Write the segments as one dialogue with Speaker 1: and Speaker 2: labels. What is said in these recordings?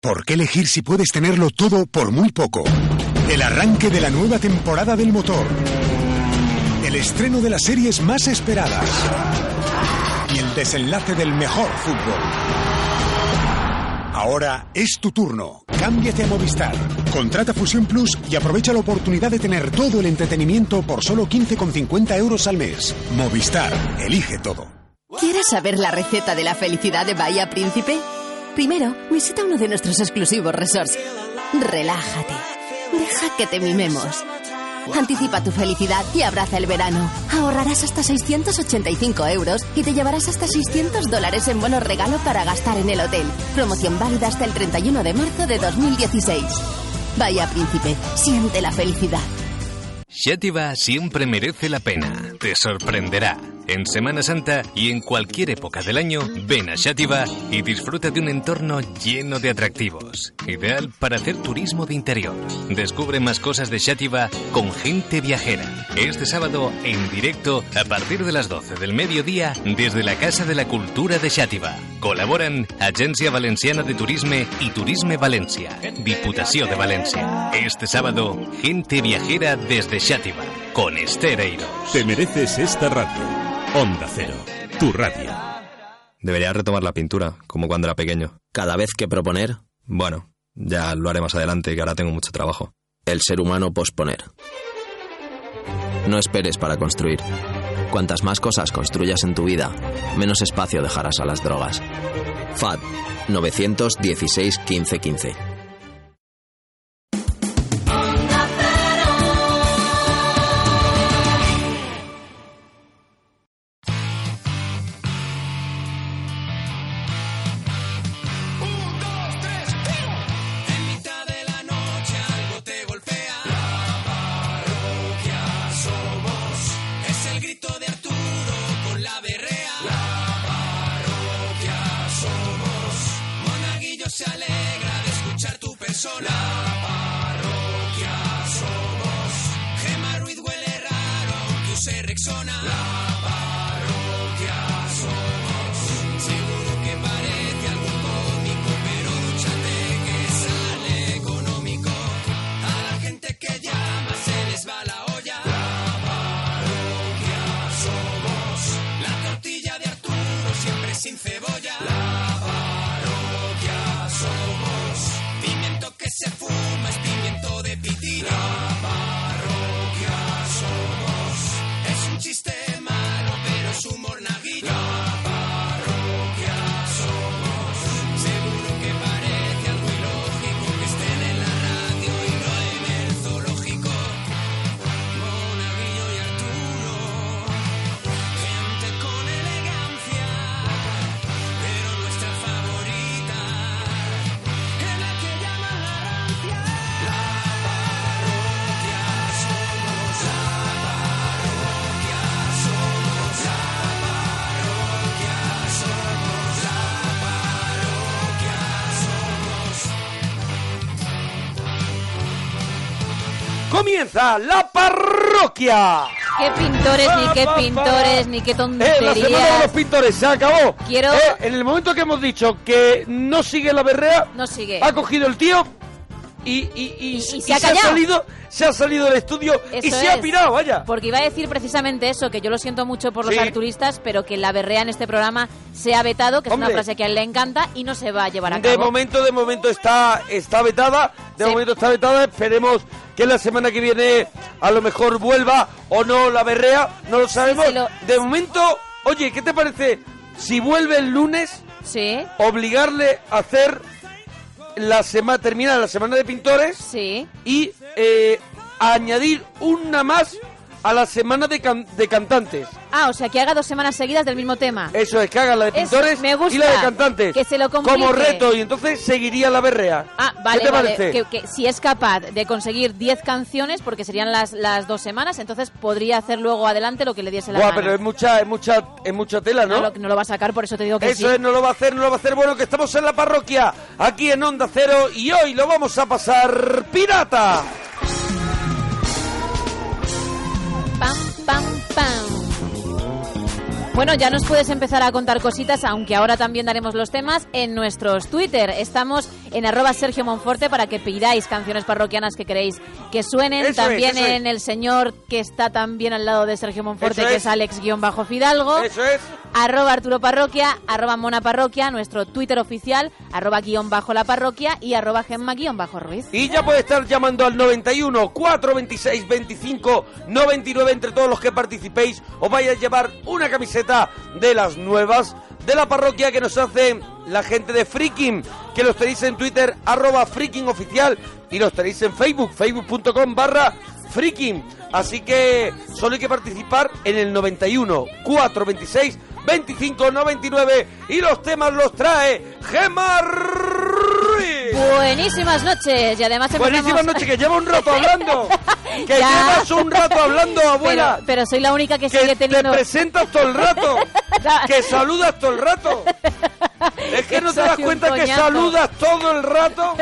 Speaker 1: ¿Por qué elegir si puedes tenerlo todo por muy poco? El arranque de la nueva temporada del motor. El estreno de las series más esperadas. Y el desenlace del mejor fútbol. Ahora es tu turno. Cámbiate a Movistar. Contrata Fusión Plus y aprovecha la oportunidad de tener todo el entretenimiento por solo 15,50 euros al mes. Movistar, elige todo.
Speaker 2: ¿Quieres saber la receta de la felicidad de Bahía Príncipe? Primero, visita uno de nuestros exclusivos resorts. Relájate. Deja que te mimemos. Anticipa tu felicidad y abraza el verano. Ahorrarás hasta 685 euros y te llevarás hasta 600 dólares en bonos regalo para gastar en el hotel. Promoción válida hasta el 31 de marzo de 2016. Vaya príncipe, siente la felicidad.
Speaker 3: Xativa siempre merece la pena. Te sorprenderá. En Semana Santa y en cualquier época del año, ven a Xativa y disfruta de un entorno lleno de atractivos, ideal para hacer turismo de interior. Descubre más cosas de Xativa con gente viajera. Este sábado en directo a partir de las 12 del mediodía desde la Casa de la Cultura de Xativa. Colaboran Agencia Valenciana de Turisme y Turisme Valencia, Diputación de Valencia. Este sábado, gente viajera desde Xativa con Estereiro.
Speaker 4: Te mereces esta radio. Onda Cero, tu radio.
Speaker 5: Debería retomar la pintura, como cuando era pequeño.
Speaker 6: ¿Cada vez que proponer?
Speaker 5: Bueno, ya lo haré más adelante, que ahora tengo mucho trabajo.
Speaker 6: El ser humano posponer. No esperes para construir. Cuantas más cosas construyas en tu vida, menos espacio dejarás a las drogas. FAD 916 15 15.
Speaker 7: comienza la parroquia.
Speaker 8: Qué pintores, ni qué pintores, ni qué tonterías.
Speaker 7: Ah, Eh, la semana de los pintores se acabó.
Speaker 8: Quiero-
Speaker 7: Eh, en el momento que hemos dicho que no sigue la berrea,
Speaker 8: No sigue.
Speaker 7: ha cogido el tío y, y- y-
Speaker 8: Y- y se
Speaker 7: y
Speaker 8: ha callado.
Speaker 7: salido, se ha salido del estudio y
Speaker 8: Eso
Speaker 7: se ha
Speaker 8: es.
Speaker 7: pirado, vaya.
Speaker 8: Porque iba a decir precisamente eso, que yo lo siento mucho por los
Speaker 7: Sí.
Speaker 8: arturistas, pero que la berrea en este programa se ha vetado, que es
Speaker 7: Hombre.
Speaker 8: una frase que a él le encanta y no se va a llevar a
Speaker 7: De
Speaker 8: cabo.
Speaker 7: momento, de momento está, está vetada, de
Speaker 8: Sí.
Speaker 7: momento está vetada, esperemos que la semana que viene a lo mejor vuelva o no la berrea, no lo sabemos.
Speaker 8: se lo-
Speaker 7: De momento, oye, ¿qué te parece si vuelve el lunes?
Speaker 8: Sí,
Speaker 7: obligarle a hacer la semana terminar la semana de pintores
Speaker 8: sí.
Speaker 7: y eh, añadir una más a la semana de, can- de cantantes.
Speaker 8: Ah, o sea, que haga dos semanas seguidas del mismo tema.
Speaker 7: Eso es que hagan la de
Speaker 8: Eso,
Speaker 7: pintores
Speaker 8: me gusta.
Speaker 7: y la de cantantes.
Speaker 8: Que se lo complique.
Speaker 7: como reto y entonces seguiría la berrea.
Speaker 8: Ah, vale,
Speaker 7: ¿Qué te
Speaker 8: vale.
Speaker 7: parece?
Speaker 8: Que, que si es capaz de conseguir 10 canciones, porque serían las, las dos semanas, entonces podría hacer luego adelante lo que le diese la
Speaker 7: Buah,
Speaker 8: gana.
Speaker 7: pero es mucha es mucha es mucha tela, ¿no?
Speaker 8: No lo, no lo va a sacar, por eso te digo que
Speaker 7: Eso
Speaker 8: sí.
Speaker 7: es, no lo va a hacer, no lo va a hacer. Bueno, que estamos en la parroquia, aquí en Onda Cero, y hoy lo vamos a pasar pirata.
Speaker 8: Pam, pam, pam. Bueno, ya nos puedes empezar a contar cositas, aunque ahora también daremos los temas en nuestros Twitter. Estamos en arroba Sergio Monforte para que pidáis canciones parroquianas que queréis que suenen.
Speaker 9: Eso es,
Speaker 8: también
Speaker 9: eso es.
Speaker 8: en el señor que está también al lado de Sergio Monforte,
Speaker 9: Eso
Speaker 8: que
Speaker 9: es.
Speaker 8: es Alex-Fidalgo.
Speaker 9: Eso es.
Speaker 8: Arroba Arturo Parroquia, arroba Mona Parroquia, nuestro Twitter oficial, arroba guión bajo la parroquia y arroba Gemma guión bajo Ruiz.
Speaker 9: Y ya puede estar llamando al 91 426 25 99 entre todos los que participéis. Os vais a llevar una camiseta de las nuevas de la parroquia que nos hace la gente de Freaking, que los tenéis en Twitter, arroba Freaking Oficial, y los tenéis en Facebook, facebook.com barra Freaking. Así que solo hay que participar en el 91 426 25 99 y los temas los trae Gemma Ruiz.
Speaker 8: Buenísimas noches y además empezamos...
Speaker 9: Buenísima noche, que lleva un rato hablando. Que
Speaker 8: Ya.
Speaker 9: llevas un rato hablando, abuela.
Speaker 8: Pero, pero soy la única que
Speaker 9: que
Speaker 8: sigue
Speaker 9: te
Speaker 8: teniendo...
Speaker 9: presentas todo el rato. que saludas todo el rato. Es que no te
Speaker 8: Soy
Speaker 9: das
Speaker 8: un
Speaker 9: cuenta que
Speaker 8: coñazo.
Speaker 9: saludas todo el rato.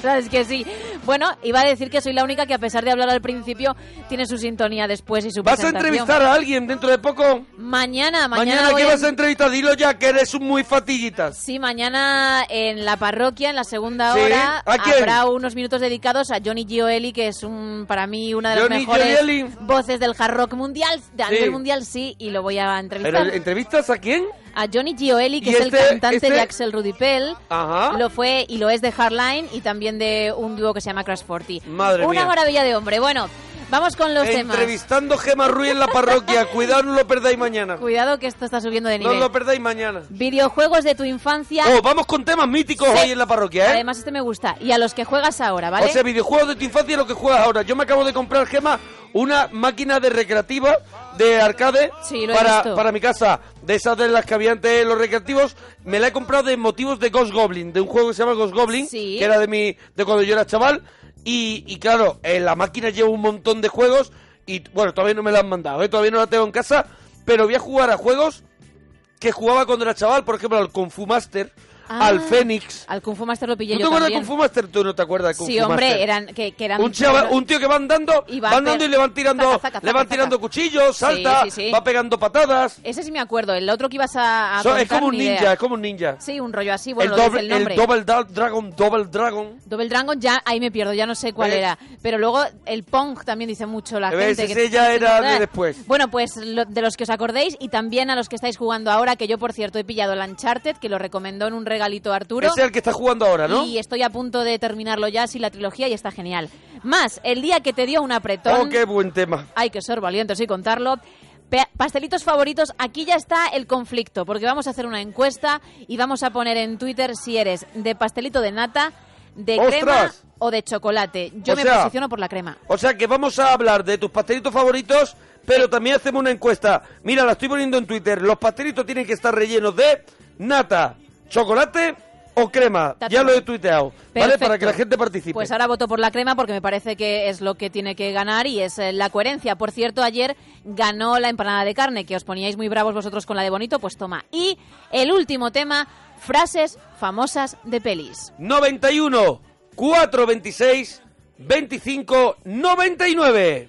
Speaker 8: Sabes que sí. Bueno, iba a decir que soy la única que a pesar de hablar al principio tiene su sintonía después y su
Speaker 9: ¿Vas a
Speaker 8: presentación.
Speaker 9: entrevistar a alguien dentro de poco?
Speaker 8: Pues Mañana, mañana,
Speaker 9: Mañana,
Speaker 8: voy
Speaker 9: que
Speaker 8: a-
Speaker 9: vas a entrevistar? Dilo ya, que eres un muy fatillitas.
Speaker 8: Sí, mañana en la parroquia, en la segunda
Speaker 9: Sí,
Speaker 8: hora,
Speaker 9: ¿a quién?
Speaker 8: habrá unos minutos dedicados a Johnny Gioeli, que es un para mí una de las
Speaker 9: Johnny
Speaker 8: mejores
Speaker 9: Gioeli.
Speaker 8: voces del hard rock mundial, de- a
Speaker 9: Sí.
Speaker 8: nivel mundial sí, y lo voy a entrevistar.
Speaker 9: Pero, ¿Entrevistas a quién?
Speaker 8: a Johnny Gioeli, que
Speaker 9: ¿Y
Speaker 8: es el
Speaker 9: este-
Speaker 8: cantante
Speaker 9: este? Ah.
Speaker 8: de Axel Rudy Pell.
Speaker 9: Ajá.
Speaker 8: Lo fue y lo es de Hardline y también de un dúo que se llama Crash 40.
Speaker 9: Madre
Speaker 8: Una
Speaker 9: mía.
Speaker 8: maravilla de hombre. Bueno, vamos con los temas.
Speaker 9: Entrevistando Gemma Ruiz en la parroquia. Cuidado, no lo perdáis mañana.
Speaker 8: Cuidado que esto está subiendo de
Speaker 9: No
Speaker 8: nivel.
Speaker 9: lo perdáis mañana.
Speaker 8: Videojuegos de tu infancia.
Speaker 9: Oh, vamos con temas míticos
Speaker 8: Sí.
Speaker 9: hoy en la parroquia, ¿eh?
Speaker 8: Además, este me gusta. Y a los que juegas ahora, ¿vale?
Speaker 9: O sea, videojuegos de tu infancia y lo que juegas ahora. Yo me acabo de comprar, Gema, una máquina de recreativa de arcade
Speaker 8: Sí, lo he
Speaker 9: para,
Speaker 8: visto.
Speaker 9: para mi casa. De esas de las que había antes en los recreativos. Me la he comprado de motivos de Ghost Goblin, de un juego que se llama Ghost Goblin,
Speaker 8: Sí.
Speaker 9: que era de, mi, de cuando yo era chaval. Y, y claro, en la máquina lleva un montón de juegos y bueno, todavía no me la han mandado, ¿eh? todavía no la tengo en casa, pero voy a jugar a juegos que jugaba cuando era chaval, por ejemplo, al Kung Fu Master,
Speaker 8: Ah,
Speaker 9: al Fénix.
Speaker 8: Al Kung Fu Master lo pillé
Speaker 9: ¿Tú te
Speaker 8: yo
Speaker 9: acuerdas de
Speaker 8: también.
Speaker 9: Kung Fu Master? ¿Tú no te acuerdas de Kung
Speaker 8: Sí,
Speaker 9: Fu
Speaker 8: hombre,
Speaker 9: Master?
Speaker 8: eran, que, que eran...
Speaker 9: un, chaval- un tío que va andando,
Speaker 8: Y va
Speaker 9: va,
Speaker 8: a
Speaker 9: andando y
Speaker 8: hacer-
Speaker 9: le van tirando,
Speaker 8: zaca, zaca,
Speaker 9: le van
Speaker 8: zaca,
Speaker 9: tirando
Speaker 8: zaca.
Speaker 9: cuchillos, salta,
Speaker 8: Sí, sí, sí.
Speaker 9: va pegando patadas.
Speaker 8: Ese sí me acuerdo. El otro que ibas a, a
Speaker 9: So- es
Speaker 8: contar,
Speaker 9: como un
Speaker 8: ni
Speaker 9: ninja,
Speaker 8: pues idea.
Speaker 9: es como un ninja.
Speaker 8: Sí, un rollo así. Bueno,
Speaker 9: el,
Speaker 8: lo dice
Speaker 9: doble,
Speaker 8: el nombre.
Speaker 9: Double da- Dragon, Double Dragon.
Speaker 8: Double Dragon, ya ahí me pierdo, ya no sé cuál
Speaker 9: ¿Ves?
Speaker 8: era. Pero luego el Pong también dice mucho la
Speaker 9: ¿Ves?
Speaker 8: gente.
Speaker 9: Eh, Ese ya era de después.
Speaker 8: Bueno, pues lo- de los que os acordéis y también a los que estáis jugando ahora, que yo por cierto he pillado el Uncharted, que lo recomendó en un regalito Arturo.
Speaker 9: Ese es el que está jugando ahora, ¿no?
Speaker 8: Y estoy a punto de terminarlo ya, sin la trilogía, y está genial. Más, el día que te dio un apretón.
Speaker 9: Oh, qué buen tema.
Speaker 8: Hay que ser valientes y contarlo. Pe- pastelitos favoritos, aquí ya está el conflicto, porque vamos a hacer una encuesta y vamos a poner en Twitter si eres de pastelito de nata, de
Speaker 9: ¡Ostras!
Speaker 8: crema o de chocolate. Yo
Speaker 9: O
Speaker 8: me
Speaker 9: sea-
Speaker 8: posiciono por la crema.
Speaker 9: O sea que vamos a hablar de tus pastelitos favoritos, pero también hacemos una encuesta. Mira, la estoy poniendo en Twitter. Los pastelitos tienen que estar rellenos de nata, chocolate o crema.
Speaker 8: Tato.
Speaker 9: Ya lo he tuiteado, ¿vale?
Speaker 8: Perfecto.
Speaker 9: Para que la gente participe.
Speaker 8: Pues ahora voto por la crema porque me parece que es lo que tiene que ganar y es eh, la coherencia. Por cierto, ayer ganó la empanada de carne, que os poníais muy bravos vosotros con la de bonito, pues toma. Y el último tema, frases famosas de pelis.
Speaker 9: 91 426 25 99.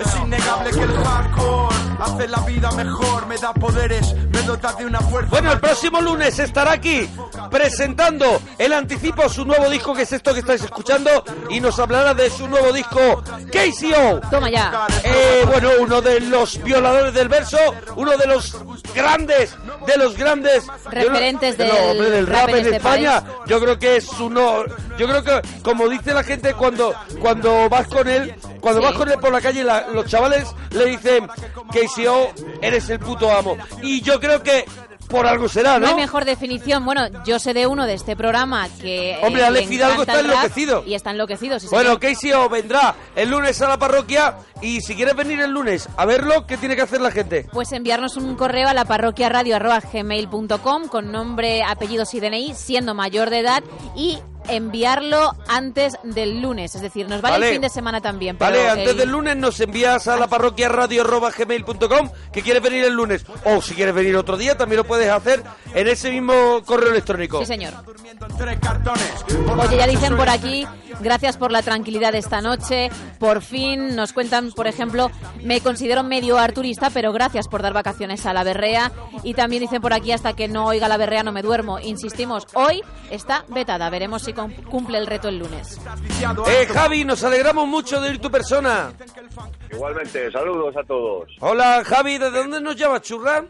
Speaker 10: Es innegable que el hardcore hace la vida mejor, me da poderes, me dota de una fuerza.
Speaker 9: Bueno, el próximo lunes estará aquí presentando el anticipo a su nuevo disco, que es esto que estáis escuchando, y nos hablará de su nuevo disco, KCO.
Speaker 8: Toma ya.
Speaker 9: Eh, bueno, uno de los violadores del verso, uno de los grandes, de los grandes
Speaker 8: Referentes
Speaker 9: de lo-
Speaker 8: del
Speaker 9: hombre, del
Speaker 8: rap
Speaker 9: rap
Speaker 8: en
Speaker 9: en
Speaker 8: este
Speaker 9: España. Yo creo que es uno, yo creo que como dice la gente cuando cuando vas con él, cuando
Speaker 8: Sí.
Speaker 9: vas con él por la calle, la- los chavales le dicen KCO, eres el puto amo. Y yo creo que por algo será,
Speaker 8: No hay
Speaker 9: ¿no?
Speaker 8: mejor definición. Bueno, yo sé de uno de este programa que. eh,
Speaker 9: Hombre,
Speaker 8: le
Speaker 9: Alex Fidalgo
Speaker 8: encanta
Speaker 9: está
Speaker 8: el rap
Speaker 9: enloquecido.
Speaker 8: Y está enloquecido, sí,
Speaker 9: Bueno,
Speaker 8: señor.
Speaker 9: KCO vendrá el lunes a la parroquia y si quieres venir el lunes a verlo, ¿qué tiene que hacer la gente?
Speaker 8: Pues enviarnos un correo a la parroquiaradio.gmail.com con nombre, apellidos y DNI, siendo mayor de edad y enviarlo antes del lunes. Es decir, nos vale,
Speaker 9: Vale.
Speaker 8: el fin de semana también. Pero
Speaker 9: Vale, antes
Speaker 8: el-
Speaker 9: del lunes nos envías a la parroquia radio arroba gmail punto com, que quieres venir el lunes. O si quieres venir otro día, también lo puedes hacer en ese mismo correo electrónico.
Speaker 8: Sí, señor. Oye, ya dicen por aquí, gracias por la tranquilidad de esta noche. Por fin nos cuentan, por ejemplo, me considero medio arturista, pero gracias por dar vacaciones a la berrea. Y también dicen por aquí, hasta que no oiga la berrea no me duermo. Insistimos, hoy está vetada. Veremos si cum- cumple el reto el lunes.
Speaker 9: Eh, Javi, nos alegramos mucho de ir tu persona.
Speaker 11: Igualmente, saludos a todos.
Speaker 9: Hola, Javi, ¿desde dónde nos llamas, churra?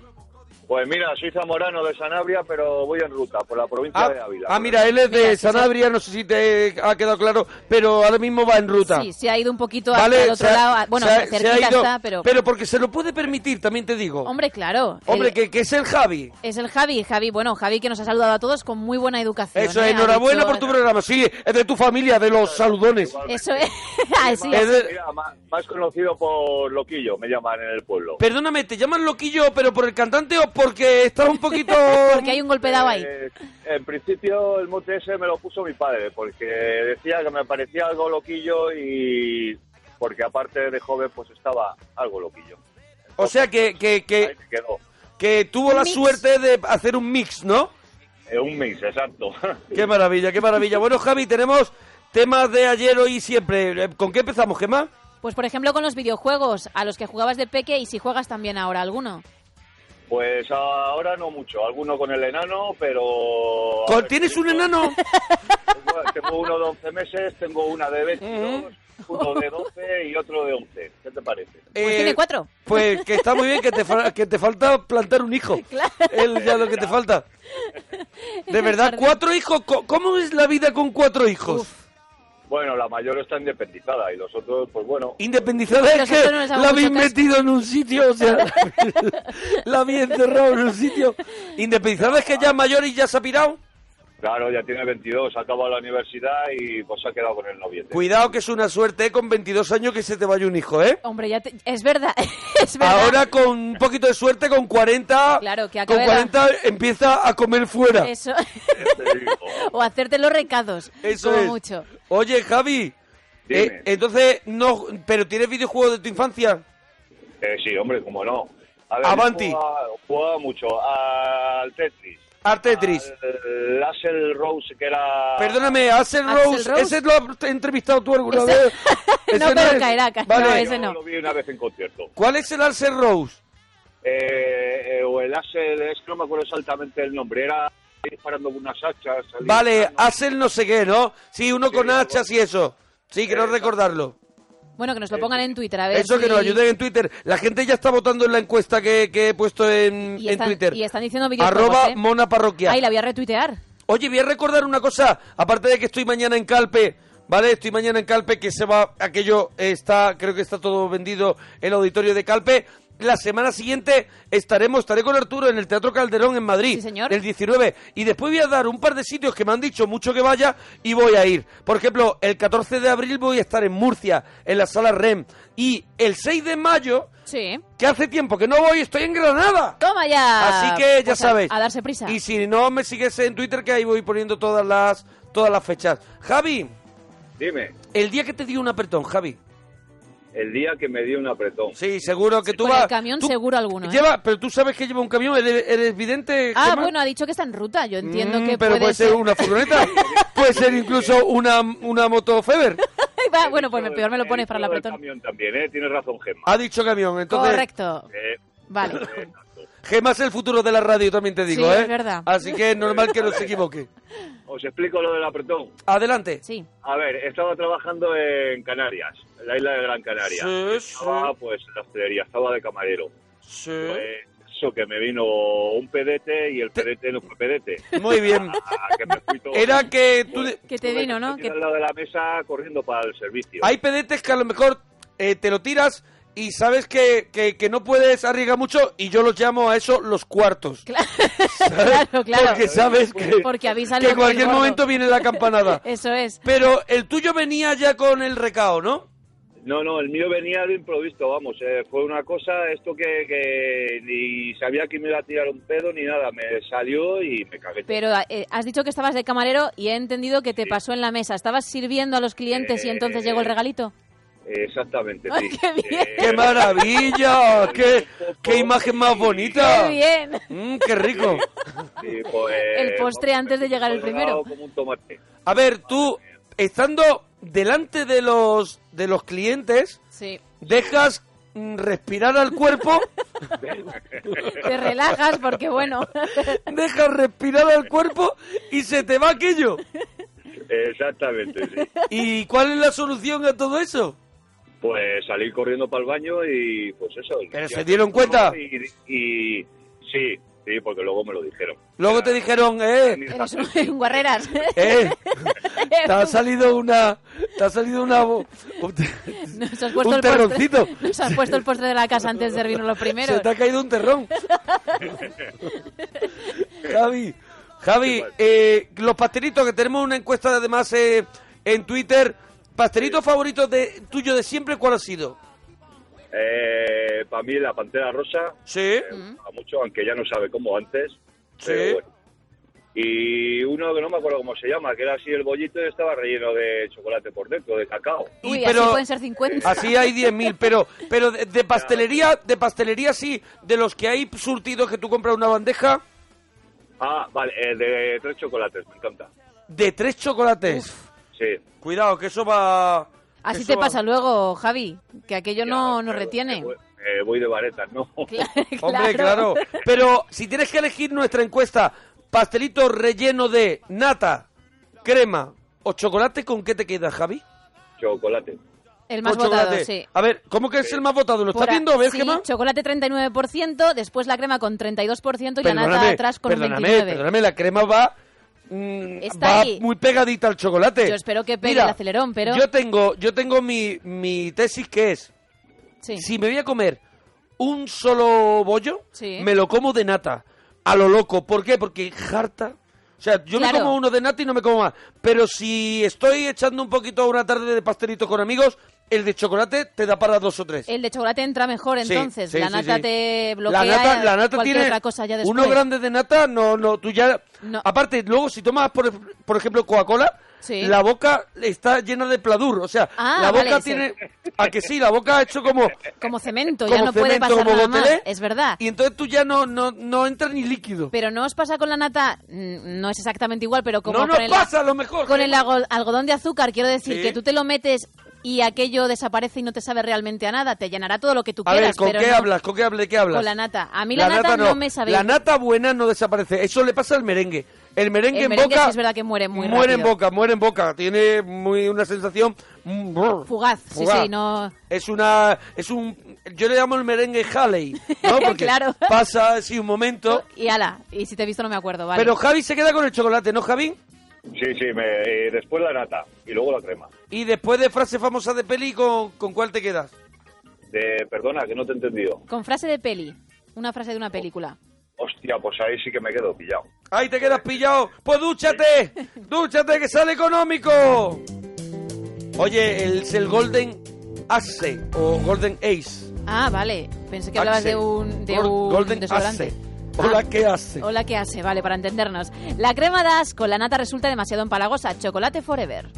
Speaker 11: Pues mira, soy zamorano de Sanabria, pero voy en ruta por la provincia de Ávila.
Speaker 9: Ah, mira, él es de Sanabria, no sé si te ha quedado claro, pero ahora mismo va en ruta.
Speaker 8: Sí, se ha ido un poquito
Speaker 9: Vale,
Speaker 8: hacia el
Speaker 9: se
Speaker 8: otro
Speaker 9: ha-
Speaker 8: lado. a- Bueno,
Speaker 9: se ha- se ha
Speaker 8: cerquita
Speaker 9: ido,
Speaker 8: está, pero...
Speaker 9: porque se lo puede permitir, también te digo.
Speaker 8: Hombre, claro.
Speaker 9: Hombre,
Speaker 8: el-
Speaker 9: que, que es el Javi.
Speaker 8: Es el Javi, Javi, bueno, Javi que nos ha saludado a todos con muy buena educación.
Speaker 9: Eso,
Speaker 8: ¿eh? Ha
Speaker 9: enhorabuena
Speaker 8: dicho-
Speaker 9: por tu programa. Sí, es de tu familia, de los saludones.
Speaker 8: Eso es. Así es.
Speaker 11: Mira, ma- más conocido por Loquillo, me llaman en el pueblo.
Speaker 9: Perdóname, ¿te llaman loquillo, pero por el cantante o porque estás un poquito...
Speaker 8: Porque hay un golpe dado ahí.
Speaker 11: Eh, en principio el mote ese me lo puso mi padre, porque decía que me parecía algo loquillo y porque aparte de joven pues estaba algo loquillo.
Speaker 9: O sea, que, que, que,
Speaker 11: Quedó
Speaker 9: que tuvo la
Speaker 11: Mix.
Speaker 9: suerte de hacer un mix, ¿no?
Speaker 11: eh, un mix, exacto.
Speaker 9: Qué maravilla, qué maravilla. Bueno, Javi, tenemos temas de ayer, hoy y siempre. Eh, ¿Con qué empezamos, Gemma?
Speaker 8: Pues por ejemplo con los videojuegos, a los que jugabas de peque y si juegas también ahora alguno.
Speaker 11: Pues ahora no mucho, alguno con el enano, pero...
Speaker 9: ¿Con- ¿Tienes un enano?
Speaker 11: Tengo, tengo uno de 11 meses, tengo una de 22, uno de 12 y otro de 11. ¿Qué te parece?
Speaker 9: Eh,
Speaker 8: Pues Tiene cuatro.
Speaker 9: Pues que está muy bien, que te, fa- que te falta plantar un hijo. Es ya lo que te falta. De verdad, cuatro hijos. Co- ¿Cómo es la vida con cuatro hijos?
Speaker 11: Bueno, la mayor está independizada y los otros, pues bueno...
Speaker 9: Independizada es que
Speaker 11: Nosotros nos hagamos
Speaker 9: la habéis
Speaker 11: mucho caso.
Speaker 9: metido en un sitio, o sea, la habéis encerrado en un sitio. Independizada es que ya es mayor y ya se ha pirado.
Speaker 11: Claro, ya tiene 22, ha acabado la universidad y pues se ha quedado con el noviete.
Speaker 9: Cuidado que es una suerte ¿eh? con 22 años que se te vaya un hijo, ¿eh?
Speaker 8: Hombre, ya te- es verdad, es verdad.
Speaker 9: Ahora con un poquito de suerte, con 40,
Speaker 8: claro, que
Speaker 9: Ah, con
Speaker 8: acabe la-
Speaker 9: 40 empieza a comer fuera.
Speaker 8: Eso. o hacerte los recados.
Speaker 9: Eso
Speaker 8: como
Speaker 9: es.
Speaker 8: mucho.
Speaker 9: Oye, Javi,
Speaker 11: Dime.
Speaker 9: eh, entonces, no, pero ¿tienes videojuegos de tu infancia?
Speaker 11: Eh, sí, hombre, cómo no. A ver,
Speaker 9: Ah, Avanti.
Speaker 11: yo Jugaba, jugaba mucho al Tetris.
Speaker 9: Al Tetris.
Speaker 11: Al Axel Rose, que era...
Speaker 9: Perdóname, Axel Rose,
Speaker 11: Rose.
Speaker 9: ese lo has entrevistado tú alguna
Speaker 11: Ese-
Speaker 9: vez. Ese
Speaker 8: no, pero
Speaker 9: es.
Speaker 8: caerá, caerá.
Speaker 9: Vale.
Speaker 8: No, ese no.
Speaker 11: Lo vi una vez en concierto.
Speaker 9: ¿Cuál es el Axel Rose?
Speaker 11: Eh, eh, o el Axel, es que no me acuerdo exactamente el nombre, era disparando con unas hachas. salía-
Speaker 9: Vale, Axel no sé qué, ¿no? Sí, uno con hachas y eso. Sí, quiero recordarlo.
Speaker 8: Bueno, que nos lo pongan en Twitter, a ver.
Speaker 9: Eh, Eso que
Speaker 8: si-
Speaker 9: nos ayuden en Twitter. La gente ya está votando en la encuesta que, que he puesto en,
Speaker 8: Y
Speaker 9: en
Speaker 8: están,
Speaker 9: Twitter.
Speaker 8: y están diciendo videojuegos.
Speaker 9: Arroba
Speaker 8: ¿eh?
Speaker 9: Mona Parroquia.
Speaker 8: Ay, la voy a retuitear.
Speaker 9: Oye, voy a recordar una cosa, aparte de que estoy mañana en Calpe, ¿vale? Estoy mañana en Calpe, que se va, aquello eh, está, creo que está todo vendido el auditorio de Calpe. La semana siguiente estaremos, estaré con Arturo en el Teatro Calderón en Madrid, el 19. Y después voy a dar un par de sitios que me han dicho mucho que vaya y voy a ir. Por ejemplo, el 14 de abril voy a estar en Murcia, en la sala REM. Y el 6 de mayo,
Speaker 8: Sí.
Speaker 9: que hace tiempo que no voy, estoy en Granada.
Speaker 8: Toma ya.
Speaker 9: Así que ya
Speaker 8: Pues a-
Speaker 9: sabéis.
Speaker 8: A darse prisa.
Speaker 9: Y si no me sigues en Twitter, que ahí voy poniendo todas las todas las fechas. Javi,
Speaker 11: Dime,
Speaker 9: el día que te dio un apretón, Javi.
Speaker 11: el día que me dio un apretón.
Speaker 9: Sí, seguro que tú
Speaker 8: Con
Speaker 9: vas.
Speaker 8: el camión
Speaker 9: tú
Speaker 8: seguro alguno. ¿eh?
Speaker 9: lleva, pero tú sabes que lleva un camión, eres, eres vidente.
Speaker 8: Ah,
Speaker 9: Gemma?
Speaker 8: bueno, ha dicho que está en ruta. Yo entiendo
Speaker 9: Mm,
Speaker 8: que
Speaker 9: pero
Speaker 8: puede,
Speaker 9: puede ser una furgoneta, puede ser incluso una, una moto Feber.
Speaker 8: Ay, va, bueno, pues me- peor me lo pones para el apretón.
Speaker 11: Camión también, ¿eh? Tienes razón, Gemma.
Speaker 9: Ha dicho camión, entonces.
Speaker 8: Correcto.
Speaker 11: Eh,
Speaker 8: Vale.
Speaker 9: Gemma es el futuro de la radio, también te digo,
Speaker 8: Sí,
Speaker 9: ¿eh?
Speaker 8: es verdad.
Speaker 9: Así que es normal que no se equivoque.
Speaker 11: os explico lo del apretón.
Speaker 9: Adelante.
Speaker 8: Sí.
Speaker 11: A ver, estaba trabajando en Canarias, en la isla de Gran Canaria.
Speaker 9: Sí, sí.
Speaker 11: Estaba, pues, en la hostelería, estaba de camarero.
Speaker 9: Sí.
Speaker 11: Pues, eso que me vino un pedete y el pedete no fue pedete.
Speaker 9: Muy bien.
Speaker 11: Ah, que me fui todo.
Speaker 9: Era que tú. de-
Speaker 8: Que te vino, ¿no?
Speaker 11: Estoy
Speaker 8: Que
Speaker 11: al lado de la mesa corriendo para el servicio.
Speaker 9: Hay pedetes que a lo mejor eh, te lo tiras y sabes que, que- que no puedes arriesgar mucho y yo los llamo a eso los cuartos.
Speaker 8: Claro, claro.
Speaker 9: Porque sabes que,
Speaker 8: Porque avisan
Speaker 9: que
Speaker 8: los
Speaker 9: en
Speaker 8: del
Speaker 9: cualquier
Speaker 8: gordo.
Speaker 9: momento viene la campanada.
Speaker 8: Eso es.
Speaker 9: Pero el tuyo venía ya con el recao, ¿no?
Speaker 11: No, no, el mío venía de improviso, vamos. eh, fue una cosa, esto que, que ni sabía que me iba a tirar un pedo ni nada. Me salió y me cagué.
Speaker 8: Pero eh, has dicho que estabas de camarero y he entendido que te pasó en la mesa. ¿Estabas sirviendo a los clientes y entonces llegó el
Speaker 9: Eh,
Speaker 8: regalito?
Speaker 11: Exactamente,
Speaker 8: ¡Ay,
Speaker 11: sí. pues,
Speaker 8: qué bien!
Speaker 9: ¡Qué maravilla! ¡Qué, qué imagen más bonita!
Speaker 8: ¡Qué bien!
Speaker 9: Mm, ¡Qué rico!
Speaker 11: Sí, pues,
Speaker 8: El postre antes de llegar el primero.
Speaker 11: como un tomate.
Speaker 9: A ver, tú, estando delante de los, de los clientes,
Speaker 8: Sí.
Speaker 9: dejas mm, respirar al cuerpo,
Speaker 8: Te relajas porque, bueno,
Speaker 9: dejas respirar al cuerpo y se te va aquello.
Speaker 11: Exactamente, sí.
Speaker 9: ¿Y cuál es la solución a todo eso?
Speaker 11: Pues salí corriendo para el baño y pues eso.
Speaker 9: ¿Pero se dieron cuenta?
Speaker 11: Y, y- sí, sí, porque luego me lo dijeron.
Speaker 9: Luego te dijeron, eh,
Speaker 8: eres un, un guarreras.
Speaker 9: eh, te ha salido una, te ha salido una, bo-
Speaker 8: Nos has puesto
Speaker 9: Un
Speaker 8: el postre-
Speaker 9: terroncito.
Speaker 8: Nos has puesto el postre de la casa antes de servirnos los primeros.
Speaker 9: Se te ha caído un terrón. Javi, Javi, eh, los pastelitos que tenemos una encuesta además eh, en Twitter. ¿Pastelito favorito de, tuyo de siempre cuál ha sido?
Speaker 11: Eh, para mí la Pantera Rosa
Speaker 9: Sí.
Speaker 11: a mucho, aunque ya no sabe cómo antes.
Speaker 9: Sí.
Speaker 11: pero bueno. Y uno que no me acuerdo cómo se llama, que era así el bollito y estaba relleno de chocolate por dentro, de cacao.
Speaker 9: Y
Speaker 8: Uy,
Speaker 9: pero-
Speaker 8: así pueden ser 50.
Speaker 9: Así hay 10.000, pero pero de, de pastelería, de pastelería sí, de los que hay surtidos que tú compras una bandeja
Speaker 11: Ah, vale, eh, de tres chocolates, me encanta.
Speaker 9: de tres chocolates.
Speaker 11: Sí.
Speaker 9: Cuidado, que eso va...
Speaker 8: Así
Speaker 9: eso
Speaker 8: te
Speaker 9: va-
Speaker 8: pasa luego, Javi, que aquello no, no
Speaker 11: Claro, eh,
Speaker 8: retiene.
Speaker 11: voy- eh, voy de varetas, ¿no?
Speaker 9: Hombre, claro. Pero si tienes que elegir nuestra encuesta, pastelito relleno de nata, crema o chocolate, ¿con qué te quedas, Javi?
Speaker 11: Chocolate.
Speaker 8: El más
Speaker 9: Con
Speaker 8: votado,
Speaker 9: chocolate.
Speaker 8: sí.
Speaker 9: A ver, ¿cómo que es el más votado? ¿Lo
Speaker 8: Por
Speaker 9: estás
Speaker 8: a-
Speaker 9: viendo? ¿Ves,
Speaker 8: sí,
Speaker 9: Gemma?
Speaker 8: chocolate 39%, después la crema con 32% y la nata atrás con un
Speaker 9: perdóname,
Speaker 8: 29%.
Speaker 9: perdóname, la crema va, mm,
Speaker 8: Está
Speaker 9: va
Speaker 8: ahí.
Speaker 9: muy pegadita al chocolate.
Speaker 8: Yo espero que pegue
Speaker 9: Mira,
Speaker 8: el acelerón, pero...
Speaker 9: Yo tengo, yo tengo mi, mi tesis que es,
Speaker 8: sí.
Speaker 9: si me voy a comer un solo bollo,
Speaker 8: Sí.
Speaker 9: me lo como de nata, a lo loco. ¿Por qué? Porque harta. O sea, yo
Speaker 8: Claro.
Speaker 9: me como uno de nata y no me como más. Pero si estoy echando un poquito una tarde de pastelito con amigos, el de chocolate te da para dos o tres.
Speaker 8: El de chocolate entra mejor,
Speaker 9: Sí,
Speaker 8: entonces.
Speaker 9: sí,
Speaker 8: la
Speaker 9: sí,
Speaker 8: nata
Speaker 9: sí.
Speaker 8: te bloquea
Speaker 9: la nata, la nata
Speaker 8: cualquier
Speaker 9: tiene
Speaker 8: otra cosa ya después.
Speaker 9: uno grande de nata, no, no, tú ya...
Speaker 8: No.
Speaker 9: Aparte, luego si tomas, por, por ejemplo, Coca-Cola,
Speaker 8: Sí.
Speaker 9: la boca está llena de pladur. O sea,
Speaker 8: Ah,
Speaker 9: la boca
Speaker 8: vale, sí.
Speaker 9: tiene... A que sí, la boca ha hecho como...
Speaker 8: Como cemento, ya
Speaker 9: como
Speaker 8: no puede
Speaker 9: cemento,
Speaker 8: pasar
Speaker 9: como
Speaker 8: nada más.
Speaker 9: gotelé,
Speaker 8: Es verdad.
Speaker 9: Y entonces tú ya no, no, no entra ni líquido.
Speaker 8: Pero no os pasa con la nata, mm, no es exactamente igual, pero como
Speaker 9: no
Speaker 8: con
Speaker 9: nos
Speaker 8: el,
Speaker 9: pasa a lo mejor.
Speaker 8: con el
Speaker 9: Gemma.
Speaker 8: algo- algodón de azúcar, quiero decir
Speaker 9: Sí.
Speaker 8: que tú te lo metes y aquello desaparece y no te sabe realmente a nada, te llenará todo lo que tú
Speaker 9: A ver,
Speaker 8: quieras,
Speaker 9: ¿con
Speaker 8: pero
Speaker 9: qué
Speaker 8: no-
Speaker 9: hablas? ¿Con qué hablas? ¿De qué hablas?
Speaker 8: Con la nata. A mí la, nata, no. me sabe.
Speaker 9: La nata buena no desaparece. Eso le pasa al merengue. El merengue
Speaker 8: El
Speaker 9: en
Speaker 8: merengue
Speaker 9: boca.
Speaker 8: sí es verdad que muere muy
Speaker 9: Muere en
Speaker 8: rápido.
Speaker 9: boca, muere en boca. Tiene muy una sensación. mm, brr,
Speaker 8: Fugaz, sí, sí, no-
Speaker 9: Es una. Es un. Yo le llamo el merengue Halley. ¿no? Porque
Speaker 8: Claro.
Speaker 9: pasa así un momento.
Speaker 8: Y ala, y si te he visto no me acuerdo, vale.
Speaker 9: Pero Javi se queda con el chocolate, ¿no, Javi?
Speaker 11: Sí, sí, me, y después la nata y luego la crema.
Speaker 9: Y después de frase famosa de peli, ¿con, con cuál te quedas?
Speaker 11: De, perdona, que no te he entendido.
Speaker 8: Con frase de peli, una frase de una película.
Speaker 11: Hostia, pues ahí sí que me quedo pillado.
Speaker 9: Ahí te quedas pillado. Pues dúchate. Dúchate que sale económico. Oye, el, es el Golden Ace o Golden Ace.
Speaker 8: Ah, vale. Pensé que hablabas
Speaker 9: Axe.
Speaker 8: de un, de
Speaker 9: Gol-
Speaker 8: un
Speaker 9: Golden
Speaker 8: desodorante. Ah.
Speaker 9: Ace. Hola, ¿qué hace?
Speaker 8: Hola, ¿qué hace? Vale, para entendernos. La crema de asco, la nata resulta demasiado empalagosa. Chocolate forever.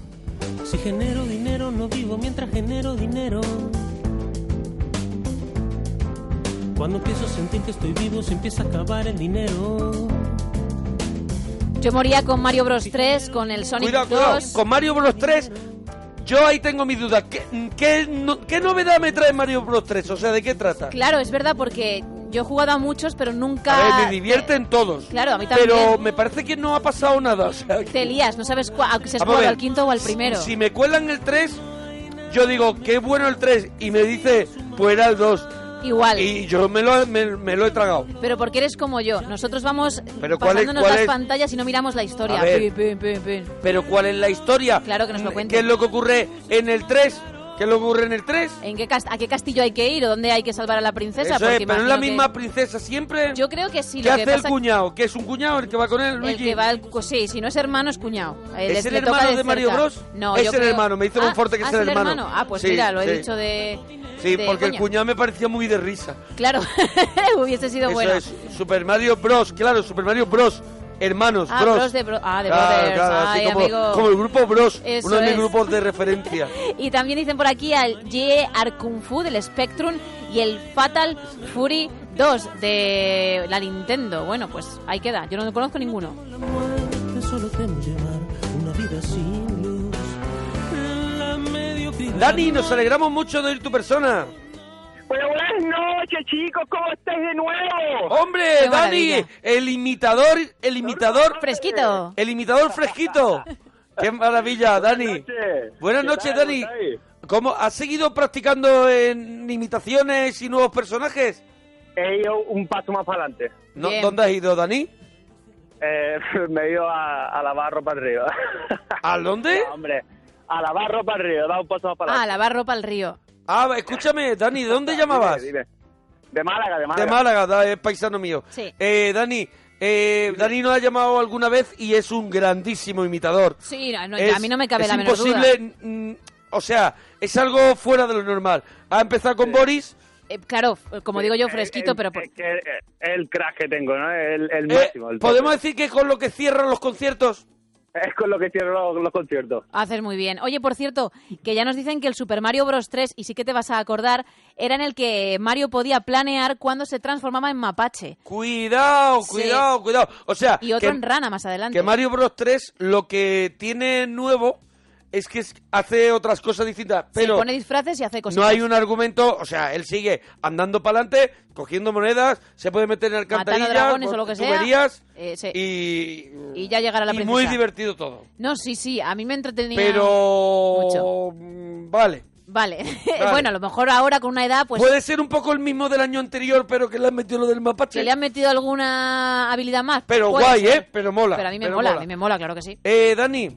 Speaker 7: Si genero dinero, no vivo mientras genero dinero. Cuando empiezo a sentir que estoy vivo, se empieza a acabar el dinero.
Speaker 8: Yo moría con Mario Bros 3, con el Sonic
Speaker 9: Cuidado,
Speaker 8: 2.
Speaker 9: cuidado. Con Mario Bros 3, yo ahí tengo mis dudas. ¿Qué, qué no- qué novedad me trae Mario Bros 3? O sea, ¿de qué trata?
Speaker 8: Claro, es verdad, porque yo he jugado a muchos, pero nunca.
Speaker 9: A ver, me divierten todos.
Speaker 8: eh, Claro, a mí
Speaker 9: Pero
Speaker 8: también.
Speaker 9: me parece que no ha pasado nada. O sea,
Speaker 8: Te lías, no sabes cua- a- si has
Speaker 9: Vamos a
Speaker 8: jugado
Speaker 9: ver,
Speaker 8: al quinto o al primero.
Speaker 9: Si me cuelan el 3, yo digo, qué bueno el 3. Y me dice, pues era el 2.
Speaker 8: Igual.
Speaker 9: Y yo me lo, me, me lo he tragado.
Speaker 8: Pero porque eres como yo. Nosotros vamos
Speaker 9: Pero ¿cuál es-
Speaker 8: pasándonos
Speaker 9: cuál
Speaker 8: las
Speaker 9: es?
Speaker 8: pantallas y no miramos la historia.
Speaker 9: A ver.
Speaker 8: Pim, pim, pim, pim.
Speaker 9: Pero ¿cuál es la historia?
Speaker 8: Claro, que nos lo cuenten.
Speaker 9: ¿Qué es lo que ocurre en el 3? ¿Qué le ocurre en el 3?
Speaker 8: ¿En qué cas- ¿A qué castillo hay que ir o dónde hay que salvar a la princesa?
Speaker 9: Eso es,
Speaker 8: Porque
Speaker 9: pero es la
Speaker 8: imagino que-
Speaker 9: misma princesa siempre.
Speaker 8: Yo creo que sí.
Speaker 9: ¿Qué
Speaker 8: lo que
Speaker 9: hace el
Speaker 8: pasa-
Speaker 9: cuñado? ¿Que es un cuñado el que va con él,
Speaker 8: El
Speaker 9: Luigi?
Speaker 8: que va al- pues sí, si no es hermano es cuñado. Eh,
Speaker 9: ¿Es
Speaker 8: le-
Speaker 9: el
Speaker 8: le toca
Speaker 9: hermano de,
Speaker 8: cerca.
Speaker 9: Mario Bros?
Speaker 8: No,
Speaker 9: es
Speaker 8: yo
Speaker 9: el
Speaker 8: creo-
Speaker 9: hermano, me dice
Speaker 8: Ah,
Speaker 9: Monforte que
Speaker 8: ah,
Speaker 9: es el hermano.
Speaker 8: Ah, pues
Speaker 9: Sí,
Speaker 8: mira, lo he
Speaker 9: sí.
Speaker 8: dicho de.
Speaker 9: Sí,
Speaker 8: de
Speaker 9: porque el
Speaker 8: coña.
Speaker 9: cuñado me parecía muy de risa.
Speaker 8: Claro, hubiese sido
Speaker 9: Eso
Speaker 8: bueno.
Speaker 9: es Super Mario Bros, claro, Super Mario Bros. Hermanos,
Speaker 8: Ah,
Speaker 9: Bros.
Speaker 8: Bros de Bro- ah, de
Speaker 9: Claro,
Speaker 8: Brothers,
Speaker 9: claro, así
Speaker 8: ay,
Speaker 9: como,
Speaker 8: amigo.
Speaker 9: como el grupo Bros,
Speaker 8: Eso
Speaker 9: uno de mis
Speaker 8: es.
Speaker 9: grupos de referencia.
Speaker 8: Y también dicen por aquí al Ye Kung Fu del Spectrum y el Fatal Fury 2 de la Nintendo. Bueno, pues ahí queda. Yo no conozco ninguno.
Speaker 7: Que solo temo llevar una vida sin luz. La mediocridad
Speaker 9: Dani, nos alegramos mucho de oír tu persona.
Speaker 12: Pero buenas noches, chicos, ¿cómo estáis de nuevo?
Speaker 9: Hombre,
Speaker 12: Qué
Speaker 9: Dani,
Speaker 12: maravilla.
Speaker 9: el imitador, el imitador
Speaker 8: fresquito.
Speaker 9: El imitador fresquito. Qué maravilla, Dani. Buenas
Speaker 12: ¿Qué
Speaker 9: noches,
Speaker 12: tal?
Speaker 9: Dani.
Speaker 12: ¿Cómo estáis?
Speaker 9: ¿Cómo has seguido practicando en imitaciones y nuevos personajes?
Speaker 12: He ido un paso más para adelante.
Speaker 9: No, ¿Dónde has ido, Dani?
Speaker 12: Eh, me he ido a, a lavar ropa al río.
Speaker 9: ¿A dónde?
Speaker 12: hombre, a lavar ropa al río, he dado un paso más para
Speaker 8: Ah,
Speaker 12: adelante.
Speaker 8: lavar ropa al río.
Speaker 9: Ah, escúchame, Dani, ¿de dónde llamabas?
Speaker 12: Dime, De Málaga, de Málaga.
Speaker 9: De Málaga, da- es paisano mío.
Speaker 8: Sí.
Speaker 9: Eh, Dani, eh, Dani nos ha llamado alguna vez y es un grandísimo imitador.
Speaker 8: Sí, no, no,
Speaker 9: Es-
Speaker 8: a mí no me cabe
Speaker 9: es
Speaker 8: la menor duda.
Speaker 9: imposible, mm, o sea, es algo fuera de lo normal. Ha empezado con Boris.
Speaker 8: Eh, claro, f- como digo yo, fresquito,
Speaker 12: el-
Speaker 8: pero... por-
Speaker 12: El crack que tengo, ¿no? El, el
Speaker 9: eh,
Speaker 12: máximo. el tope.
Speaker 9: ¿Podemos decir que es con lo que cierran los conciertos?
Speaker 12: Es con lo que cierro los, los conciertos.
Speaker 8: Haces muy bien. Oye, por cierto, que ya nos dicen que el Super Mario Bros. 3, y sí que te vas a acordar, era en el que Mario podía planear cuando se transformaba en mapache.
Speaker 9: Cuidado,
Speaker 8: Sí.
Speaker 9: cuidado, cuidado. O sea,
Speaker 8: Y otro
Speaker 9: que-
Speaker 8: en rana más adelante.
Speaker 9: Que Mario Bros 3 lo que tiene nuevo es que es- hace otras cosas distintas,
Speaker 8: Sí,
Speaker 9: pero
Speaker 8: pone disfraces y hace cosas.
Speaker 9: no hay un argumento, o sea, él sigue andando para adelante, cogiendo monedas, se puede meter en
Speaker 8: Matando
Speaker 9: alcantarillas,
Speaker 8: dragones o lo que sea.
Speaker 9: tuberías
Speaker 8: Eh, sí.
Speaker 9: y
Speaker 8: Y ya llegará la
Speaker 9: y
Speaker 8: princesa.
Speaker 9: muy divertido todo.
Speaker 8: No, sí, sí, a mí me entretenía.
Speaker 9: Pero
Speaker 8: mucho.
Speaker 9: mm, vale.
Speaker 8: Vale.
Speaker 9: Vale.
Speaker 8: bueno, a lo mejor ahora con una edad, pues.
Speaker 9: Puede ser un poco el mismo del año anterior, pero que le han metido lo del mapache.
Speaker 8: Que le han metido alguna habilidad más.
Speaker 9: Pero
Speaker 8: Puede
Speaker 9: guay,
Speaker 8: ser.
Speaker 9: ¿eh? Pero mola,
Speaker 8: Pero a mí me
Speaker 9: pero
Speaker 8: mola,
Speaker 9: mola.
Speaker 8: a mí me mola, claro que sí.
Speaker 9: Eh, Dani,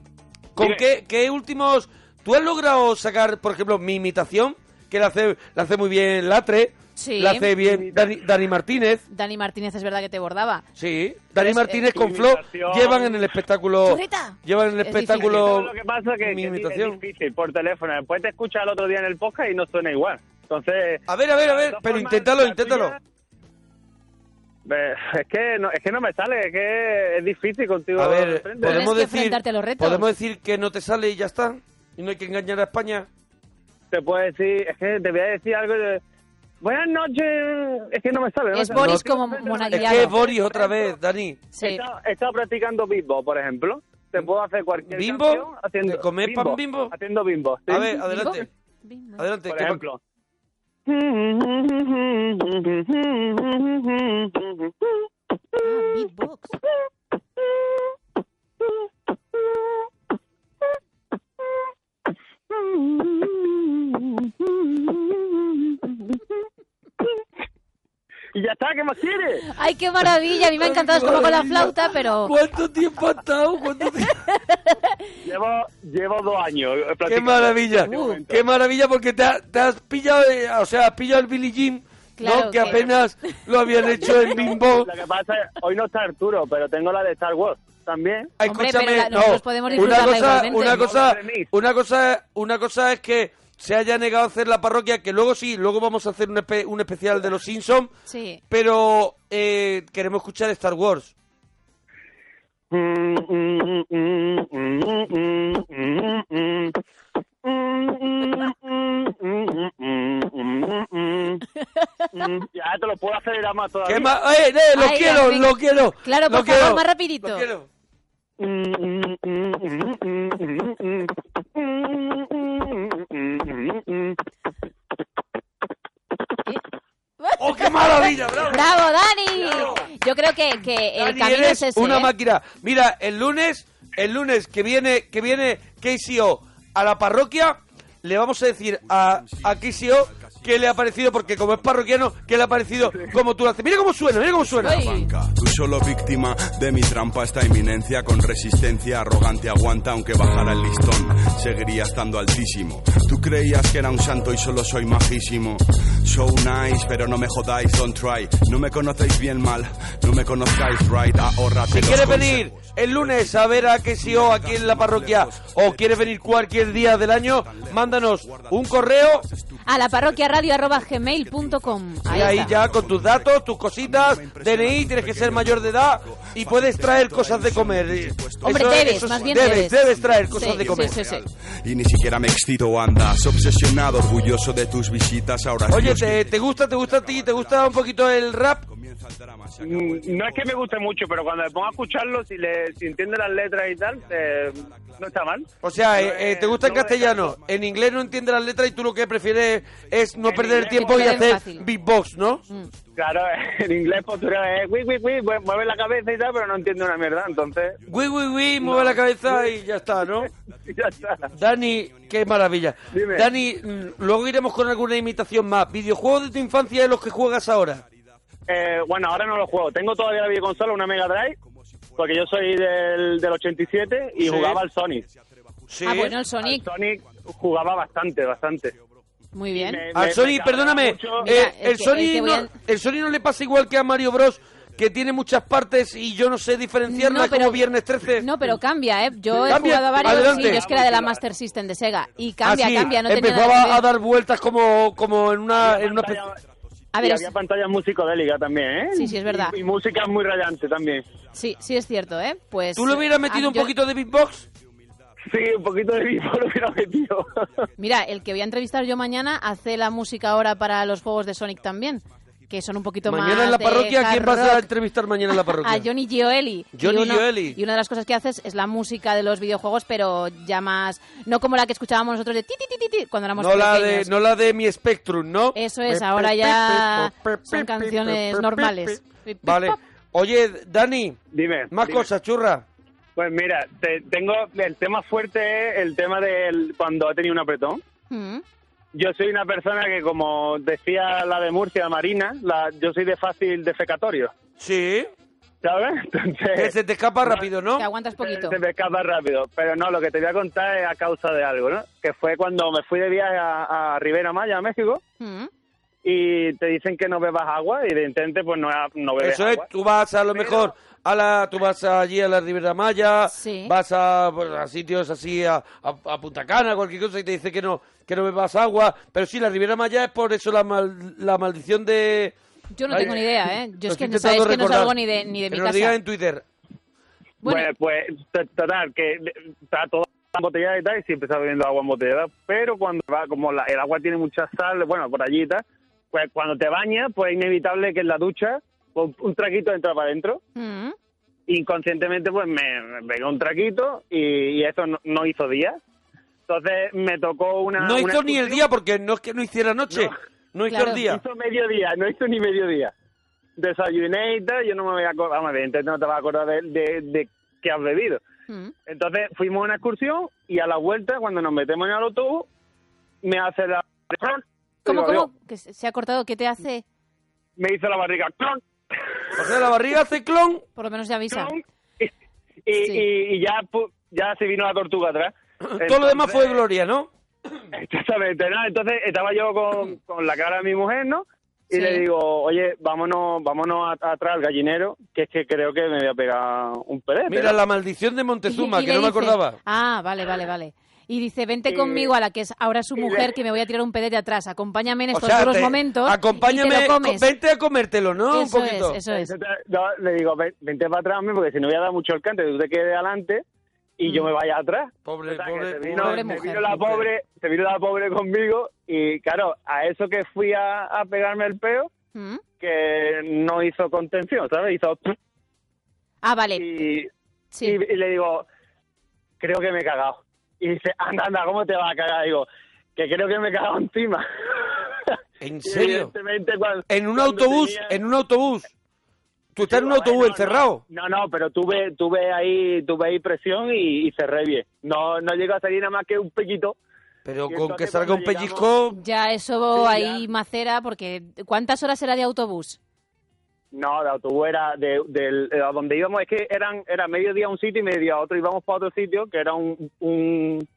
Speaker 9: ¿con qué, qué últimos... ¿Tú has logrado sacar, por ejemplo, mi imitación? Que la hace, la hace muy bien Latre.
Speaker 8: Sí.
Speaker 9: La hace bien Dani, Dani Martínez.
Speaker 8: Dani Martínez es verdad que te bordaba.
Speaker 9: Sí. Dani
Speaker 8: es-
Speaker 9: Martínez
Speaker 8: eh,
Speaker 9: con Flo
Speaker 12: imitación.
Speaker 9: llevan en el espectáculo...
Speaker 8: Churrita.
Speaker 9: Llevan en el
Speaker 8: Es difícil.
Speaker 9: espectáculo...
Speaker 12: Lo que pasa que, que
Speaker 9: mi
Speaker 12: sí, es
Speaker 9: imitación.
Speaker 12: difícil por teléfono. Después te escuchas el otro día en el podcast y no suena igual. Entonces,
Speaker 9: A ver, a ver, a ver,
Speaker 12: todas
Speaker 9: pero
Speaker 12: formas,
Speaker 9: inténtalo,
Speaker 12: la
Speaker 9: inténtalo.
Speaker 12: eh, es que no, es que no me sale, es que es difícil contigo.
Speaker 9: A
Speaker 12: de
Speaker 9: ver,
Speaker 12: frente.
Speaker 9: podemos
Speaker 8: que
Speaker 9: decir,
Speaker 8: enfrentarte a los retos.
Speaker 9: podemos decir que no te sale y ya está. Y no hay que engañar a España.
Speaker 12: te puedo decir, es que te voy a decir algo de... Buenas noches, es que no me sale. no me
Speaker 8: Es
Speaker 12: sale.
Speaker 8: Boris
Speaker 12: No,
Speaker 8: como
Speaker 12: no, no, no,
Speaker 8: monaguillo.
Speaker 9: Es
Speaker 8: Ya
Speaker 9: que
Speaker 8: no.
Speaker 9: Boris otra vez, Dani.
Speaker 12: He
Speaker 8: Sí.
Speaker 12: estado, he estado practicando bimbo, por ejemplo. Te puedo hacer cualquier
Speaker 9: ¿Bimbo?
Speaker 12: canción
Speaker 9: ¿De comer pan bimbo?
Speaker 12: Haciendo bimbo. sí.
Speaker 9: A ver, adelante. Adelante.
Speaker 12: por
Speaker 9: que-
Speaker 12: ejemplo.
Speaker 8: Ah, beatbox.
Speaker 12: Y ya está, ¿qué más quieres?
Speaker 8: Ay, qué maravilla. A mí me ha encantado es como con la flauta, pero.
Speaker 9: ¿Cuánto tiempo ha estado? ¿Cuánto tiempo?
Speaker 12: Llevo, llevo dos años. eh,
Speaker 9: ¡Qué
Speaker 12: practicando.
Speaker 9: maravilla!
Speaker 8: Uh,
Speaker 12: De este momento.
Speaker 9: ¡Qué maravilla! Porque te, ha- te has pillado, eh, o sea, has pillado el Billie Jean,
Speaker 8: Claro
Speaker 9: ¿no?
Speaker 8: que-
Speaker 9: Que apenas lo habían hecho en Bimbo.
Speaker 12: Lo que pasa es, hoy no está Arturo, pero tengo la de Star Wars también.
Speaker 9: Ah,
Speaker 8: Hombre,
Speaker 9: Escúchame,
Speaker 8: pero la-
Speaker 9: no,
Speaker 8: nosotros podemos
Speaker 9: una
Speaker 8: disfrutarla
Speaker 9: cosa,
Speaker 8: igualmente.
Speaker 9: una cosa,
Speaker 12: No lo tenéis.
Speaker 9: una cosa, una cosa es que se haya negado a hacer la parroquia, que luego sí, luego vamos a hacer un, espe- un especial de los Simpsons,
Speaker 8: Sí.
Speaker 9: pero eh, queremos escuchar Star Wars.
Speaker 12: Mm, Ya te lo puedo acelerar más todavía.
Speaker 9: ¿Qué más? ¡Eh, eh, lo
Speaker 8: Ay,
Speaker 9: quiero,
Speaker 8: Enrique.
Speaker 9: lo quiero!
Speaker 8: Claro,
Speaker 9: lo
Speaker 8: por
Speaker 9: quiero,
Speaker 8: favor, más rapidito.
Speaker 9: lo quiero. ¡Oh, qué maravilla! ¡Bravo!
Speaker 8: ¡Bravo, Dani! Yo creo que, que el
Speaker 9: Dani,
Speaker 8: camino
Speaker 9: eres
Speaker 8: es ese.
Speaker 9: una
Speaker 8: ¿eh?
Speaker 9: máquina. Mira, el lunes, el lunes que viene, que viene KCO a la parroquia, le vamos a decir a, a KCO qué le ha parecido, porque como es parroquiano, qué le ha parecido como tú lo haces. Mira cómo suena, mira cómo suena.
Speaker 13: banca. Tú solo víctima de mi trampa, esta inminencia con resistencia arrogante aguanta aunque bajara el listón, seguiría estando altísimo. Tú creías que era un santo y solo soy majísimo. So nice, pero no me jodáis, don't try. No me conocéis bien mal, no me conozcáis right, ahorrate
Speaker 9: Si
Speaker 13: los
Speaker 9: quieres
Speaker 13: consejos.
Speaker 9: venir el lunes a ver a KCO aquí en la parroquia o quieres venir cualquier día del año, mándanos un correo
Speaker 8: A la parroquia radio arroba gmail punto com.
Speaker 9: y ahí ya con tus datos, tus cositas, DNI, tienes que ser mayor de edad y puedes traer cosas de comer.
Speaker 8: Hombre,
Speaker 9: Eso-
Speaker 8: debes,
Speaker 9: eso es-
Speaker 8: más bien
Speaker 9: debes.
Speaker 8: debes.
Speaker 9: Debes traer cosas
Speaker 8: Sí,
Speaker 9: de comer.
Speaker 8: Sí, sí, sí.
Speaker 13: Y ni siquiera me excito, andas obsesionado, orgulloso de tus visitas. Ahora
Speaker 9: Oye,
Speaker 13: Dios
Speaker 9: ¿te, te gusta, te gusta a ti, te gusta un poquito el rap?
Speaker 12: Mm, No es que me guste mucho, pero cuando me pongo a escucharlo, si, le, si entiende las letras y tal, eh, no está mal.
Speaker 9: O
Speaker 12: No
Speaker 9: sea, eh, eh,
Speaker 12: es-
Speaker 9: ¿te gusta en
Speaker 12: no es-
Speaker 9: castellano? En inglés no entiendes las letras y tú lo que prefieres es no perder el
Speaker 12: inglés
Speaker 9: tiempo y
Speaker 12: es
Speaker 9: hacer
Speaker 12: fácil. Mm.
Speaker 9: beatbox, ¿no?
Speaker 12: Claro, en inglés pues postura es, eh, "Wi, wi, wi", mue- mueve la cabeza y tal, pero no entiende una mierda, entonces...
Speaker 9: Wii, wii, wii, mueve la cabeza y ya está, ¿no?
Speaker 12: ya está.
Speaker 9: Dani, qué maravilla.
Speaker 12: Dime.
Speaker 9: Dani, mm, luego iremos con alguna imitación más. ¿Videojuegos de tu infancia de los que juegas ahora?
Speaker 12: Eh, bueno, ahora no lo juego. Tengo todavía la videoconsola, una Mega Drive, porque yo soy del, del 87 y
Speaker 9: Sí.
Speaker 12: jugaba al Sonic.
Speaker 8: Ah, bueno, el Sonic.
Speaker 12: Al Sonic jugaba bastante, bastante.
Speaker 8: Muy bien.
Speaker 12: Me-
Speaker 9: Al
Speaker 12: me-
Speaker 9: Sony,
Speaker 12: me
Speaker 9: perdóname,
Speaker 12: mucho.
Speaker 9: eh,
Speaker 8: Mira, el
Speaker 9: el,
Speaker 8: que-
Speaker 9: Sony
Speaker 8: el que voy
Speaker 9: no,
Speaker 8: a-
Speaker 9: el Sony no le pasa igual que a Mario Bros, que tiene muchas partes y yo no sé diferenciarlas
Speaker 8: No, pero-
Speaker 9: como Viernes 13.
Speaker 8: No, pero cambia, ¿eh? Yo he
Speaker 9: Cambia,
Speaker 8: jugado a varios,
Speaker 9: adelante.
Speaker 8: sí, yo es que era de la Master System de Sega. Y cambia,
Speaker 9: Así,
Speaker 8: cambia, no tenía nada que
Speaker 9: empezaba
Speaker 8: ver.
Speaker 9: a dar vueltas como, como en una... En una pe-
Speaker 8: A ver,
Speaker 12: y
Speaker 8: es-
Speaker 12: había pantallas musicodélicas también, ¿eh?
Speaker 8: Sí, sí, es verdad.
Speaker 12: Y, y música muy radiante también.
Speaker 8: Sí, sí es cierto, ¿eh? Pues...
Speaker 9: ¿Tú le hubieras metido
Speaker 8: ah,
Speaker 9: un
Speaker 8: yo-
Speaker 9: poquito de beatbox?
Speaker 12: Sí, un poquito de vivo lo hubiera metido.
Speaker 8: Mira, el que voy a entrevistar yo mañana hace la música ahora para los juegos de Sonic también, que son un poquito más
Speaker 9: Mañana en la
Speaker 8: de
Speaker 9: parroquia,
Speaker 8: hard
Speaker 9: ¿quién vas a
Speaker 8: rock. Ah,
Speaker 9: entrevistar mañana en la
Speaker 8: A
Speaker 9: parroquia?
Speaker 8: Johnny Gioeli.
Speaker 9: Johnny
Speaker 8: y uno-
Speaker 9: Gioeli.
Speaker 8: Y una de las cosas que haces es la música de los videojuegos, pero ya más... No como la que escuchábamos nosotros de ti, ti, ti, ti, ti, cuando éramos
Speaker 9: No la, de,
Speaker 8: pequeños.
Speaker 9: no la de mi Spectrum, ¿no?
Speaker 8: Eso es, ahora ya son canciones normales.
Speaker 9: Vale. Oye, Dani,
Speaker 12: Dime.
Speaker 9: más
Speaker 12: dime.
Speaker 9: cosas, churra.
Speaker 12: Pues mira, te- tengo el tema fuerte es el tema del cuando ha tenido un apretón.
Speaker 8: Mm.
Speaker 12: Yo soy una persona que, como decía la de Murcia, Marina, la, yo soy de fácil defecatorio.
Speaker 9: Sí.
Speaker 12: ¿Sabes? Entonces,
Speaker 9: Que se te escapa rápido, ¿no?
Speaker 8: Te aguantas poquito.
Speaker 12: Se me escapa rápido. Pero no, lo que te voy a contar es a causa de algo, ¿no? Que fue cuando me fui de viaje a, a Rivera Maya, a México,
Speaker 8: Mm.
Speaker 12: y te dicen que no bebas agua, y evidentemente, pues no, no bebes
Speaker 9: Eso es,
Speaker 12: agua.
Speaker 9: tú vas a lo mejor a la, tú vas allí a la Ribera Maya,
Speaker 8: Sí.
Speaker 9: vas a, pues, a sitios así, a, a- a Punta Cana, cualquier cosa, y te dice que no, que no bebas agua, pero sí, la Ribera Maya es por eso la, mal- la maldición de...
Speaker 8: Yo no
Speaker 9: Ay,
Speaker 8: tengo ni idea, ¿eh? Yo
Speaker 9: lo
Speaker 8: es que
Speaker 9: estoy
Speaker 8: no, sabes
Speaker 9: intentando
Speaker 8: que no
Speaker 9: recordar.
Speaker 8: salgo ni de, ni de
Speaker 9: Que
Speaker 8: mi
Speaker 9: nos digan
Speaker 8: casa.
Speaker 9: en Twitter.
Speaker 8: Bueno,
Speaker 12: Pues, pues, t- total, que está toda embotellada y tal, y siempre está bebiendo agua embotellada, pero cuando va, como la- el agua tiene mucha sal, bueno, por allí y tal, pues cuando te bañas, pues es inevitable que en la ducha un, un traquito entra para adentro.
Speaker 8: Mm.
Speaker 12: inconscientemente pues me, me pegué un traquito y, y eso no, no hizo día. Entonces me tocó una...
Speaker 9: no
Speaker 12: una
Speaker 9: hizo ni el
Speaker 12: excursión.
Speaker 9: día porque no es que no hiciera noche, no,
Speaker 12: No.
Speaker 9: hizo
Speaker 8: Claro.
Speaker 9: el día.
Speaker 12: Hizo mediodía, no hizo ni mediodía. Desayuné y tal, yo no me voy a acordar, vamos, evidentemente no te vas a acordar de, de, de qué has bebido.
Speaker 8: Mm.
Speaker 12: Entonces fuimos a una excursión y a la vuelta, cuando nos metemos en el autobús, me hace la...
Speaker 8: ¿Cómo,
Speaker 12: Digo,
Speaker 8: cómo?
Speaker 12: "Dios",
Speaker 8: Que se se ha cortado, ¿qué te hace?
Speaker 12: Me hizo la barriga... ¡clon!
Speaker 9: O sea, la barriga hace clon.
Speaker 8: Por lo menos ya avisa.
Speaker 12: Y,
Speaker 8: Sí.
Speaker 12: y- y ya, pu- ya se vino la tortuga atrás.
Speaker 9: Todo lo demás
Speaker 12: Entonces-
Speaker 9: fue gloria, ¿no?
Speaker 12: Exactamente, ¿no? Entonces estaba yo con, con la cara de mi mujer, ¿no? Y
Speaker 8: Sí.
Speaker 12: le digo, oye, vámonos, vámonos a- atrás al gallinero, que es que creo que me voy a pegar un pelete.
Speaker 9: Mira,
Speaker 12: ¿no?
Speaker 9: la maldición de Montezuma,
Speaker 8: Y- y
Speaker 9: que
Speaker 8: le
Speaker 9: no me
Speaker 8: dice-
Speaker 9: acordaba.
Speaker 8: Ah, vale, vale, vale. Y dice, vente
Speaker 12: Eh,
Speaker 8: conmigo a la que es ahora su
Speaker 12: y
Speaker 8: mujer,
Speaker 12: le-
Speaker 8: que me voy a tirar un pedete atrás. Acompáñame en estos
Speaker 9: sea,
Speaker 8: duros
Speaker 9: te-
Speaker 8: momentos.
Speaker 9: acompáñame,
Speaker 8: y te lo comes.
Speaker 9: co- vente a comértelo, ¿no?
Speaker 8: eso
Speaker 9: Un poquito.
Speaker 8: es, eso es.
Speaker 12: Entonces, no, le digo, "Ven- vente para atrás, hombre, porque si no voy a dar mucho alcance, tú te quedes adelante y
Speaker 9: Mm.
Speaker 12: yo me vaya atrás.
Speaker 9: Pobre,
Speaker 12: O sea, que
Speaker 9: pobre,
Speaker 12: se vino,
Speaker 8: pobre
Speaker 12: se
Speaker 8: mujer,
Speaker 12: vino la
Speaker 9: pobre.
Speaker 12: pobre, se vino la pobre conmigo y claro, a eso que fui a, a pegarme el peo,
Speaker 8: Mm.
Speaker 12: que no hizo contención, ¿sabes? Hizo...
Speaker 8: Ah, vale.
Speaker 12: Y,
Speaker 8: Sí.
Speaker 12: Y, y le digo, creo que me he cagado. Y dice, anda, anda, ¿cómo te vas a cagar? Digo, que creo que me he cagado encima.
Speaker 9: ¿En serio?
Speaker 12: Evidentemente, cuando-
Speaker 9: En un
Speaker 12: cuando
Speaker 9: autobús,
Speaker 12: tenía-
Speaker 9: en un autobús. Tú estás en un
Speaker 12: Digo,
Speaker 9: autobús
Speaker 12: bueno,
Speaker 9: encerrado.
Speaker 12: No, no, pero tuve, tuve ahí, tuve ahí presión y, y cerré bien. No, no llegó a salir nada más que un piquito.
Speaker 9: Pero
Speaker 8: Y
Speaker 9: con que
Speaker 8: entonces
Speaker 9: salga un
Speaker 8: cuando
Speaker 9: pellizco...
Speaker 8: Ya, eso
Speaker 12: Sí,
Speaker 8: ahí macera, porque ¿cuántas horas era de autobús?
Speaker 12: No, de autobús era de, del- eh, a donde íbamos, es que eran, era mediodía a un sitio y mediodía a otro, íbamos para otro sitio, que era un, un,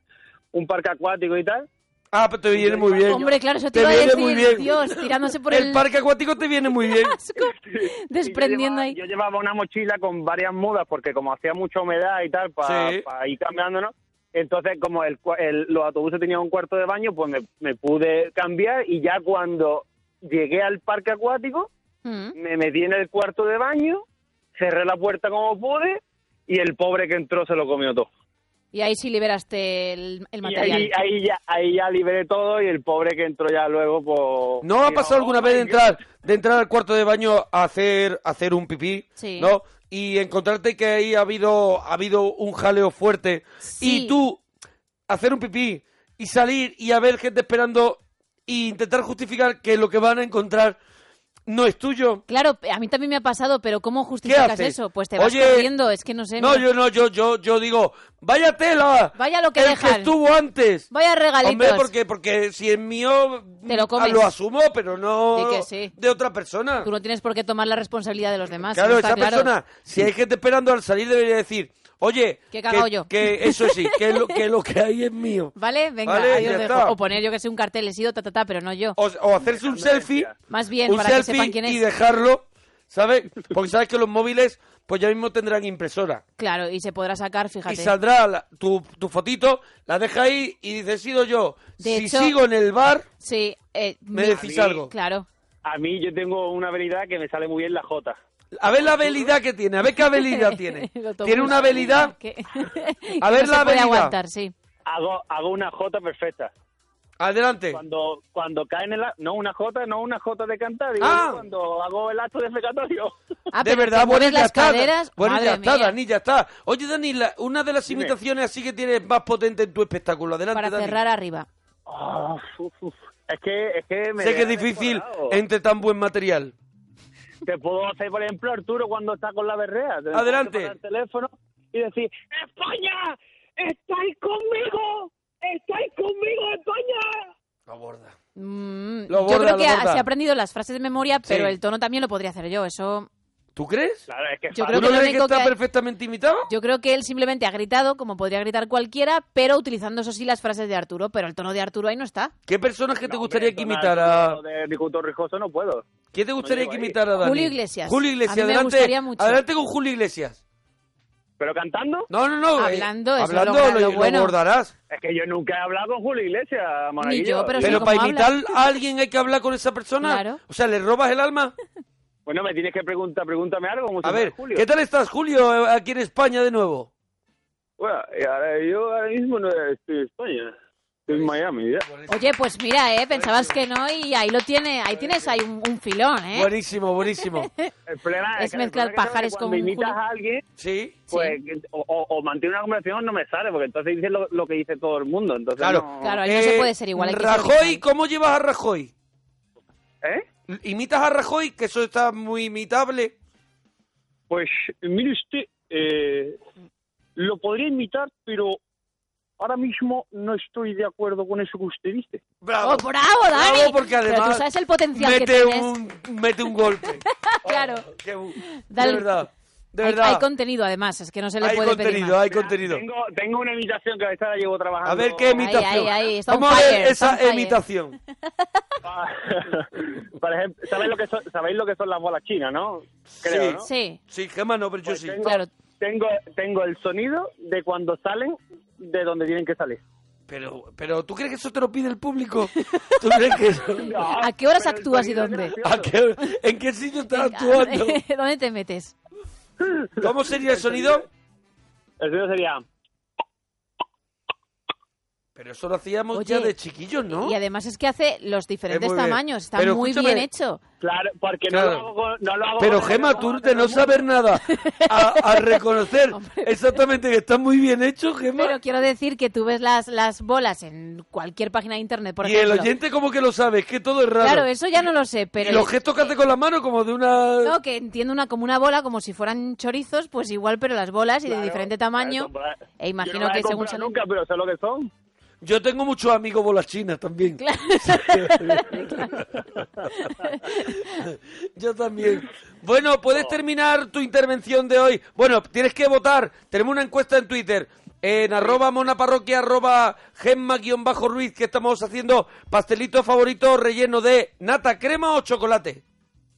Speaker 12: un parque acuático y tal.
Speaker 9: Ah, pero te viene muy bien.
Speaker 8: Hombre, claro, eso
Speaker 9: Te
Speaker 8: te, iba a
Speaker 9: viene
Speaker 8: decir,
Speaker 9: muy bien.
Speaker 8: Dios, tirándose por el,
Speaker 9: El parque acuático te viene muy bien.
Speaker 8: desprendiendo ahí.
Speaker 12: Yo llevaba una mochila con varias mudas, porque como hacía mucha humedad y tal, para
Speaker 9: Sí.
Speaker 12: ir cambiándonos, entonces como el, cua- el- los autobuses tenían un cuarto de baño, pues me, me pude cambiar y ya cuando llegué al parque acuático, me metí en el cuarto de baño, cerré la puerta como pude y el pobre que entró se lo comió todo.
Speaker 8: Y ahí sí liberaste el, el
Speaker 12: Y
Speaker 8: material.
Speaker 12: ahí, ahí ya, ahí ya liberé todo y el pobre que entró ya luego, pues...
Speaker 9: ¿No ha pasado alguna vez de entrar, de entrar al cuarto de baño a hacer, a hacer un pipí?
Speaker 8: Sí.
Speaker 9: ¿No? Y encontrarte que ahí ha habido, ha habido un jaleo fuerte. Y tú hacer un pipí y salir y haber gente esperando e intentar justificar que lo que van a encontrar no es tuyo.
Speaker 8: Claro, a mí también me ha pasado, pero ¿cómo justificas
Speaker 9: haces?
Speaker 8: eso? Pues te vas
Speaker 9: Oye,
Speaker 8: corriendo, es que no sé.
Speaker 9: No,
Speaker 8: mira.
Speaker 9: yo no, yo, yo, yo digo, vaya tela.
Speaker 8: Vaya lo que
Speaker 9: el
Speaker 8: dejan.
Speaker 9: que estuvo antes.
Speaker 8: Vaya regalitos.
Speaker 9: Hombre, porque, porque si es mío, mm,
Speaker 8: Te lo comes.
Speaker 9: lo asumo, pero no
Speaker 8: Di que sí.
Speaker 9: de otra persona.
Speaker 8: Tú no tienes por qué tomar la responsabilidad de los demás.
Speaker 9: Claro,
Speaker 8: eso Ah, está
Speaker 9: esa
Speaker 8: claro.
Speaker 9: persona, si hay gente esperando al salir, debería decir, oye,
Speaker 8: Que he cagado
Speaker 9: que,
Speaker 8: yo.
Speaker 9: que eso sí, que lo, que lo que hay es mío.
Speaker 8: ¿Vale? Venga,
Speaker 9: Vale,
Speaker 8: ahí
Speaker 9: ya
Speaker 8: os dejo.
Speaker 9: está.
Speaker 8: O poner, yo que sé, un cartel, he sido ta, ta, ta, pero no yo.
Speaker 9: O, o hacerse un selfie,
Speaker 8: Más bien,
Speaker 9: un
Speaker 8: para que
Speaker 9: selfie
Speaker 8: sepan quién es.
Speaker 9: y dejarlo, ¿sabes? Porque sabes que los móviles, pues ya mismo tendrán impresora.
Speaker 8: Claro, y se podrá sacar, fíjate.
Speaker 9: Y saldrá la- tu, tu fotito, la deja ahí y dices, he sido yo.
Speaker 8: De
Speaker 9: si
Speaker 8: hecho-
Speaker 9: sigo en el bar,
Speaker 8: Sí, eh,
Speaker 9: Me
Speaker 8: mira,
Speaker 9: decís algo.
Speaker 8: Claro.
Speaker 12: A mí yo tengo una habilidad que me sale muy bien la J.
Speaker 9: a ver la habilidad que tiene, a ver qué habilidad tiene.
Speaker 8: Lo tomo.
Speaker 9: tiene una habilidad,
Speaker 8: Que-
Speaker 9: a
Speaker 8: que
Speaker 9: ver
Speaker 8: no
Speaker 9: la
Speaker 8: se puede
Speaker 9: habilidad.
Speaker 8: aguantar, sí.
Speaker 12: Hago, hago una J perfecta.
Speaker 9: Adelante.
Speaker 12: Cuando, cuando cae en el... a- No una J, no una J de cantar. digo,
Speaker 9: Ah.
Speaker 12: yo cuando hago el acto defecatorio.
Speaker 8: Ah,
Speaker 9: de verdad, bueno, ya
Speaker 8: las
Speaker 9: está.
Speaker 8: caderas,
Speaker 9: Bueno,
Speaker 8: madre
Speaker 9: ya está,
Speaker 8: mía.
Speaker 9: Dani, ya está. Oye, Dani, la- una de las imitaciones así que tienes más potente en tu espectáculo. Adelante,
Speaker 8: Para
Speaker 9: Dani.
Speaker 8: cerrar arriba.
Speaker 12: Ah, uf, uf. Es que, es que me
Speaker 9: Sé que es
Speaker 12: deja
Speaker 9: difícil
Speaker 12: descuadrado.
Speaker 9: entre tan buen material.
Speaker 12: Te puedo hacer, por ejemplo, Arturo cuando está con la berrea. Te
Speaker 9: Adelante.
Speaker 12: puedo parar el teléfono y decir, "Eh, ¡España! ¡Estáis conmigo! ¡Estáis conmigo, España!
Speaker 9: Lo borda.
Speaker 8: Mm,
Speaker 9: Lo
Speaker 8: yo
Speaker 9: borda,
Speaker 8: creo
Speaker 9: lo
Speaker 8: que ha-
Speaker 9: borda.
Speaker 8: se ha aprendido las frases de memoria, pero
Speaker 9: Sí.
Speaker 8: el tono también lo podría hacer yo. Eso.
Speaker 9: ¿Tú crees?
Speaker 12: Claro, es que
Speaker 8: Yo creo
Speaker 9: ¿Tú
Speaker 8: que
Speaker 9: no
Speaker 8: lo
Speaker 9: crees que
Speaker 8: único que
Speaker 9: está
Speaker 8: hay-
Speaker 9: perfectamente imitado?
Speaker 8: Yo creo que él simplemente ha gritado, como podría gritar cualquiera, pero utilizando eso sí las frases de Arturo, pero el tono de Arturo ahí no está.
Speaker 9: ¿Qué personaje te gustaría que
Speaker 12: entonar
Speaker 9: imitara?
Speaker 12: lo de Nicuto Rijoso no puedo.
Speaker 9: ¿Quién te gustaría
Speaker 12: llego
Speaker 9: que
Speaker 12: ahí.
Speaker 9: imitara, Dani?
Speaker 8: Julio Iglesias.
Speaker 9: Julio
Speaker 8: A
Speaker 9: Iglesias,
Speaker 8: mí me
Speaker 9: adelante.
Speaker 8: gustaría mucho.
Speaker 9: Adelante con Julio Iglesias.
Speaker 12: ¿Pero cantando?
Speaker 9: No, no, no. eh,
Speaker 8: Hablando, eso es lo
Speaker 9: hablando
Speaker 8: gran-
Speaker 9: lo,
Speaker 8: lo bueno.
Speaker 9: abordarás.
Speaker 12: Es que yo nunca he hablado con Julio Iglesias, monaguillo.
Speaker 8: yo, pero sí.
Speaker 9: Pero
Speaker 8: ¿cómo
Speaker 9: para
Speaker 8: habla?
Speaker 9: imitar a alguien hay que hablar con esa persona.
Speaker 8: Claro.
Speaker 9: O sea, ¿le robas el alma?
Speaker 12: Bueno, me tienes que preguntar, pregúntame algo. como
Speaker 9: A
Speaker 12: si
Speaker 9: ver,
Speaker 12: fuera Julio.
Speaker 9: ¿qué tal estás, Julio, eh, aquí en España de nuevo?
Speaker 12: Bueno, y ahora- yo ahora mismo no estoy en España. Estoy en Miami, ya.
Speaker 8: Oye, pues mira, eh, pensabas que no y ahí lo tiene, ahí tienes ahí un, un filón, eh.
Speaker 9: Buenísimo, buenísimo.
Speaker 12: El problema
Speaker 8: Es
Speaker 12: que-
Speaker 8: mezclar
Speaker 12: el problema
Speaker 8: pajares
Speaker 12: que
Speaker 8: con
Speaker 12: cuando imitas
Speaker 8: Julio.
Speaker 12: a alguien,
Speaker 9: Sí.
Speaker 12: pues, o, o- o mantiene una conversación no me sale, porque entonces dices lo, lo que dice todo el mundo. Entonces
Speaker 9: Claro. Eh,
Speaker 12: no-
Speaker 8: Claro, ahí no se puede ser igual, hay que ser
Speaker 9: Rajoy,
Speaker 8: original.
Speaker 9: ¿cómo llevas a Rajoy?
Speaker 12: ¿Eh?
Speaker 9: ¿Imitas a Rajoy? Que eso está muy imitable.
Speaker 12: Pues mire usted, eh, lo podría imitar, pero ahora mismo no estoy de acuerdo con eso que usted dice.
Speaker 9: Bravo.
Speaker 8: Oh, bravo, Dani.
Speaker 9: Bravo, porque
Speaker 8: Pero
Speaker 9: además
Speaker 8: tú sabes el potencial que
Speaker 9: Mete
Speaker 8: tienes.
Speaker 9: un, mete un golpe.
Speaker 8: Claro.
Speaker 9: oh, Qué bu-
Speaker 8: Dale.
Speaker 9: De verdad. De
Speaker 8: Hay-
Speaker 9: verdad.
Speaker 8: Hay, contenido además, es que no se le
Speaker 9: Hay
Speaker 8: puede pedir
Speaker 9: contenido,
Speaker 8: más.
Speaker 9: hay contenido.
Speaker 12: Tengo, tengo una imitación que a veces la llevo trabajando.
Speaker 9: A ver qué imitación.
Speaker 8: ahí, ahí, está on
Speaker 9: Vamos a ver
Speaker 8: fire, está
Speaker 9: esa
Speaker 8: on fire.
Speaker 9: imitación.
Speaker 12: Por ejemplo, ¿sabéis lo, que son, sabéis lo que son las bolas chinas, no? Creo,
Speaker 9: sí.
Speaker 12: ¿no?
Speaker 8: Sí,
Speaker 9: Sí, Gemma no, pero yo
Speaker 12: Pues
Speaker 9: sí.
Speaker 12: tengo,
Speaker 8: claro.
Speaker 12: tengo, tengo el sonido de cuando salen de donde tienen que salir.
Speaker 9: Pero, pero, ¿tú crees que eso te lo pide el público? ¿Tú crees que eso-
Speaker 8: ¿A qué horas
Speaker 12: pero el
Speaker 8: actúas y
Speaker 12: sonido es
Speaker 8: dónde?
Speaker 12: gracioso.
Speaker 9: ¿A qué- ¿En qué sitio estás actuando?
Speaker 8: ¿Dónde te metes?
Speaker 9: ¿Cómo sería el sonido?
Speaker 12: El sonido sería...
Speaker 9: Pero eso lo hacíamos
Speaker 8: Oye,
Speaker 9: ya de chiquillos, ¿no?
Speaker 8: Y además es que hace los diferentes
Speaker 9: Es muy bien.
Speaker 8: tamaños, está
Speaker 9: Pero
Speaker 8: muy
Speaker 9: escúchame.
Speaker 8: bien hecho.
Speaker 12: Claro, porque no
Speaker 9: Claro.
Speaker 12: lo hago con... No lo hago
Speaker 9: Pero
Speaker 12: con-
Speaker 9: Gema, tú de no saber nada a, a reconocer exactamente que está muy bien hecho,
Speaker 8: Pero
Speaker 9: Gema.
Speaker 8: quiero decir que tú ves las, las bolas en cualquier página de internet, por
Speaker 9: Y el
Speaker 8: ejemplo.
Speaker 9: oyente como que lo sabe, es que todo es raro.
Speaker 8: Claro, eso ya no lo sé,
Speaker 9: y
Speaker 8: pero...
Speaker 9: los gestos que hace con la mano como de una...
Speaker 8: No, que entiendo una como una bola, como si fueran chorizos, pues igual, pero las bolas y de
Speaker 12: Claro,
Speaker 8: diferente
Speaker 12: claro,
Speaker 8: tamaño.
Speaker 12: comprar- Yo
Speaker 8: E
Speaker 12: no
Speaker 8: imagino
Speaker 12: las he
Speaker 8: que
Speaker 12: comprado
Speaker 8: según salen...
Speaker 12: nunca, pero sé lo que son.
Speaker 9: Yo tengo muchos amigos bolachinas también. Yo también. Bueno, puedes terminar tu intervención de hoy. Bueno, tienes que votar. Tenemos una encuesta en Twitter. En arroba monaparroquia, arroba gemma-ruiz, que estamos haciendo pastelito favorito relleno de nata, crema o chocolate.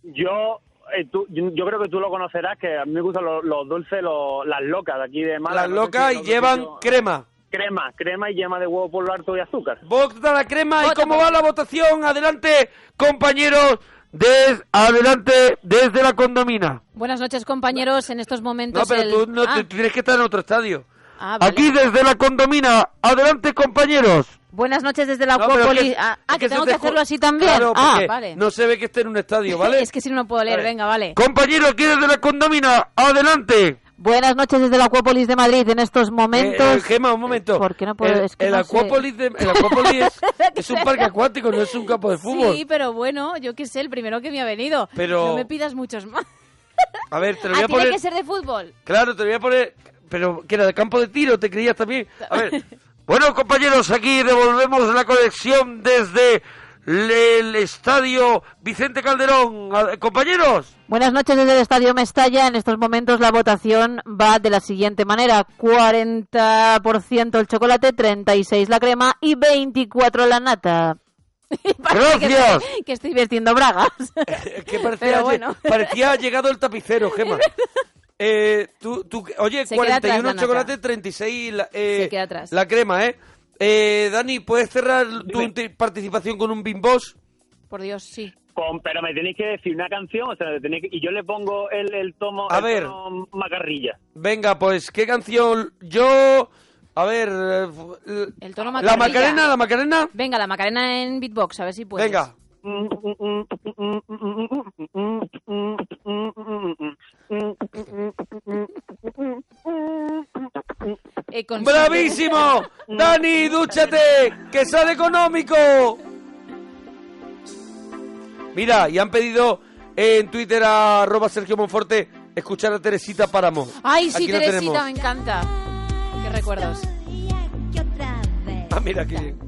Speaker 12: Yo, eh, tú- yo yo creo que tú lo conocerás, que a mí me gustan los, los dulces, los- las locas de aquí de Málaga.
Speaker 9: Las
Speaker 12: no sé si
Speaker 9: locas
Speaker 12: en
Speaker 9: y
Speaker 12: otro
Speaker 9: llevan
Speaker 12: sitio-
Speaker 9: crema.
Speaker 12: Crema, crema y yema de huevo por lo harto y azúcar.
Speaker 9: Vota la crema y cómo va la votación. Adelante, compañeros. Des, adelante, desde la condomina.
Speaker 8: Buenas noches, compañeros. En estos momentos.
Speaker 9: No, pero
Speaker 8: el-
Speaker 9: tú no,
Speaker 8: Ah,
Speaker 9: tú tienes que estar en otro estadio.
Speaker 8: ah, vale.
Speaker 9: Aquí desde la condomina. Adelante, compañeros.
Speaker 8: Buenas noches desde la
Speaker 9: No, pero
Speaker 8: Acuópolis.
Speaker 9: que-
Speaker 8: ah, ah,
Speaker 9: es
Speaker 8: que,
Speaker 9: se
Speaker 8: tengo
Speaker 9: te
Speaker 8: que
Speaker 9: ju-
Speaker 8: hacerlo así también.
Speaker 9: Claro,
Speaker 8: ah,
Speaker 9: porque
Speaker 8: vale.
Speaker 9: No se ve que esté en un estadio, ¿vale?
Speaker 8: es que si no, no puedo leer.
Speaker 9: Vale.
Speaker 8: Venga, vale.
Speaker 9: Compañero, aquí desde la condomina. Adelante.
Speaker 14: Buenas noches desde la Acuópolis de Madrid. En estos
Speaker 9: Eh, eh,
Speaker 14: momentos.
Speaker 9: Gema, un momento.
Speaker 14: no puedo?
Speaker 9: el,
Speaker 14: Es que
Speaker 9: el
Speaker 14: no sé.
Speaker 9: Acuópolis de- el Acuópolis es, Eh, es un parque acuático, no es un campo de fútbol.
Speaker 8: Sí, pero bueno, yo qué sé, el primero que me ha venido.
Speaker 9: Pero-
Speaker 8: No me pidas muchos más.
Speaker 9: A ver, te lo voy
Speaker 8: Ah,
Speaker 9: a
Speaker 8: tiene
Speaker 9: poner.
Speaker 8: que ser de fútbol.
Speaker 9: Claro, te voy a poner. Pero que era de campo de tiro, te creías también. A ver. Bueno, compañeros, aquí devolvemos la conexión desde el, el estadio Vicente Calderón. A- Compañeros.
Speaker 14: Buenas noches desde el Estadio Mestalla. En estos momentos la votación va de la siguiente manera: 40% el chocolate, 36 la crema y 24 la nata.
Speaker 8: Que estoy-
Speaker 9: Gracias.
Speaker 14: Que estoy vestiendo bragas.
Speaker 9: Es Eh, que parecía,
Speaker 14: Pero bueno.
Speaker 9: parecía llegado el tapicero, Gema. Eh, tú, tú- oye,
Speaker 8: Se queda atrás
Speaker 9: 41
Speaker 8: la nata.
Speaker 9: chocolate, 36 la, eh,
Speaker 8: Se queda atrás.
Speaker 9: la crema, ¿eh? Eh, Dani, ¿puedes cerrar tu inter- participación con un bimbos?
Speaker 8: Por Dios, sí.
Speaker 12: Con- pero me tenéis que decir una canción, o sea, me tenéis que- y yo le pongo el, el tomo,
Speaker 9: A
Speaker 12: el
Speaker 9: ver.
Speaker 12: tono macarrilla.
Speaker 9: Venga, pues, ¿qué canción? Yo... A ver... eh, f-
Speaker 8: El tono
Speaker 9: La Macarena, la Macarena.
Speaker 8: Venga, la Macarena en beatbox, a ver si puedes.
Speaker 9: Venga.
Speaker 8: Eh, con-
Speaker 9: ¡Bravísimo! ¡Dani,
Speaker 8: Mm.
Speaker 9: dúchate! ¡Que sale económico! Mira, y han pedido en Twitter a arroba Sergio Monforte escuchar a Teresita Páramo.
Speaker 8: Ay, sí,
Speaker 9: Aquí la
Speaker 8: Teresita,
Speaker 9: tenemos.
Speaker 8: me encanta. Qué recuerdos.
Speaker 9: Ah, mira, qué bien.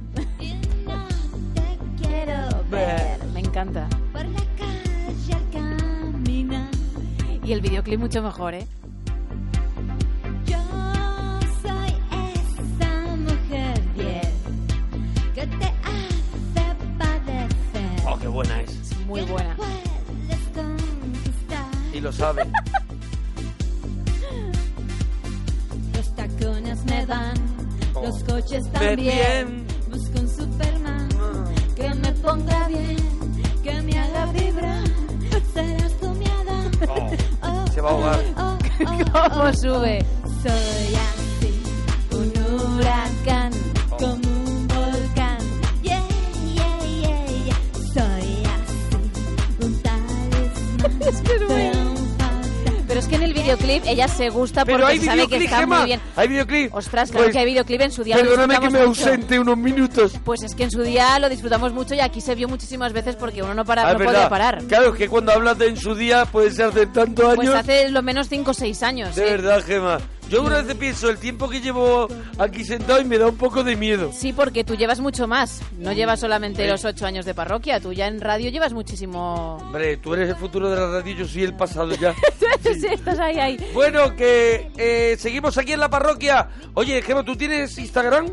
Speaker 8: Me encanta. Y el videoclip mucho mejor, ¿eh?
Speaker 9: Oh, qué buena es.
Speaker 8: Muy buena.
Speaker 9: Y lo sabe.
Speaker 15: Los tacones me van, los coches
Speaker 9: Ver
Speaker 15: también. Busco un Superman que me ponga bien, que me haga vibrar. Serás tu mi Adán.
Speaker 8: Oh.
Speaker 9: Se va a ahogar.
Speaker 8: ¿Cómo sube?
Speaker 15: Soy así, un huracán, como un volcán. Yeah, yeah, yeah, yeah. Soy así, un talismán. es que
Speaker 8: Pero es que en el videoclip ella se gusta
Speaker 9: Pero
Speaker 8: porque
Speaker 9: hay
Speaker 8: se sabe que
Speaker 9: videoclip,
Speaker 8: está muy
Speaker 9: Gemma.
Speaker 8: bien.
Speaker 9: Hay videoclip.
Speaker 8: Ostras, claro
Speaker 9: Pues,
Speaker 8: que hay videoclip en su día. lo
Speaker 9: Perdóname que me
Speaker 8: disfrutamos mucho.
Speaker 9: ausente unos minutos.
Speaker 8: Pues es que en su día lo disfrutamos mucho y aquí se vio muchísimas veces porque uno no, para,
Speaker 9: Ah,
Speaker 8: no
Speaker 9: es
Speaker 8: podía
Speaker 9: verdad.
Speaker 8: parar.
Speaker 9: Claro, es que cuando hablas de en su día puede ser de tantos años.
Speaker 8: Pues hace lo menos 5 o 6 años.
Speaker 9: De
Speaker 8: ¿eh?
Speaker 9: verdad, Gema. Yo una vez pienso el tiempo que llevo aquí sentado y me da un poco de miedo.
Speaker 8: Sí, porque tú llevas mucho más. No llevas solamente los 8 años de parroquia. Tú ya en radio llevas muchísimo.
Speaker 9: Hombre, tú eres el futuro de la radio, yo soy el pasado ya.
Speaker 8: Sí, estás ahí, ahí.
Speaker 9: bueno, que eh, seguimos aquí en la parroquia. Oye, Gema, ¿tú tienes Instagram?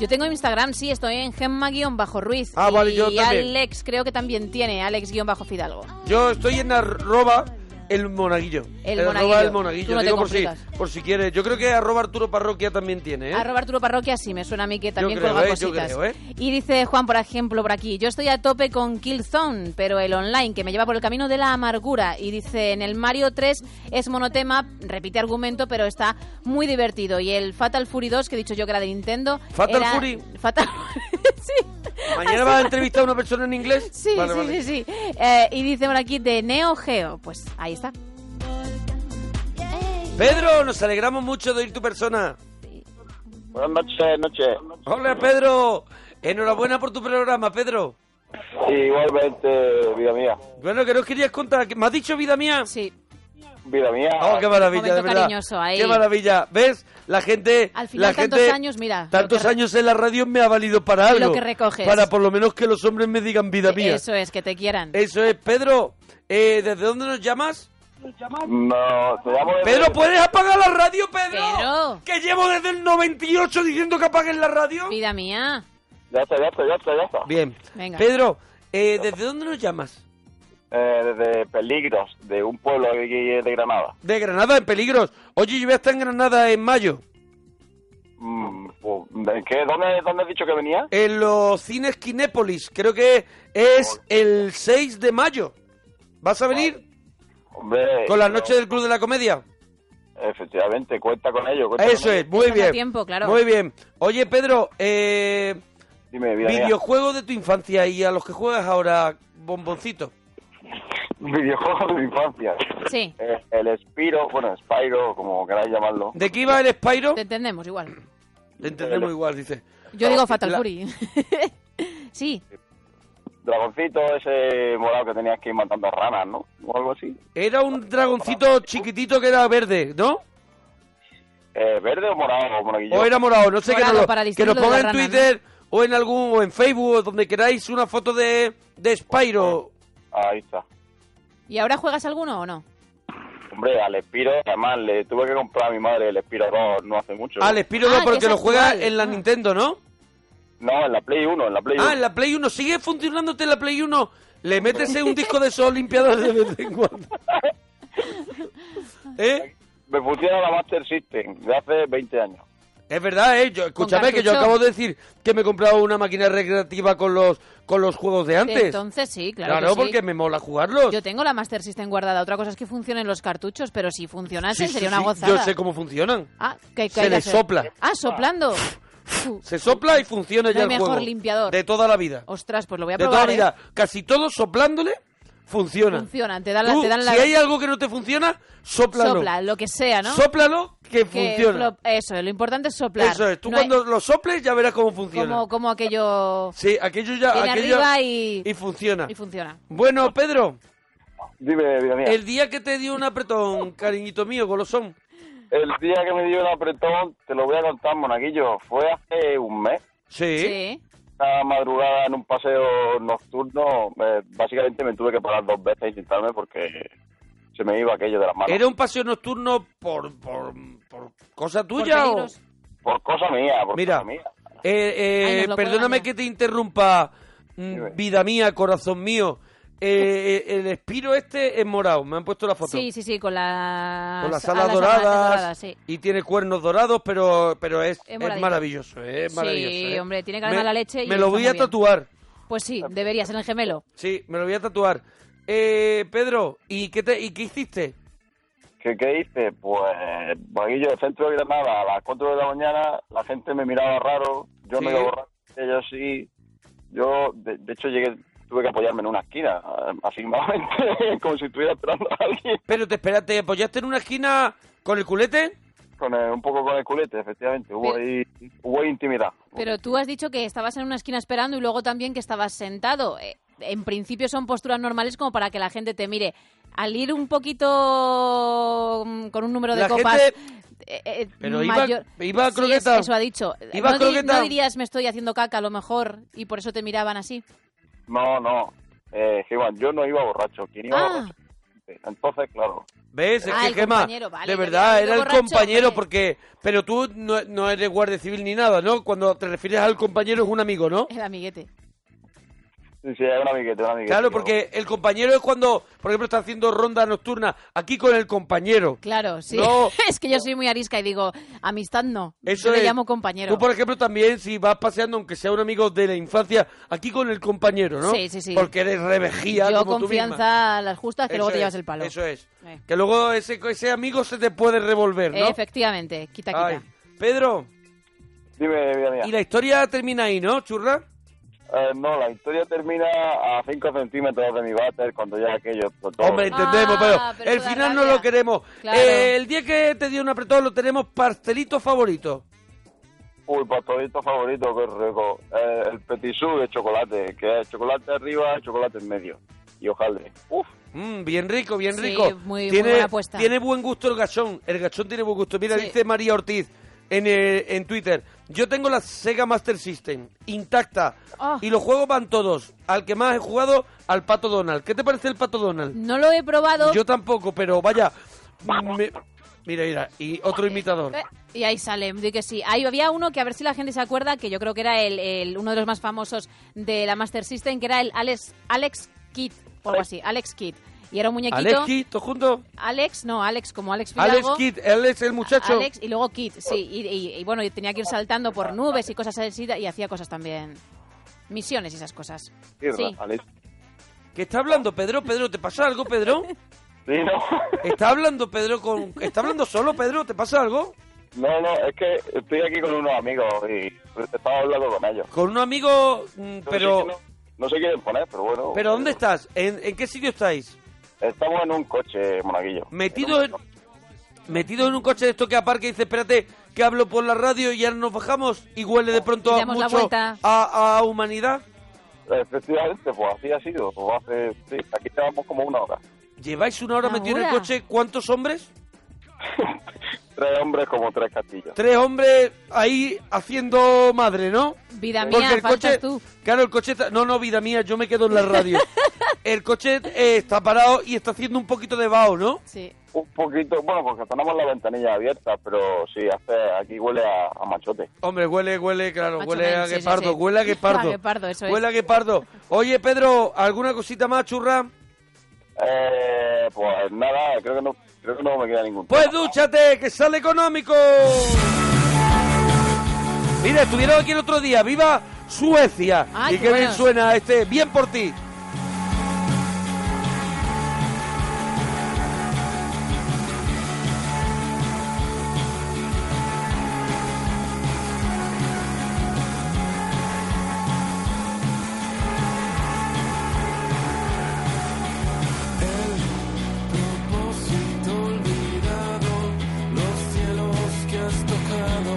Speaker 8: Yo tengo Instagram, sí, estoy en gemma-ruiz.
Speaker 9: Ah, vale, yo
Speaker 8: y
Speaker 9: también.
Speaker 8: Alex creo que también tiene, Alex-Fidalgo.
Speaker 9: Yo estoy en arroba el monaguillo.
Speaker 8: El
Speaker 9: Arroba
Speaker 8: monaguillo.
Speaker 9: el monaguillo.
Speaker 8: Tú no te
Speaker 9: Digo por si,
Speaker 8: complicas.
Speaker 9: por si quieres. Yo creo que arroba Arturo Parroquia también tiene, ¿eh?
Speaker 8: Arroba Arturo Parroquia, sí, me suena a mí que también
Speaker 9: creo,
Speaker 8: cuelga
Speaker 9: ¿eh? Yo
Speaker 8: cositas.
Speaker 9: creo, ¿eh?
Speaker 8: Y dice Juan, por ejemplo, por aquí, yo estoy a tope con Killzone, pero el online, que me lleva por el camino de la amargura. Y dice, en el Mario 3 es monotema, repite argumento, pero está muy divertido. Y el Fatal Fury 2, que he dicho yo que era de Nintendo...
Speaker 9: Fatal
Speaker 8: era-
Speaker 9: Fury.
Speaker 8: Fatal
Speaker 9: Mañana vas a entrevistar a una persona en inglés.
Speaker 8: Sí,
Speaker 9: Vale,
Speaker 8: sí,
Speaker 9: vale.
Speaker 8: sí, sí. Eh, y dice por aquí, de Neo Geo. Pues ahí está.
Speaker 9: Pedro, nos alegramos mucho de oír tu persona.
Speaker 16: Buenas noches, noches.
Speaker 9: Hola, Pedro. Enhorabuena por tu programa, Pedro.
Speaker 16: Igualmente, vida mía.
Speaker 9: Bueno, que nos querías contar. ¿Me has dicho vida mía?
Speaker 8: Sí.
Speaker 16: vida mía.
Speaker 9: Oh, qué maravilla,
Speaker 8: Momento
Speaker 9: de verdad.
Speaker 8: cariñoso ahí.
Speaker 9: Qué maravilla. ¿Ves? La gente.
Speaker 8: Al final,
Speaker 9: la gente,
Speaker 8: tantos años, mira. lo
Speaker 9: Tantos
Speaker 8: que re-
Speaker 9: años en la radio me ha valido para
Speaker 8: Lo
Speaker 9: algo.
Speaker 8: que recoges.
Speaker 9: Para por lo menos que los hombres me digan vida mía.
Speaker 8: Eso es, que te quieran.
Speaker 9: Eso es, Pedro. eh, ¿Desde dónde nos llamas?
Speaker 16: No, te llamo desde-
Speaker 9: Pedro, ¿puedes apagar la radio, Pedro? Que llevo desde el 98 diciendo que apaguen la radio.
Speaker 8: Vida mía.
Speaker 16: Ya está, ya está, ya está, ya está.
Speaker 9: Bien.
Speaker 8: Venga.
Speaker 9: Pedro, eh, ¿desde dónde nos llamas?
Speaker 16: Eh, desde Peligros, de un pueblo aquí de Granada.
Speaker 9: De Granada, en peligros. Oye, yo voy a estar en Granada en mayo.
Speaker 16: Mm, pues, ¿de qué? ¿Dónde, ¿Dónde has dicho que venía?
Speaker 9: En los cines Kinépolis. Creo que es el 6 de mayo. ¿Vas a venir?
Speaker 16: Hombre,
Speaker 9: Con la
Speaker 16: yo-
Speaker 9: noche del Club de la Comedia.
Speaker 16: Efectivamente, cuenta con ello. cuenta
Speaker 9: Eso
Speaker 16: con
Speaker 9: es,
Speaker 16: ello.
Speaker 9: muy bien.
Speaker 8: tiempo, claro.
Speaker 9: Muy bien. Oye, Pedro, eh,
Speaker 16: Dime, vida mía.
Speaker 9: videojuegos de tu infancia y a los que juegas ahora, bomboncito.
Speaker 16: Videojuegos de mi infancia.
Speaker 8: Sí.
Speaker 16: Eh, el Spiro, bueno, Spyro, como queráis llamarlo.
Speaker 9: ¿De qué iba el Spyro?
Speaker 8: Te entendemos igual.
Speaker 9: Te entendemos igual, dice.
Speaker 8: Yo digo Fatal
Speaker 16: La-
Speaker 8: Fury. sí.
Speaker 16: Dragoncito, ese morado que tenías que ir matando ranas, ¿no? O algo así.
Speaker 9: Era un dragoncito chiquitito que era verde, ¿no?
Speaker 16: Eh, ¿Verde o morado? monaguillo?
Speaker 9: O era morado, no sé
Speaker 16: Morado,
Speaker 9: que,
Speaker 16: para
Speaker 9: nos lo, que
Speaker 16: distinguirlo
Speaker 9: nos
Speaker 16: de
Speaker 9: ponga
Speaker 16: la
Speaker 9: en
Speaker 16: rana,
Speaker 9: Twitter o en algún o en Facebook o donde queráis una foto de, de Spyro.
Speaker 16: Ahí está.
Speaker 8: ¿Y ahora juegas alguno o no?
Speaker 16: Hombre, al Spiro, además le tuve que comprar a mi madre el Spiro 2 no hace mucho.
Speaker 9: Al Ah, Spyro
Speaker 8: Ah,
Speaker 9: no, porque lo juega en la Nintendo, ¿no?
Speaker 16: No, en la Play 1, en la Play 1.
Speaker 9: Ah, en la Play 1. ¿Sigue funcionándote en la Play 1? Le metes en un disco de esos limpiadores de vez en cuando. ¿Eh?
Speaker 16: Me funciona la Master System de hace 20 años.
Speaker 9: Es verdad, ¿eh? Yo, escúchame, que yo
Speaker 16: cartucho.
Speaker 9: acabo de decir que me he comprado una máquina recreativa con los, con los juegos de antes.
Speaker 8: Entonces sí, claro.
Speaker 9: claro,
Speaker 8: que sí.
Speaker 9: porque me mola jugarlos.
Speaker 8: Yo tengo la Master System guardada. Otra cosa es que funcionen los cartuchos, pero si
Speaker 9: Sí,
Speaker 8: funcionasen
Speaker 9: sí,
Speaker 8: sería
Speaker 9: sí,
Speaker 8: una gozada.
Speaker 9: Yo sé cómo funcionan.
Speaker 8: Ah, ¿qué hay que
Speaker 9: Se le
Speaker 8: hacer?
Speaker 9: sopla.
Speaker 8: Ah, soplando. Fu,
Speaker 9: Se sopla y funciona
Speaker 8: No
Speaker 9: ya
Speaker 8: hay
Speaker 9: el
Speaker 8: mejor
Speaker 9: juego.
Speaker 8: limpiador.
Speaker 9: De toda la vida.
Speaker 8: Ostras, pues lo voy a
Speaker 9: de toda
Speaker 8: probar.
Speaker 9: la
Speaker 8: ¿eh?
Speaker 9: vida. Casi todo soplándole funciona.
Speaker 8: Funcionan, te dan la,
Speaker 9: Tú,
Speaker 8: te dan la-
Speaker 9: Si hay algo que no te funciona, sóplalo.
Speaker 8: Sopla, lo que sea, ¿no?
Speaker 9: Sóplalo que,
Speaker 8: Que
Speaker 9: funciona.
Speaker 8: flop- Eso, lo importante es soplar.
Speaker 9: Eso es. Tú
Speaker 8: No hay-
Speaker 9: cuando lo soples ya verás cómo funciona.
Speaker 8: como, como aquello
Speaker 9: Sí, aquello ya...
Speaker 8: viene
Speaker 9: aquello-
Speaker 8: arriba y,
Speaker 9: y funciona.
Speaker 8: y funciona.
Speaker 9: Bueno, Pedro.
Speaker 16: Dime, vida mía.
Speaker 9: El día que te dio un apretón, cariñito mío, golosón.
Speaker 16: El día que me dio el apretón, te lo voy a contar, monaguillo, fue hace un mes.
Speaker 9: Sí.
Speaker 16: Una madrugada en un paseo nocturno, eh, básicamente me tuve que parar dos veces y sentarme porque se me iba aquello de las manos.
Speaker 9: ¿Era un paseo nocturno por, por, por cosa tuya o...?
Speaker 16: peligros. Por cosa mía, por
Speaker 9: Mira,
Speaker 16: cosa mía.
Speaker 9: eh, eh,
Speaker 16: Ay, nos lo cuelgan
Speaker 9: perdóname
Speaker 16: ya.
Speaker 9: que te interrumpa, mm, vida mía, corazón mío. Eh, eh, el espiro este es morado, me han puesto la foto.
Speaker 8: Sí, sí, sí, con las,
Speaker 9: Con las
Speaker 8: a
Speaker 9: alas
Speaker 8: amarantas
Speaker 9: doradas,
Speaker 8: doradas, sí.
Speaker 9: y tiene cuernos dorados, pero, pero es, es
Speaker 8: moradito.
Speaker 9: maravilloso, eh, es maravilloso.
Speaker 8: Sí,
Speaker 9: eh.
Speaker 8: hombre, tiene que
Speaker 9: Me-
Speaker 8: la leche. y
Speaker 9: Me lo
Speaker 8: está
Speaker 9: voy
Speaker 8: muy
Speaker 9: a
Speaker 8: bien.
Speaker 9: tatuar,
Speaker 8: Pues sí, deberías en el gemelo.
Speaker 9: sí, me lo voy a tatuar. Eh, Pedro, ¿y qué, te, ¿y qué hiciste?
Speaker 16: ¿Qué, qué hice? Pues, monaguillo, centro de Granada, a las 4 de la mañana, la gente me miraba raro, yo
Speaker 9: Sí.
Speaker 16: me lo borraba, yo sí. Yo, de, de hecho, llegué, tuve que apoyarme en una esquina, así malamente, como si estuviera esperando a alguien.
Speaker 9: Pero te esperaste, ¿te apoyaste en una esquina con el culete?
Speaker 16: Con el- un poco con el culete, efectivamente. Hubo,
Speaker 8: Pero-
Speaker 16: ahí, hubo ahí intimidad.
Speaker 8: Pero tú has dicho que estabas en una esquina esperando y luego también que estabas sentado. Eh, En principio son posturas normales como para que la gente te mire. Al ir un poquito mm, con un número de
Speaker 9: La
Speaker 8: copas
Speaker 9: gente-
Speaker 8: eh, eh,
Speaker 9: Pero iba-
Speaker 8: mayor...
Speaker 9: iba
Speaker 8: Sí,
Speaker 9: croqueta.
Speaker 8: es- eso ha dicho.
Speaker 9: Iba
Speaker 8: no, di-
Speaker 9: croqueta.
Speaker 8: no dirías me estoy haciendo caca a lo mejor y por eso te miraban así.
Speaker 16: No, no. Eh, Iván, yo no iba borracho. ¿Quién iba
Speaker 8: Ah.
Speaker 16: borracho? Entonces, claro.
Speaker 9: ¿Ves? Es
Speaker 8: Ah,
Speaker 9: que
Speaker 8: el
Speaker 9: Gemma,
Speaker 8: compañero, vale,
Speaker 9: de
Speaker 8: yo
Speaker 9: verdad,
Speaker 8: había
Speaker 9: era
Speaker 8: ido
Speaker 9: el
Speaker 8: borracho,
Speaker 9: compañero porque... Pero tú no, no eres guardia civil ni nada, ¿no? Cuando te refieres al compañero es un amigo, ¿no?
Speaker 8: El amiguete.
Speaker 16: Sí, sí, un amiguete, un amiguete.
Speaker 9: Claro, porque el compañero es cuando, por ejemplo, está haciendo ronda nocturna aquí con el compañero.
Speaker 8: Claro, sí.
Speaker 9: No.
Speaker 8: es que yo soy muy arisca y digo, amistad no.
Speaker 9: Eso
Speaker 8: yo le
Speaker 9: es.
Speaker 8: llamo compañero.
Speaker 9: Tú, por ejemplo, también si vas paseando, aunque sea un amigo de la infancia, aquí con el compañero, ¿no?
Speaker 8: Sí, sí, sí.
Speaker 9: Porque eres revejía.
Speaker 8: Yo
Speaker 9: como tú misma.
Speaker 8: confianza a las justas que
Speaker 9: Eso
Speaker 8: luego te
Speaker 9: es,
Speaker 8: llevas el palo.
Speaker 9: Eso es.
Speaker 8: Eh.
Speaker 9: Que luego ese, ese amigo se te puede revolver, ¿no?
Speaker 8: Efectivamente, quita, quita.
Speaker 9: Ay. Pedro,
Speaker 16: Dime, vida mía.
Speaker 9: y la historia termina ahí, ¿no, churra?
Speaker 16: Eh, no, la historia termina a 5 centímetros de mi váter cuando ya aquello explotó.
Speaker 9: Hombre,
Speaker 8: Ah,
Speaker 9: entendemos, Ah, pero, el
Speaker 16: toda
Speaker 9: final no lo queremos.
Speaker 16: Claro.
Speaker 9: Eh, el día que te dio un apretón lo tenemos pastelito favorito.
Speaker 16: Uy, pastorito favorito, qué rico. Eh, el petit sou de chocolate, que es chocolate arriba, chocolate en medio. Y ojalá. Uf,
Speaker 9: Mm, bien rico, bien
Speaker 8: Sí,
Speaker 9: rico.
Speaker 8: muy- muy
Speaker 9: tiene,
Speaker 8: buena apuesta.
Speaker 9: tiene buen gusto el gachón. El gachón tiene buen gusto. Mira, dice María Ortiz en, eh, en Twitter. Yo tengo la Sega Master System intacta
Speaker 8: Ah.
Speaker 9: y los juegos van todos. Al que más he jugado, al Pato Donald. ¿Qué te parece el Pato Donald?
Speaker 8: No lo he probado.
Speaker 9: Yo tampoco, pero vaya. me- Mira, mira, y otro imitador.
Speaker 8: Eh, Y ahí sale, di que sí. Ahí había uno que a ver si la gente se acuerda, que yo creo que era el, el- uno de los más famosos de la Master System, que era el Alex, Alex Kidd, o algo así, Alex Kidd. Y era un muñequito.
Speaker 9: Alex Kidd, ¿todos juntos?
Speaker 8: Alex, no, Alex, como Alex
Speaker 9: Alex
Speaker 8: Fidalgo.
Speaker 9: Kidd, Alex el muchacho.
Speaker 8: Alex y luego Kid, sí. Y, y- y bueno, y tenía que ir saltando por nubes y cosas así, y hacía cosas también. Misiones y esas cosas. Sí.
Speaker 9: ¿Qué está hablando, Pedro? Pedro, ¿te pasa algo, Pedro? ¿Está hablando, Pedro, con... ¿Está hablando solo, Pedro? ¿Te pasa algo?
Speaker 16: No, no, es que estoy aquí con unos amigos y estaba hablando con ellos.
Speaker 9: Con un amigo, mm, pero...
Speaker 16: No sé quieren poner, pero bueno.
Speaker 9: ¿Pero dónde estás? ¿En, en qué sitio estáis?
Speaker 16: Estamos en un coche, monaguillo.
Speaker 9: Metido en... Metido en un coche de esto que aparca y dice, espérate, que hablo por la radio y ahora nos bajamos y huele de pronto
Speaker 8: Y
Speaker 9: a
Speaker 8: damos la
Speaker 9: mucho
Speaker 8: vuelta.
Speaker 9: a, a humanidad.
Speaker 16: Efectivamente, pues así ha sido. Pues hace, sí, aquí estábamos como una hora.
Speaker 9: ¿Lleváis una hora
Speaker 16: Una
Speaker 9: metido en el
Speaker 16: hora.
Speaker 9: coche? ¿Cuántos hombres?
Speaker 16: Tres hombres como tres castillos.
Speaker 9: Tres hombres ahí haciendo madre, ¿no?
Speaker 8: Vida
Speaker 9: Porque
Speaker 8: mía,
Speaker 9: el
Speaker 8: faltas
Speaker 9: coche,
Speaker 8: tú.
Speaker 9: claro, el coche está- no, no, vida mía, yo me quedo en la radio. el coche eh, está parado y está haciendo un poquito de vaho, ¿no?
Speaker 8: Sí.
Speaker 16: Un poquito, bueno, porque tenemos la ventanilla abierta, pero sí, hace, aquí huele a, a machote.
Speaker 9: Hombre, huele, huele, claro,
Speaker 8: Macho
Speaker 9: huele a
Speaker 8: man, sí, sí,
Speaker 9: guepardo,
Speaker 8: sí.
Speaker 9: huele a guepardo.
Speaker 8: A guepardo, eso es.
Speaker 9: Huele a guepardo. Oye, Pedro, ¿alguna cosita más, churra?
Speaker 16: Eh, pues nada, creo que no, creo que no me queda ningún.
Speaker 9: Pues dúchate, que sale económico. Mira, estuvieron aquí el otro día, viva Suecia.
Speaker 16: Ay,
Speaker 9: y
Speaker 16: qué
Speaker 9: qué bien
Speaker 16: buenos.
Speaker 9: suena este, bien por ti.
Speaker 7: propósito olvidado, los cielos que has tocado,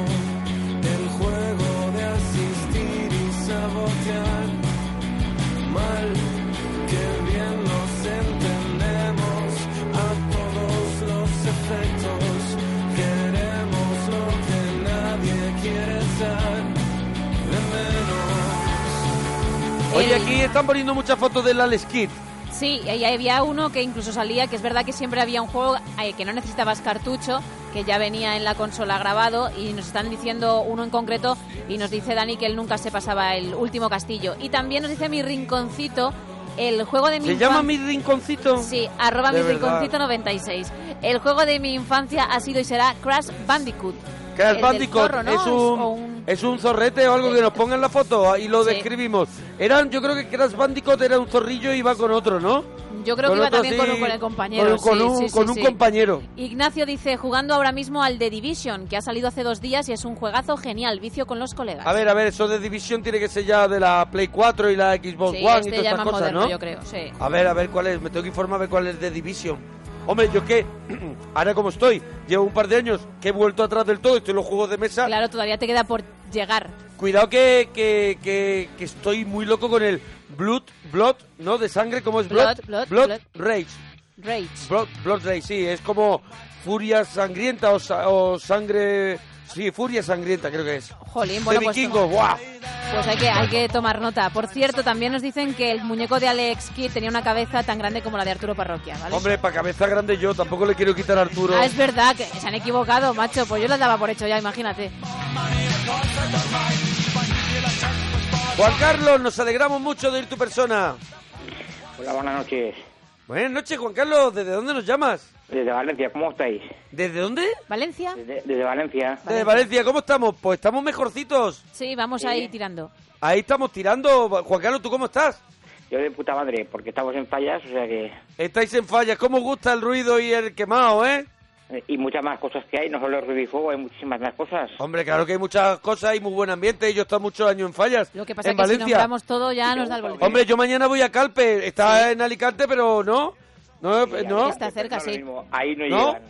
Speaker 7: el juego de asistir y sabotear. Mal que bien nos entendemos a todos los efectos, queremos lo que nadie quiere ser de menos.
Speaker 9: Oye,
Speaker 8: Eh.
Speaker 9: aquí están poniendo muchas fotos del Alex Kidd.
Speaker 8: Sí, y ahí había uno que incluso salía, que es verdad que siempre había un juego eh, que no necesitabas cartucho, que ya venía en la consola grabado, y nos están diciendo uno en concreto, y nos dice Dani que él nunca se pasaba el último castillo. Y también nos dice mi rinconcito, el juego de mi
Speaker 9: ¿Se llama
Speaker 8: infan-
Speaker 9: mi rinconcito?
Speaker 8: Sí, arroba
Speaker 9: De
Speaker 8: mi
Speaker 9: verdad.
Speaker 8: rinconcito 96. El juego de mi infancia ha sido y será Crash Bandicoot. El
Speaker 9: Crash
Speaker 8: del
Speaker 9: Bandicoot
Speaker 8: zorro, ¿no?
Speaker 9: es,
Speaker 8: o Este.
Speaker 9: un, es un zorrete o algo que nos pongan la foto y lo
Speaker 8: Sí.
Speaker 9: describimos. Eran, yo creo que Crash Bandicoot era un zorrillo y iba con otro, ¿no?
Speaker 8: Yo creo
Speaker 9: Con
Speaker 8: que iba
Speaker 9: otro
Speaker 8: también con,
Speaker 9: así,
Speaker 8: un- con el compañero.
Speaker 9: Con, con
Speaker 8: sí,
Speaker 9: un,
Speaker 8: sí, sí,
Speaker 9: con un
Speaker 8: sí.
Speaker 9: compañero.
Speaker 8: Ignacio dice, jugando ahora mismo al The Division, que ha salido hace dos días y es un juegazo genial, vicio con los colegas.
Speaker 9: A ver, a ver, eso de división tiene que ser ya de la Play 4 y la Xbox
Speaker 8: Sí,
Speaker 9: One
Speaker 8: este
Speaker 9: y todas
Speaker 8: ya
Speaker 9: estas
Speaker 8: más
Speaker 9: cosas,
Speaker 8: moderno,
Speaker 9: ¿no? Ah.
Speaker 8: yo creo, sí.
Speaker 9: A ver, a ver cuál es, me tengo que informar de cuál es de Division. Hombre, yo que ahora como estoy, llevo un par de años que he vuelto atrás del todo, estoy en los juegos de mesa.
Speaker 8: Claro, todavía te queda por llegar.
Speaker 9: Cuidado que, que, que, que estoy muy loco con el Blood, Blood, ¿no? De sangre, ¿cómo es
Speaker 8: Blood, Blood, Blood.
Speaker 9: Rage.
Speaker 8: Rage.
Speaker 9: Blood, Blood Rage, sí, es como furia sangrienta o, sa- o sangre... Sí, furia sangrienta creo que es.
Speaker 8: Jolín,
Speaker 9: De
Speaker 8: bueno, pues
Speaker 9: vikingos,
Speaker 8: toma.
Speaker 9: ¡guau!
Speaker 8: Pues hay que, hay que tomar nota. Por cierto, también nos dicen que el muñeco de Alex Kidd tenía una cabeza tan grande como la de Arturo Parroquia, ¿vale?
Speaker 9: Hombre, para cabeza grande yo, tampoco le quiero quitar a Arturo.
Speaker 8: Ah, es verdad, que se han equivocado, macho. Pues yo las daba por hecho ya, imagínate.
Speaker 9: Juan Carlos, nos alegramos mucho de ir tu persona.
Speaker 17: Hola, buenas noches.
Speaker 9: Buenas noches, Juan Carlos. ¿Desde dónde nos llamas?
Speaker 17: Desde Valencia, ¿cómo estáis?
Speaker 9: ¿Desde dónde?
Speaker 8: ¿Valencia?
Speaker 17: Desde, desde Valencia.
Speaker 9: Desde Valencia, ¿cómo estamos? Pues estamos mejorcitos.
Speaker 8: Sí, vamos ahí tirando.
Speaker 9: Ahí estamos tirando. Juan Carlos, ¿tú cómo estás?
Speaker 17: Yo de puta madre, porque estamos en fallas, o sea que...
Speaker 9: Estáis en fallas. ¿Cómo os gusta el ruido y el quemado, eh?
Speaker 17: Y muchas más cosas que hay, no solo ruido y fuego, hay muchísimas más cosas.
Speaker 9: Hombre, claro que hay muchas cosas y muy buen ambiente. Yo he estado muchos años en fallas.
Speaker 8: Lo que pasa
Speaker 9: en
Speaker 8: que si
Speaker 9: Valencia.
Speaker 8: nombramos todo ya nos da el boletín.
Speaker 9: Hombre, yo mañana voy a Calpe. Está en Alicante, pero no. No, pues, no.
Speaker 8: Está cerca, sí.
Speaker 17: Ahí no,
Speaker 9: ¿No?
Speaker 17: llegan.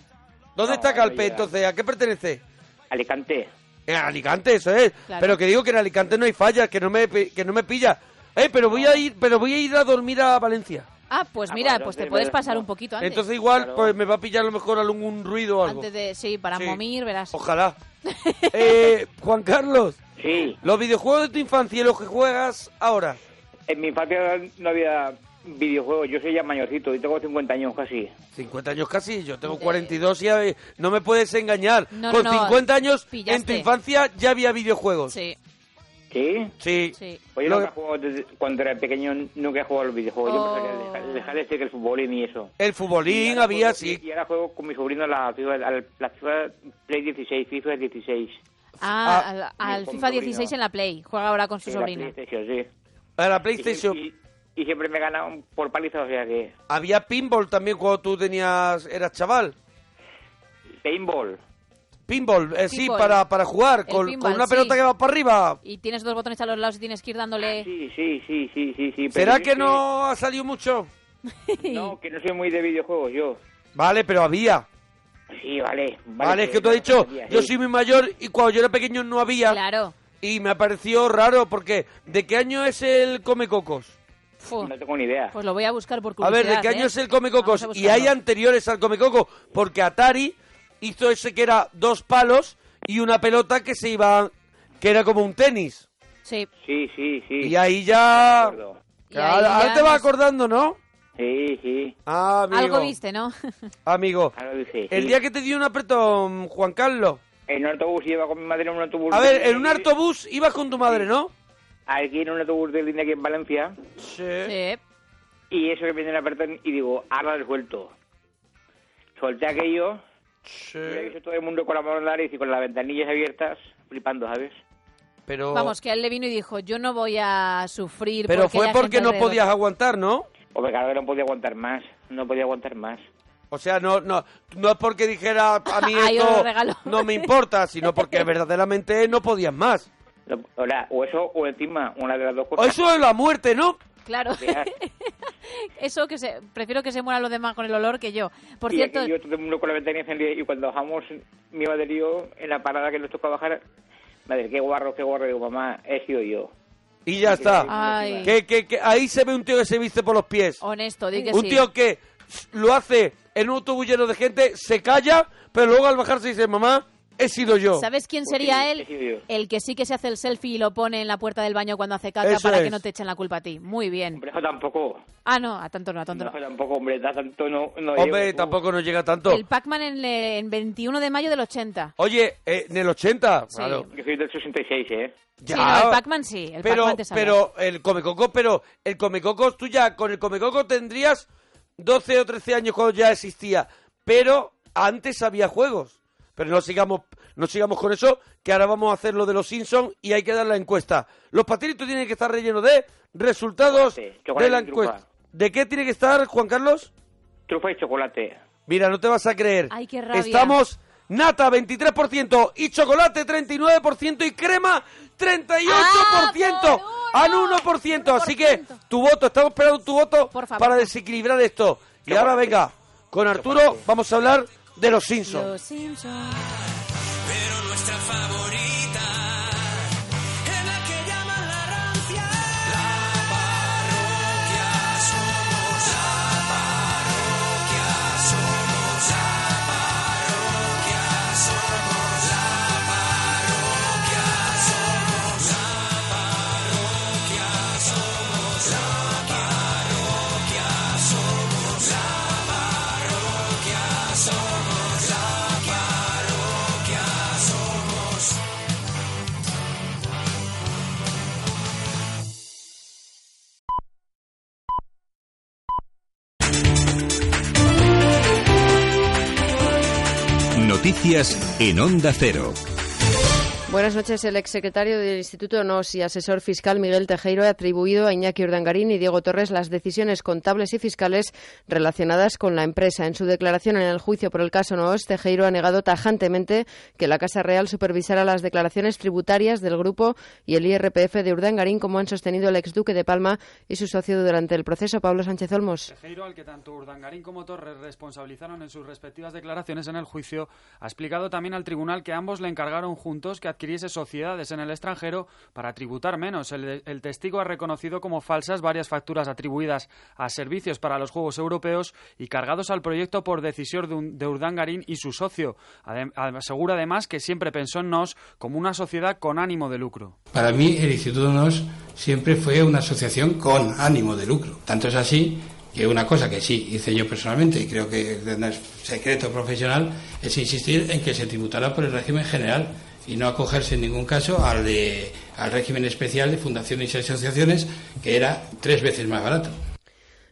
Speaker 9: ¿Dónde está Calpe entonces? ¿A qué pertenece?
Speaker 17: Alicante.
Speaker 9: En Alicante, eso es.
Speaker 17: Claro.
Speaker 9: Pero que digo que en Alicante no hay fallas, que no me, pi- que no me pilla. Eh, pero voy a ir, pero voy a ir a dormir a Valencia.
Speaker 8: Ah, pues mira, pues te puedes pasar un poquito antes.
Speaker 9: Entonces igual pues me va a pillar a lo mejor algún un ruido o algo.
Speaker 8: Antes de, sí, para
Speaker 9: Sí.
Speaker 8: momir, verás.
Speaker 9: Ojalá. Eh, Juan Carlos.
Speaker 17: Sí.
Speaker 9: Los videojuegos de tu infancia y los que juegas ahora.
Speaker 17: En mi infancia no había videojuegos, yo soy ya mayorcito y tengo 50 años casi.
Speaker 9: 50 años casi, yo tengo 42 y eh, no me puedes engañar.
Speaker 17: No,
Speaker 9: Con
Speaker 17: no,
Speaker 9: 50 años en tu
Speaker 17: pillaste.
Speaker 9: infancia ya había videojuegos.
Speaker 8: Sí.
Speaker 17: ¿Sí?
Speaker 9: Sí.
Speaker 17: Pues yo
Speaker 9: Lo-
Speaker 17: nunca he jugado desde- cuando era pequeño nunca he jugado a los videojuegos. Yo pensaba que el- el jaleche, que el futbolín y eso.
Speaker 9: El futbolín
Speaker 17: Y ahora
Speaker 9: había,
Speaker 17: juego-
Speaker 9: sí.
Speaker 17: Y ahora juego con mi sobrino a la FIFA, a la FIFA Play 16, FIFA 16.
Speaker 8: Ah,
Speaker 17: Ah,
Speaker 8: al, al
Speaker 17: con mi
Speaker 8: FIFA
Speaker 17: sobrino.
Speaker 8: 16 en la Play. Juega ahora con su
Speaker 17: Sí, la
Speaker 8: sobrina.
Speaker 17: PlayStation, sí.
Speaker 9: A Ah, la PlayStation.
Speaker 17: Y, y- y siempre me ganaban por paliza, o sea que...
Speaker 9: Había pinball también cuando tú tenías eras chaval.
Speaker 17: Paintball.
Speaker 9: Pinball, eh, sí,
Speaker 8: Pinball.
Speaker 9: para, para jugar
Speaker 8: El
Speaker 9: con, con
Speaker 8: pinball,
Speaker 9: una pelota
Speaker 8: sí.
Speaker 9: que va para arriba.
Speaker 8: Y tienes dos botones a los lados y tienes que ir dándole...
Speaker 17: Ah, Sí, sí, sí, sí, sí. sí
Speaker 9: ¿Será
Speaker 17: pero yo
Speaker 9: que no ha salido mucho?
Speaker 17: No, que no soy muy de videojuegos yo.
Speaker 9: Vale, pero había.
Speaker 17: Sí, vale. Vale,
Speaker 9: Vale, es que tú has dicho, yo soy muy mayor y cuando yo era pequeño no había.
Speaker 8: Claro.
Speaker 9: Y me ha parecido raro porque ¿de qué año es el Come Cocos?
Speaker 8: Fu.
Speaker 17: No tengo ni idea.
Speaker 8: Pues lo voy a buscar por
Speaker 9: A
Speaker 8: curiosidad,
Speaker 9: ver, ¿de qué año
Speaker 8: ¿eh?
Speaker 9: es el Come
Speaker 8: Vamos
Speaker 9: Cocos?
Speaker 8: a
Speaker 9: Y hay
Speaker 8: buscarlo.
Speaker 9: anteriores al Come Cocos, porque Atari hizo ese que era dos palos y una pelota que se iba, que era como un tenis.
Speaker 8: Sí.
Speaker 17: Sí, sí, sí.
Speaker 9: Y ahí ya...
Speaker 8: Y ahí
Speaker 9: Ahora- ahora
Speaker 8: ya
Speaker 9: te vas
Speaker 8: nos-
Speaker 9: acordando, ¿no?
Speaker 17: Sí, sí.
Speaker 9: Ah, amigo.
Speaker 8: Algo viste, ¿no?
Speaker 9: Amigo,
Speaker 17: sí.
Speaker 9: el día que te dio un apretón, Juan Carlos.
Speaker 17: En un autobús iba con mi madre en un autobús.
Speaker 9: A ver, en un autobús ibas con tu madre, ¿no?
Speaker 17: Aquí en un autobús de línea aquí en Valencia.
Speaker 9: Sí.
Speaker 17: Y eso que viene el apretón y digo, ahora lo suelto. Solté aquello.
Speaker 9: Sí.
Speaker 17: todo el mundo con la mano en la nariz y con las ventanillas abiertas, flipando, ¿sabes?
Speaker 9: Pero,
Speaker 8: Vamos, que a él le vino y dijo, yo no voy a sufrir.
Speaker 9: Oh. pero
Speaker 8: la
Speaker 9: fue
Speaker 8: gente
Speaker 9: porque no
Speaker 8: alrededor-".
Speaker 9: podías aguantar, ¿no?
Speaker 17: Hombre, claro que no podía aguantar más. No podía aguantar más.
Speaker 9: O sea, no, no, no es porque dijera a mí
Speaker 17: Ay, os
Speaker 9: esto
Speaker 17: lo regalo.
Speaker 9: no me importa, sino porque verdaderamente no podías más.
Speaker 17: No, o la- o eso o encima, una de las dos
Speaker 9: O
Speaker 17: cosas.
Speaker 9: eso es la muerte, ¿no?
Speaker 8: Claro.
Speaker 17: Veas.
Speaker 8: Eso que se... Prefiero que se mueran los demás con el olor que yo. Por
Speaker 17: y
Speaker 8: cierto...
Speaker 17: yo todo el mundo con la ventana encendida y cuando bajamos mi madre y yo, en la parada que nos toca bajar, madre, qué guarro, qué guarro, digo, mamá, he sido yo.
Speaker 9: Y ya está.
Speaker 8: Ay.
Speaker 9: Que, que- que ahí se ve un tío que se viste por los pies.
Speaker 8: Honesto, di que
Speaker 9: un
Speaker 8: sí.
Speaker 9: tío que lo hace en un autobús lleno de gente, se calla, pero luego al bajarse dice, mamá, he sido yo.
Speaker 8: ¿Sabes quién sería él? El que sí que se hace el selfie y lo pone en la puerta del baño cuando hace caca
Speaker 9: Eso
Speaker 8: para que
Speaker 9: es.
Speaker 8: no te echen la culpa a ti. Muy bien.
Speaker 17: Pero eso tampoco,
Speaker 8: Ah, no, a tanto no, a tanto
Speaker 17: no,
Speaker 8: no.
Speaker 17: eso tampoco, hombre, da tanto no, no
Speaker 9: Hombre,
Speaker 17: llego.
Speaker 9: tampoco nos llega tanto.
Speaker 8: El Pac-Man en, le- en 21 de mayo del 80.
Speaker 9: Oye, eh, en el 80, claro.
Speaker 17: Yo soy del 66, ¿eh?
Speaker 9: Ya.
Speaker 8: Sí, no, el Pac-Man sí. El
Speaker 9: pero,
Speaker 8: Pac-Man te salva.
Speaker 9: pero el Comecoco, pero el Comecoco, tú ya con el Comecoco tendrías 12 o 13 años cuando ya existía, pero antes había juegos. Pero no sigamos, no sigamos con eso, que ahora vamos a hacer lo de los Simpsons y hay que dar la encuesta. Los patinitos tienen que estar rellenos de resultados
Speaker 17: chocolate
Speaker 9: de la
Speaker 17: y trufa.
Speaker 9: encuesta. ¿De qué tiene que estar, Juan Carlos?
Speaker 17: Trufa y chocolate.
Speaker 9: Mira, no te vas a creer.
Speaker 8: Ay, qué rabia.
Speaker 9: Estamos nata 23% y chocolate 39% y crema 38%. al 1%, Así que tu voto, estamos esperando tu voto para desequilibrar esto. Y ahora venga, con Arturo vamos a hablar de los Simpsons.
Speaker 8: Los Simpsons.
Speaker 7: Pero nuestra favorita es la que llaman la rancia. La parroquia somos. La parroquia somos. La parroquia somos. La parroquia somos. La parroquia somos. La parroquia somos. La parroquia somos. La parroquia somos.
Speaker 1: Noticias en Onda Cero.
Speaker 18: Buenas noches. El exsecretario del Instituto NOS y asesor fiscal Miguel Tejero ha atribuido a Iñaki Urdangarín y Diego Torres las decisiones contables y fiscales relacionadas con la empresa. En su declaración en el juicio por el caso NOS, Tejero ha negado tajantemente que la Casa Real supervisara las declaraciones tributarias del grupo y el IRPF de Urdangarín, como han sostenido el exduque de Palma y su socio durante el proceso, Pablo Sánchez Olmos.
Speaker 19: Tejero, al que tanto Urdangarín como Torres responsabilizaron en sus respectivas declaraciones en el juicio, ha explicado también al tribunal que ambos le encargaron juntos que adquiriera adquiriese sociedades en el extranjero para tributar menos. El, el testigo ha reconocido como falsas varias facturas atribuidas a servicios para los Juegos Europeos y cargados al proyecto por decisión de, un- de Urdangarín y su socio. Adem- asegura además que siempre pensó en NOS como una sociedad con ánimo de lucro.
Speaker 20: Para mí el Instituto NOS siempre fue una asociación con ánimo de lucro. Tanto es así que una cosa que sí hice yo personalmente y creo que no es secreto profesional es insistir en que se tributara por el régimen general y no acogerse en ningún caso al, de, al régimen especial de fundaciones y asociaciones que era tres veces más barato.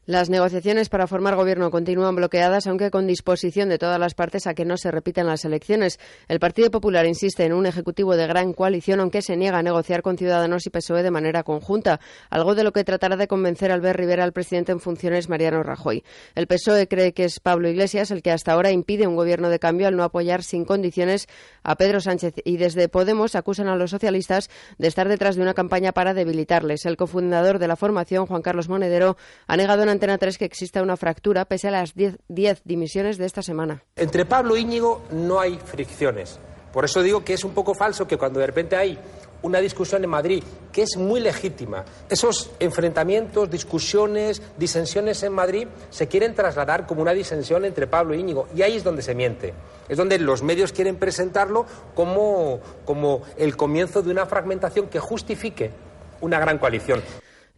Speaker 18: Las negociaciones para formar gobierno continúan bloqueadas, aunque con disposición de todas las partes a que no se repitan las elecciones. El Partido Popular insiste en un ejecutivo de gran coalición, aunque se niega a negociar con Ciudadanos y PSOE E de manera conjunta, algo de lo que tratará de convencer a Albert Rivera al presidente en funciones Mariano Rajoy. El PSOE E cree que es Pablo Iglesias el que hasta ahora impide un gobierno de cambio al no apoyar sin condiciones a Pedro Sánchez y desde Podemos acusan a los socialistas de estar detrás de una campaña para debilitarles. El cofundador de la formación, Juan Carlos Monedero, ha negado en Antena 3 que exista una fractura pese a las 10 10 dimisiones de esta semana.
Speaker 21: Entre Pablo y Íñigo no hay fricciones. Por eso digo que es un poco falso que cuando de repente hay una discusión en Madrid, que es muy legítima, esos enfrentamientos, discusiones, disensiones en Madrid se quieren trasladar como una disensión entre Pablo y Íñigo. Y ahí es donde se miente. Es donde los medios quieren presentarlo como, como el comienzo de una fragmentación que justifique una gran coalición.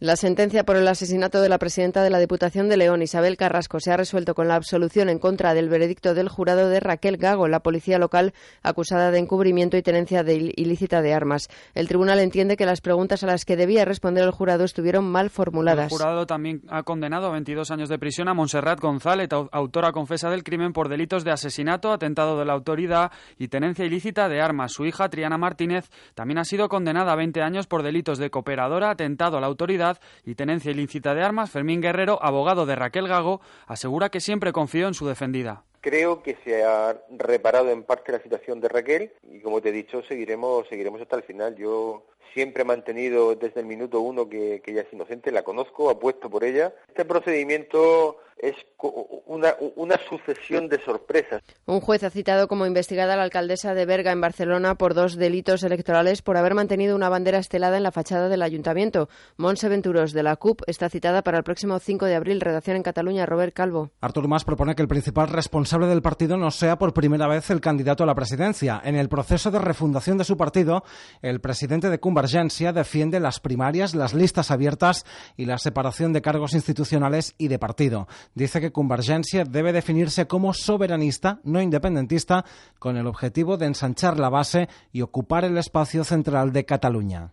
Speaker 18: La sentencia por el asesinato de la presidenta de la Diputación de León, Isabel Carrasco, se ha resuelto con la absolución en contra del veredicto del jurado de Raquel Gago, la policía local acusada de encubrimiento y tenencia de il- ilícita de armas. El tribunal entiende que las preguntas a las que debía responder el jurado estuvieron mal
Speaker 19: El
Speaker 18: formuladas.
Speaker 19: jurado también ha condenado a 22 años de prisión a Montserrat González, au- autora confesa del crimen por delitos de asesinato, atentado de la autoridad y tenencia ilícita de armas. Su hija, Triana Martínez, también ha sido condenada a 20 años por delitos de cooperadora, atentado a la autoridad y tenencia ilícita de armas. Fermín Guerrero, abogado de Raquel Gago, asegura que siempre confió en su defendida.
Speaker 22: Creo que se ha reparado en parte la situación de Raquel y como te he dicho seguiremos seguiremos hasta el final. Yo siempre he mantenido desde el minuto uno que, que ella es inocente, la conozco, apuesto por ella. Este procedimiento es co- una, una sucesión de sorpresas.
Speaker 18: Un juez ha citado como investigada a la alcaldesa de Berga en Barcelona por dos delitos electorales por haber mantenido una bandera estelada en la fachada del ayuntamiento. Montse Venturos, de la CUP, está citada para el próximo 5 de abril. Redacción en Cataluña, Robert Calvo.
Speaker 23: Artur Mas propone que el principal responsable del partido no sea por primera vez el candidato a la presidencia. En el proceso de refundación de su partido, el presidente de Convergencia defiende las primarias, las listas abiertas y la separación de cargos institucionales y de partido. Dice que Convergencia debe definirse como soberanista, no independentista, con el objetivo de ensanchar la base y ocupar el espacio central de Cataluña.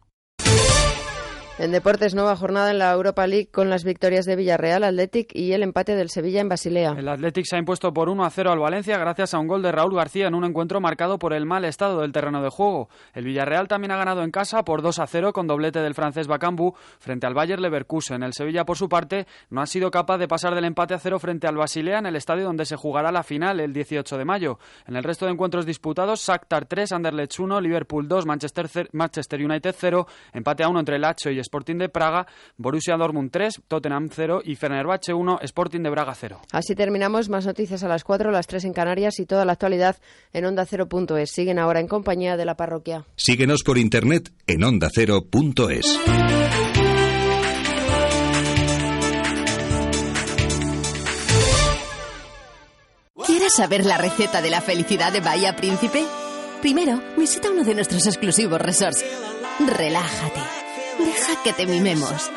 Speaker 18: En deportes, nueva jornada en la Europa League con las victorias de Villarreal, Athletic y el empate del Sevilla en Basilea.
Speaker 19: El Athletic se ha impuesto por 1 a 0 al Valencia gracias a un gol de Raúl García en un encuentro marcado por el mal estado del terreno de juego. El Villarreal también ha ganado en casa por 2 a 0 con doblete del francés Bakambu frente al Bayer Leverkusen. El Sevilla, por su parte, no ha sido capaz de pasar del empate a cero frente al Basilea en el estadio donde se jugará la final el 18 de mayo. En el resto de encuentros disputados, Shakhtar 3, Anderlecht 1, Liverpool 2, Manchester, cer- Manchester United 0, empate a 1 entre el Lazio y Sporting de Praga, Borussia Dortmund 3, Tottenham 0 y Fenerbahce 1, Sporting de Braga 0.
Speaker 18: Así terminamos. Más noticias a las 4, las 3 en Canarias y toda la actualidad en Onda 0.es. Siguen ahora en compañía de la parroquia.
Speaker 1: Síguenos por internet en ondacero.es.
Speaker 2: ¿Quieres saber la receta de la felicidad de Bahía Príncipe? Primero, visita uno de nuestros exclusivos resorts. Relájate. Deja que te mimemos.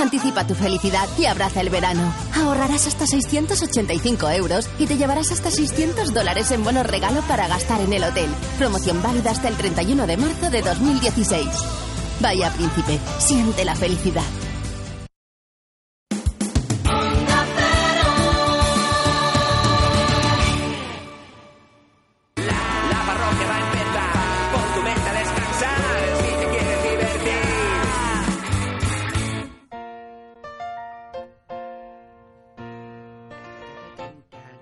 Speaker 2: Anticipa tu felicidad y abraza el verano. Ahorrarás hasta 685 euros y te llevarás hasta 600 dólares en bonos regalo para gastar en el hotel. Promoción válida hasta el 31 de marzo de 2016. Bahía Príncipe, siente la felicidad.
Speaker 24: Pon tu mente a descansar si te quieres divertir.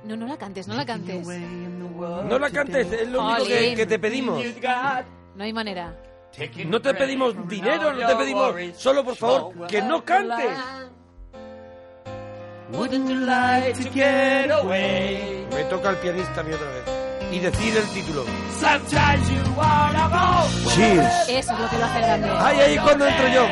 Speaker 8: No, no la cantes, no la cantes.
Speaker 9: No la cantes, es lo único que,
Speaker 8: Olé.
Speaker 9: que te pedimos.
Speaker 8: No hay manera.
Speaker 9: No te pedimos dinero, no te pedimos. Solo por favor, que no cantes.
Speaker 7: Wouldn't you like to get away?
Speaker 9: Me toca el pianista a mí otra vez. y decide el título.
Speaker 24: Sometimes you wanna go.
Speaker 9: Cheers.
Speaker 8: Eso es lo que lo hace grande.
Speaker 9: Ay, ahí es cuando entro yo.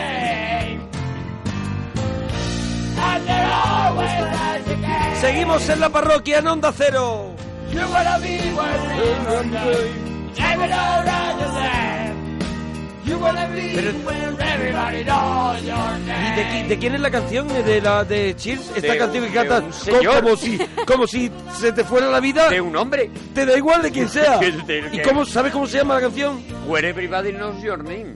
Speaker 9: Seguimos en la parroquia en Onda Cero.
Speaker 24: You wanna be where you Every all around your land. You wanna be
Speaker 9: Pero-
Speaker 24: where everybody knows your name.
Speaker 9: ¿Y de, qui- de quién es la canción? ¿De la de Cheers? Esta
Speaker 25: De
Speaker 9: canción que
Speaker 25: un-
Speaker 9: cantas
Speaker 25: de un
Speaker 9: co-
Speaker 25: señor.
Speaker 9: como si como si se te fuera la vida. De
Speaker 25: un hombre.
Speaker 9: Te da igual de quien sea.
Speaker 25: Del- del
Speaker 9: ¿Y
Speaker 25: que-
Speaker 9: cómo sabes cómo se llama la canción?
Speaker 25: Where everybody knows your name.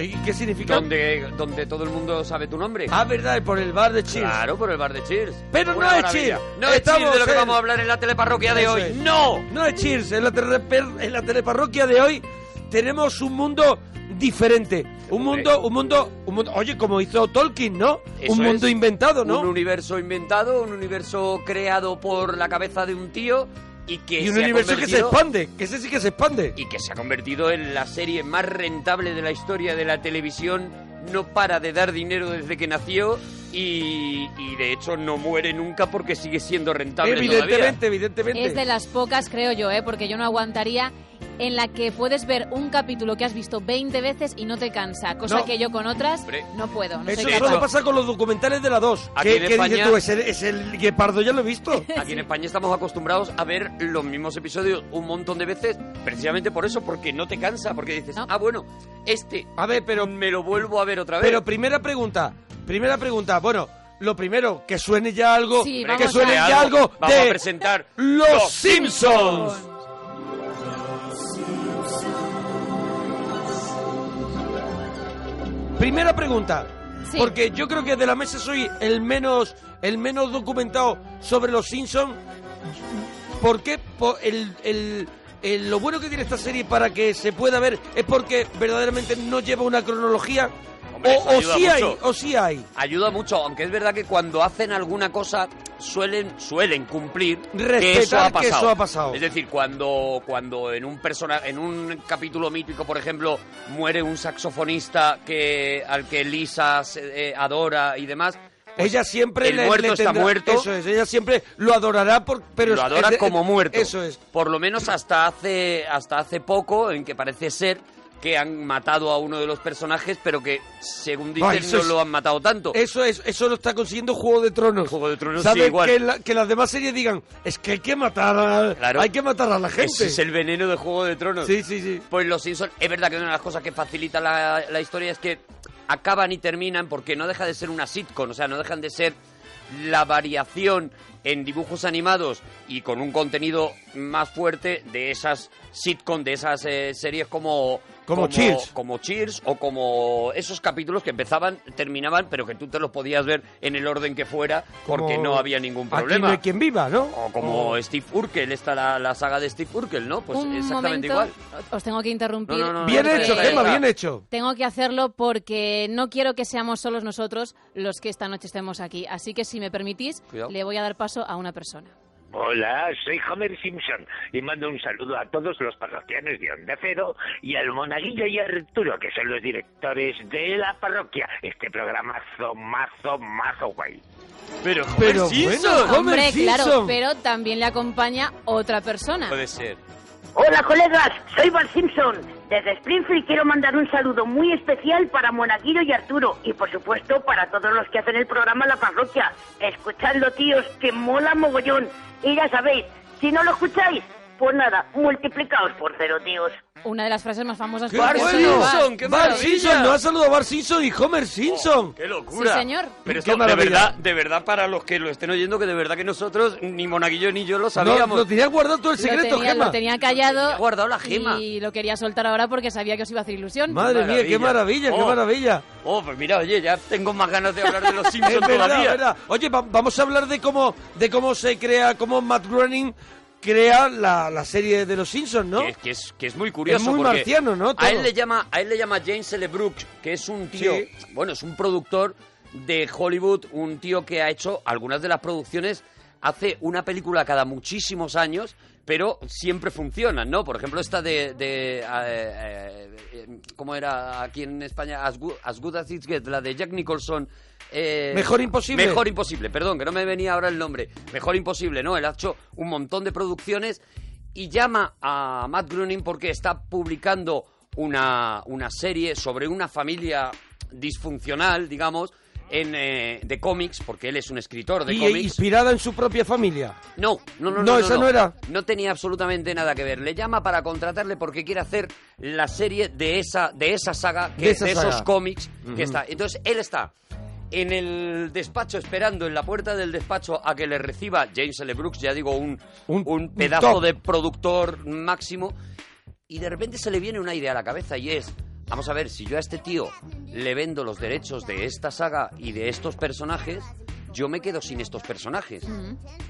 Speaker 9: ¿Y qué significa?
Speaker 25: Donde, donde todo el mundo sabe tu nombre.
Speaker 9: Ah, verdad, por el bar de Cheers.
Speaker 25: Claro, por el bar de Cheers.
Speaker 9: Pero
Speaker 25: Una
Speaker 9: no es
Speaker 25: maravilla.
Speaker 9: Cheers.
Speaker 25: No es Cheers de lo que
Speaker 9: en-
Speaker 25: vamos a hablar en la teleparroquia de
Speaker 9: Eso
Speaker 25: hoy.
Speaker 9: es.
Speaker 25: ¡No!
Speaker 9: No es Cheers. En la, teleper- en la teleparroquia de hoy tenemos un mundo diferente. Un mundo, un mundo, un mundo. Oye, como hizo Tolkien, ¿no?
Speaker 25: Eso
Speaker 9: un mundo
Speaker 25: es.
Speaker 9: inventado, ¿no?
Speaker 25: Un universo inventado, un universo creado por la cabeza de un tío y que
Speaker 9: y un
Speaker 25: se ha
Speaker 9: universo que se
Speaker 25: convertido-
Speaker 9: expande, que ese sí que se expande.
Speaker 25: Y que se ha convertido en la serie más rentable de la historia de la televisión. No para de dar dinero desde que nació y, y de hecho no muere nunca porque sigue siendo rentable
Speaker 9: Evidentemente,
Speaker 25: todavía.
Speaker 9: evidentemente.
Speaker 8: Es de las pocas, creo yo, ¿eh? porque yo no aguantaría en la que puedes ver un capítulo que has visto 20 veces y no te cansa, cosa
Speaker 9: No.
Speaker 8: que yo con otras no puedo. No
Speaker 9: Eso
Speaker 8: soy
Speaker 9: solo
Speaker 8: capaz.
Speaker 9: pasa con los documentales de la 2.
Speaker 25: Aquí
Speaker 9: ¿Qué,
Speaker 25: en
Speaker 9: qué dices
Speaker 25: España-
Speaker 9: tú? ¿Es el, es el guepardo? Ya lo he visto.
Speaker 25: Aquí en España estamos acostumbrados a ver los mismos episodios un montón de veces, precisamente por eso, porque no te cansa, porque dices, ah, bueno, este,
Speaker 9: a ver, pero
Speaker 25: me lo vuelvo a ver otra vez.
Speaker 9: Pero primera pregunta, primera pregunta. Bueno, lo primero, que suene ya algo,
Speaker 25: Sí,
Speaker 9: que
Speaker 25: vamos
Speaker 9: suene
Speaker 25: a-
Speaker 9: ya algo
Speaker 25: Vamos
Speaker 9: de
Speaker 25: a presentar
Speaker 9: Los,
Speaker 25: Los
Speaker 9: Simpsons. Primera pregunta.
Speaker 8: Sí.
Speaker 9: Porque yo creo que de la mesa soy el menos el menos documentado sobre los Simpsons. ¿Por qué? Por el- el- el- lo bueno que tiene esta serie para que se pueda ver es porque verdaderamente no lleva una cronología.
Speaker 25: Hombre,
Speaker 9: o,
Speaker 25: eso
Speaker 9: o
Speaker 25: ayuda
Speaker 9: sí hay,
Speaker 25: mucho.
Speaker 9: o sí hay.
Speaker 25: Ayuda mucho, aunque es verdad que cuando hacen alguna cosa suelen, suelen cumplir que eso, ha
Speaker 9: Respetar
Speaker 25: pasado.
Speaker 9: que eso ha pasado.
Speaker 25: Es decir, cuando, cuando en un persona, en un capítulo mítico, por ejemplo, muere un saxofonista que, al que Lisa se- eh, adora y demás. pues
Speaker 9: Ella siempre
Speaker 25: el
Speaker 9: le-
Speaker 25: muerto
Speaker 9: le
Speaker 25: está
Speaker 9: tendrá-
Speaker 25: muerto.
Speaker 9: Eso es, ella siempre lo adorará, por, pero
Speaker 25: lo
Speaker 9: es-
Speaker 25: adora
Speaker 9: es de-
Speaker 25: como muerto.
Speaker 9: Eso es.
Speaker 25: Por lo menos hasta hace, hasta hace poco, en que parece ser que han matado a uno de los personajes, pero que según dicen
Speaker 9: Ah, eso
Speaker 25: no
Speaker 9: es-
Speaker 25: lo han matado tanto.
Speaker 9: Eso es, eso lo está consiguiendo Juego de Tronos. Juego
Speaker 25: de Tronos
Speaker 9: ¿Sabes?
Speaker 25: sí, igual.
Speaker 9: Que, la- que las demás series digan, es que hay que matar a, hay que matar a la gente.
Speaker 25: Ese es el veneno de Juego de Tronos.
Speaker 9: Sí, sí, sí.
Speaker 25: Pues los Simpsons, es verdad que una de las cosas que facilita la, la historia es que acaban y terminan porque no deja de ser una sitcom, o sea, no dejan de ser la variación en dibujos animados y con un contenido más fuerte de esas sitcom, de esas eh, series como...
Speaker 9: Como Cheers.
Speaker 25: Como Cheers o como esos capítulos que empezaban, terminaban, pero que tú te los podías ver en el orden que fuera porque
Speaker 9: Como
Speaker 25: no había ningún
Speaker 9: Aquí
Speaker 25: problema.
Speaker 9: no hay quien viva, ¿no?
Speaker 25: O como Steve Urkel, está la, la saga de Steve Urkel, ¿no? Pues
Speaker 8: Un
Speaker 25: exactamente
Speaker 8: momento,
Speaker 25: igual.
Speaker 8: Os tengo que interrumpir.
Speaker 25: No, no, no, no,
Speaker 9: Bien
Speaker 25: no, no,
Speaker 9: hecho,
Speaker 25: no,
Speaker 9: Gemma,
Speaker 25: no.
Speaker 9: bien hecho.
Speaker 8: Tengo que hacerlo porque no quiero que seamos solos nosotros los que esta noche estemos aquí. Así que si me permitís,
Speaker 3: Cuidado.
Speaker 8: le voy a dar paso a una persona.
Speaker 3: Hola, soy Homer Simpson y mando un saludo a todos los parroquianos de Onda Cero y al Monaguillo y a Arturo, que son los directores de la parroquia. Este programazo, mazo, mazo, guay.
Speaker 25: Pero,
Speaker 3: pero
Speaker 8: Hombre, claro, pero también le acompaña otra persona.
Speaker 25: Puede ser.
Speaker 5: Hola colegas, soy Val Simpson. Desde Springfield quiero mandar un saludo muy especial para Monaguillo y Arturo y por supuesto para todos los que hacen el programa La Parroquia. Escuchadlo tíos, que mola mogollón. Y ya sabéis, si no lo escucháis, pues nada, multiplicaos por cero tíos.
Speaker 8: Una de las frases más famosas
Speaker 9: ¡Qué
Speaker 8: por
Speaker 9: bueno!
Speaker 8: Simpson, Bar.
Speaker 9: Bart Simpson, nos ha saludado Bart Simpson y Homer Simpson.
Speaker 25: Oh, ¡Qué locura!
Speaker 8: Sí, señor.
Speaker 25: Pero
Speaker 9: Qué
Speaker 25: esto, de
Speaker 9: maravilla.
Speaker 25: verdad, de verdad, para los que lo estén oyendo, que de verdad que nosotros, ni Monaguillo ni yo lo sabíamos.
Speaker 9: lo tenías guardado todo el
Speaker 8: lo, tenía, lo tenía callado
Speaker 25: guardado la gema.
Speaker 8: y lo quería soltar ahora porque sabía que os iba a hacer ilusión.
Speaker 9: Madre mía, qué maravilla, qué
Speaker 25: Oh.
Speaker 9: maravilla.
Speaker 25: Oh, pues mira, oye, ya tengo más ganas de hablar de los Simpsons
Speaker 9: Es verdad,
Speaker 25: todavía.
Speaker 9: verdad. Oye, va- vamos a hablar de cómo, de cómo se crea, cómo Matt Groening crea la, la serie de los Simpsons, ¿no?
Speaker 25: Que, que es, que es muy curioso.
Speaker 9: Es muy
Speaker 25: porque
Speaker 9: marciano, ¿no? Todo.
Speaker 25: A él, le llama, a él le llama James L. Brooks, que es un tío,
Speaker 9: Sí.
Speaker 25: bueno, es un productor de Hollywood, un tío que ha hecho algunas de las producciones, hace una película cada muchísimos años, pero siempre funcionan, ¿no? Por ejemplo, esta de, de, eh, eh, eh, ¿cómo era aquí en España? As Good As, Good As It Gets, la de Jack Nicholson. eh,
Speaker 9: Mejor Imposible.
Speaker 25: Mejor Mejor Imposible, perdón, que no me venía ahora el nombre. Mejor Imposible, ¿no? Él ha hecho un montón de producciones y llama a Matt Groening porque está publicando una, una serie sobre una familia disfuncional, digamos, en, eh, de cómics, porque él es un escritor de
Speaker 9: Y-
Speaker 25: cómics.
Speaker 9: inspirada en su propia familia.
Speaker 25: No, no, no, no.
Speaker 9: No, esa no era.
Speaker 25: No tenía absolutamente nada que ver. Le llama para contratarle porque quiere hacer la serie de esa, de esa saga, que,
Speaker 9: De
Speaker 25: de,
Speaker 9: esa
Speaker 25: esos
Speaker 9: saga.
Speaker 25: cómics
Speaker 9: Ujú.
Speaker 25: que está. Entonces él está en el despacho esperando en la puerta del despacho a que le reciba James L. Brooks, ya digo, un, un, pedazo
Speaker 9: top.
Speaker 25: de productor máximo. Y de repente se le viene una idea a la cabeza y es, vamos a ver, si yo a este tío le vendo los derechos de esta saga y de estos personajes, yo me quedo sin estos personajes.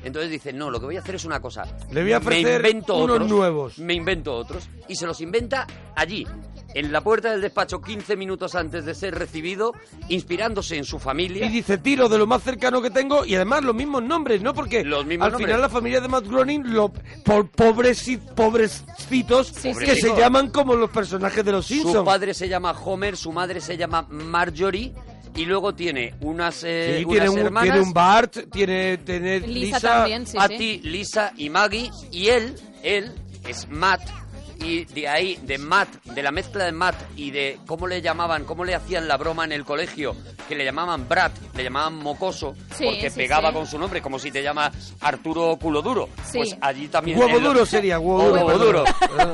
Speaker 25: Entonces dice, no, lo que voy a hacer es una cosa.
Speaker 9: Le voy a ofrecer
Speaker 25: me invento
Speaker 9: unos
Speaker 25: otros,
Speaker 9: nuevos.
Speaker 25: Me invento otros. Y se los inventa allí, en la puerta del despacho, 15 minutos antes de ser recibido, inspirándose en su familia.
Speaker 9: Y dice, tiro de lo más cercano que tengo y además los mismos nombres, ¿no? Porque al
Speaker 25: nombres.
Speaker 9: final la familia de Matt Groening, lo, por pobreci- pobrecitos,
Speaker 25: sí.
Speaker 9: que se llaman como los personajes de los
Speaker 25: Su
Speaker 9: Simpsons.
Speaker 25: padre se llama Homer, su madre se llama Marjorie. Y luego tiene unas, eh,
Speaker 9: Sí,
Speaker 25: unas
Speaker 9: tiene un,
Speaker 25: hermanas.
Speaker 9: tiene un Bart, tiene, tiene
Speaker 25: Lisa,
Speaker 9: Lisa,
Speaker 25: Patty, Lisa y Maggie. Y él, él es Matt. Y de ahí, de Matt, de la mezcla de Matt y de cómo le llamaban, cómo le hacían la broma en el colegio, que le llamaban Brat, le llamaban Mocoso,
Speaker 9: Sí,
Speaker 25: porque
Speaker 9: sí,
Speaker 25: pegaba
Speaker 9: sí.
Speaker 25: con su nombre, como si te llama Arturo Culo Duro.
Speaker 9: Sí.
Speaker 25: Pues allí también.
Speaker 9: Huevo
Speaker 25: en lo-
Speaker 9: duro sería, huevo duro, perdón.
Speaker 25: duro.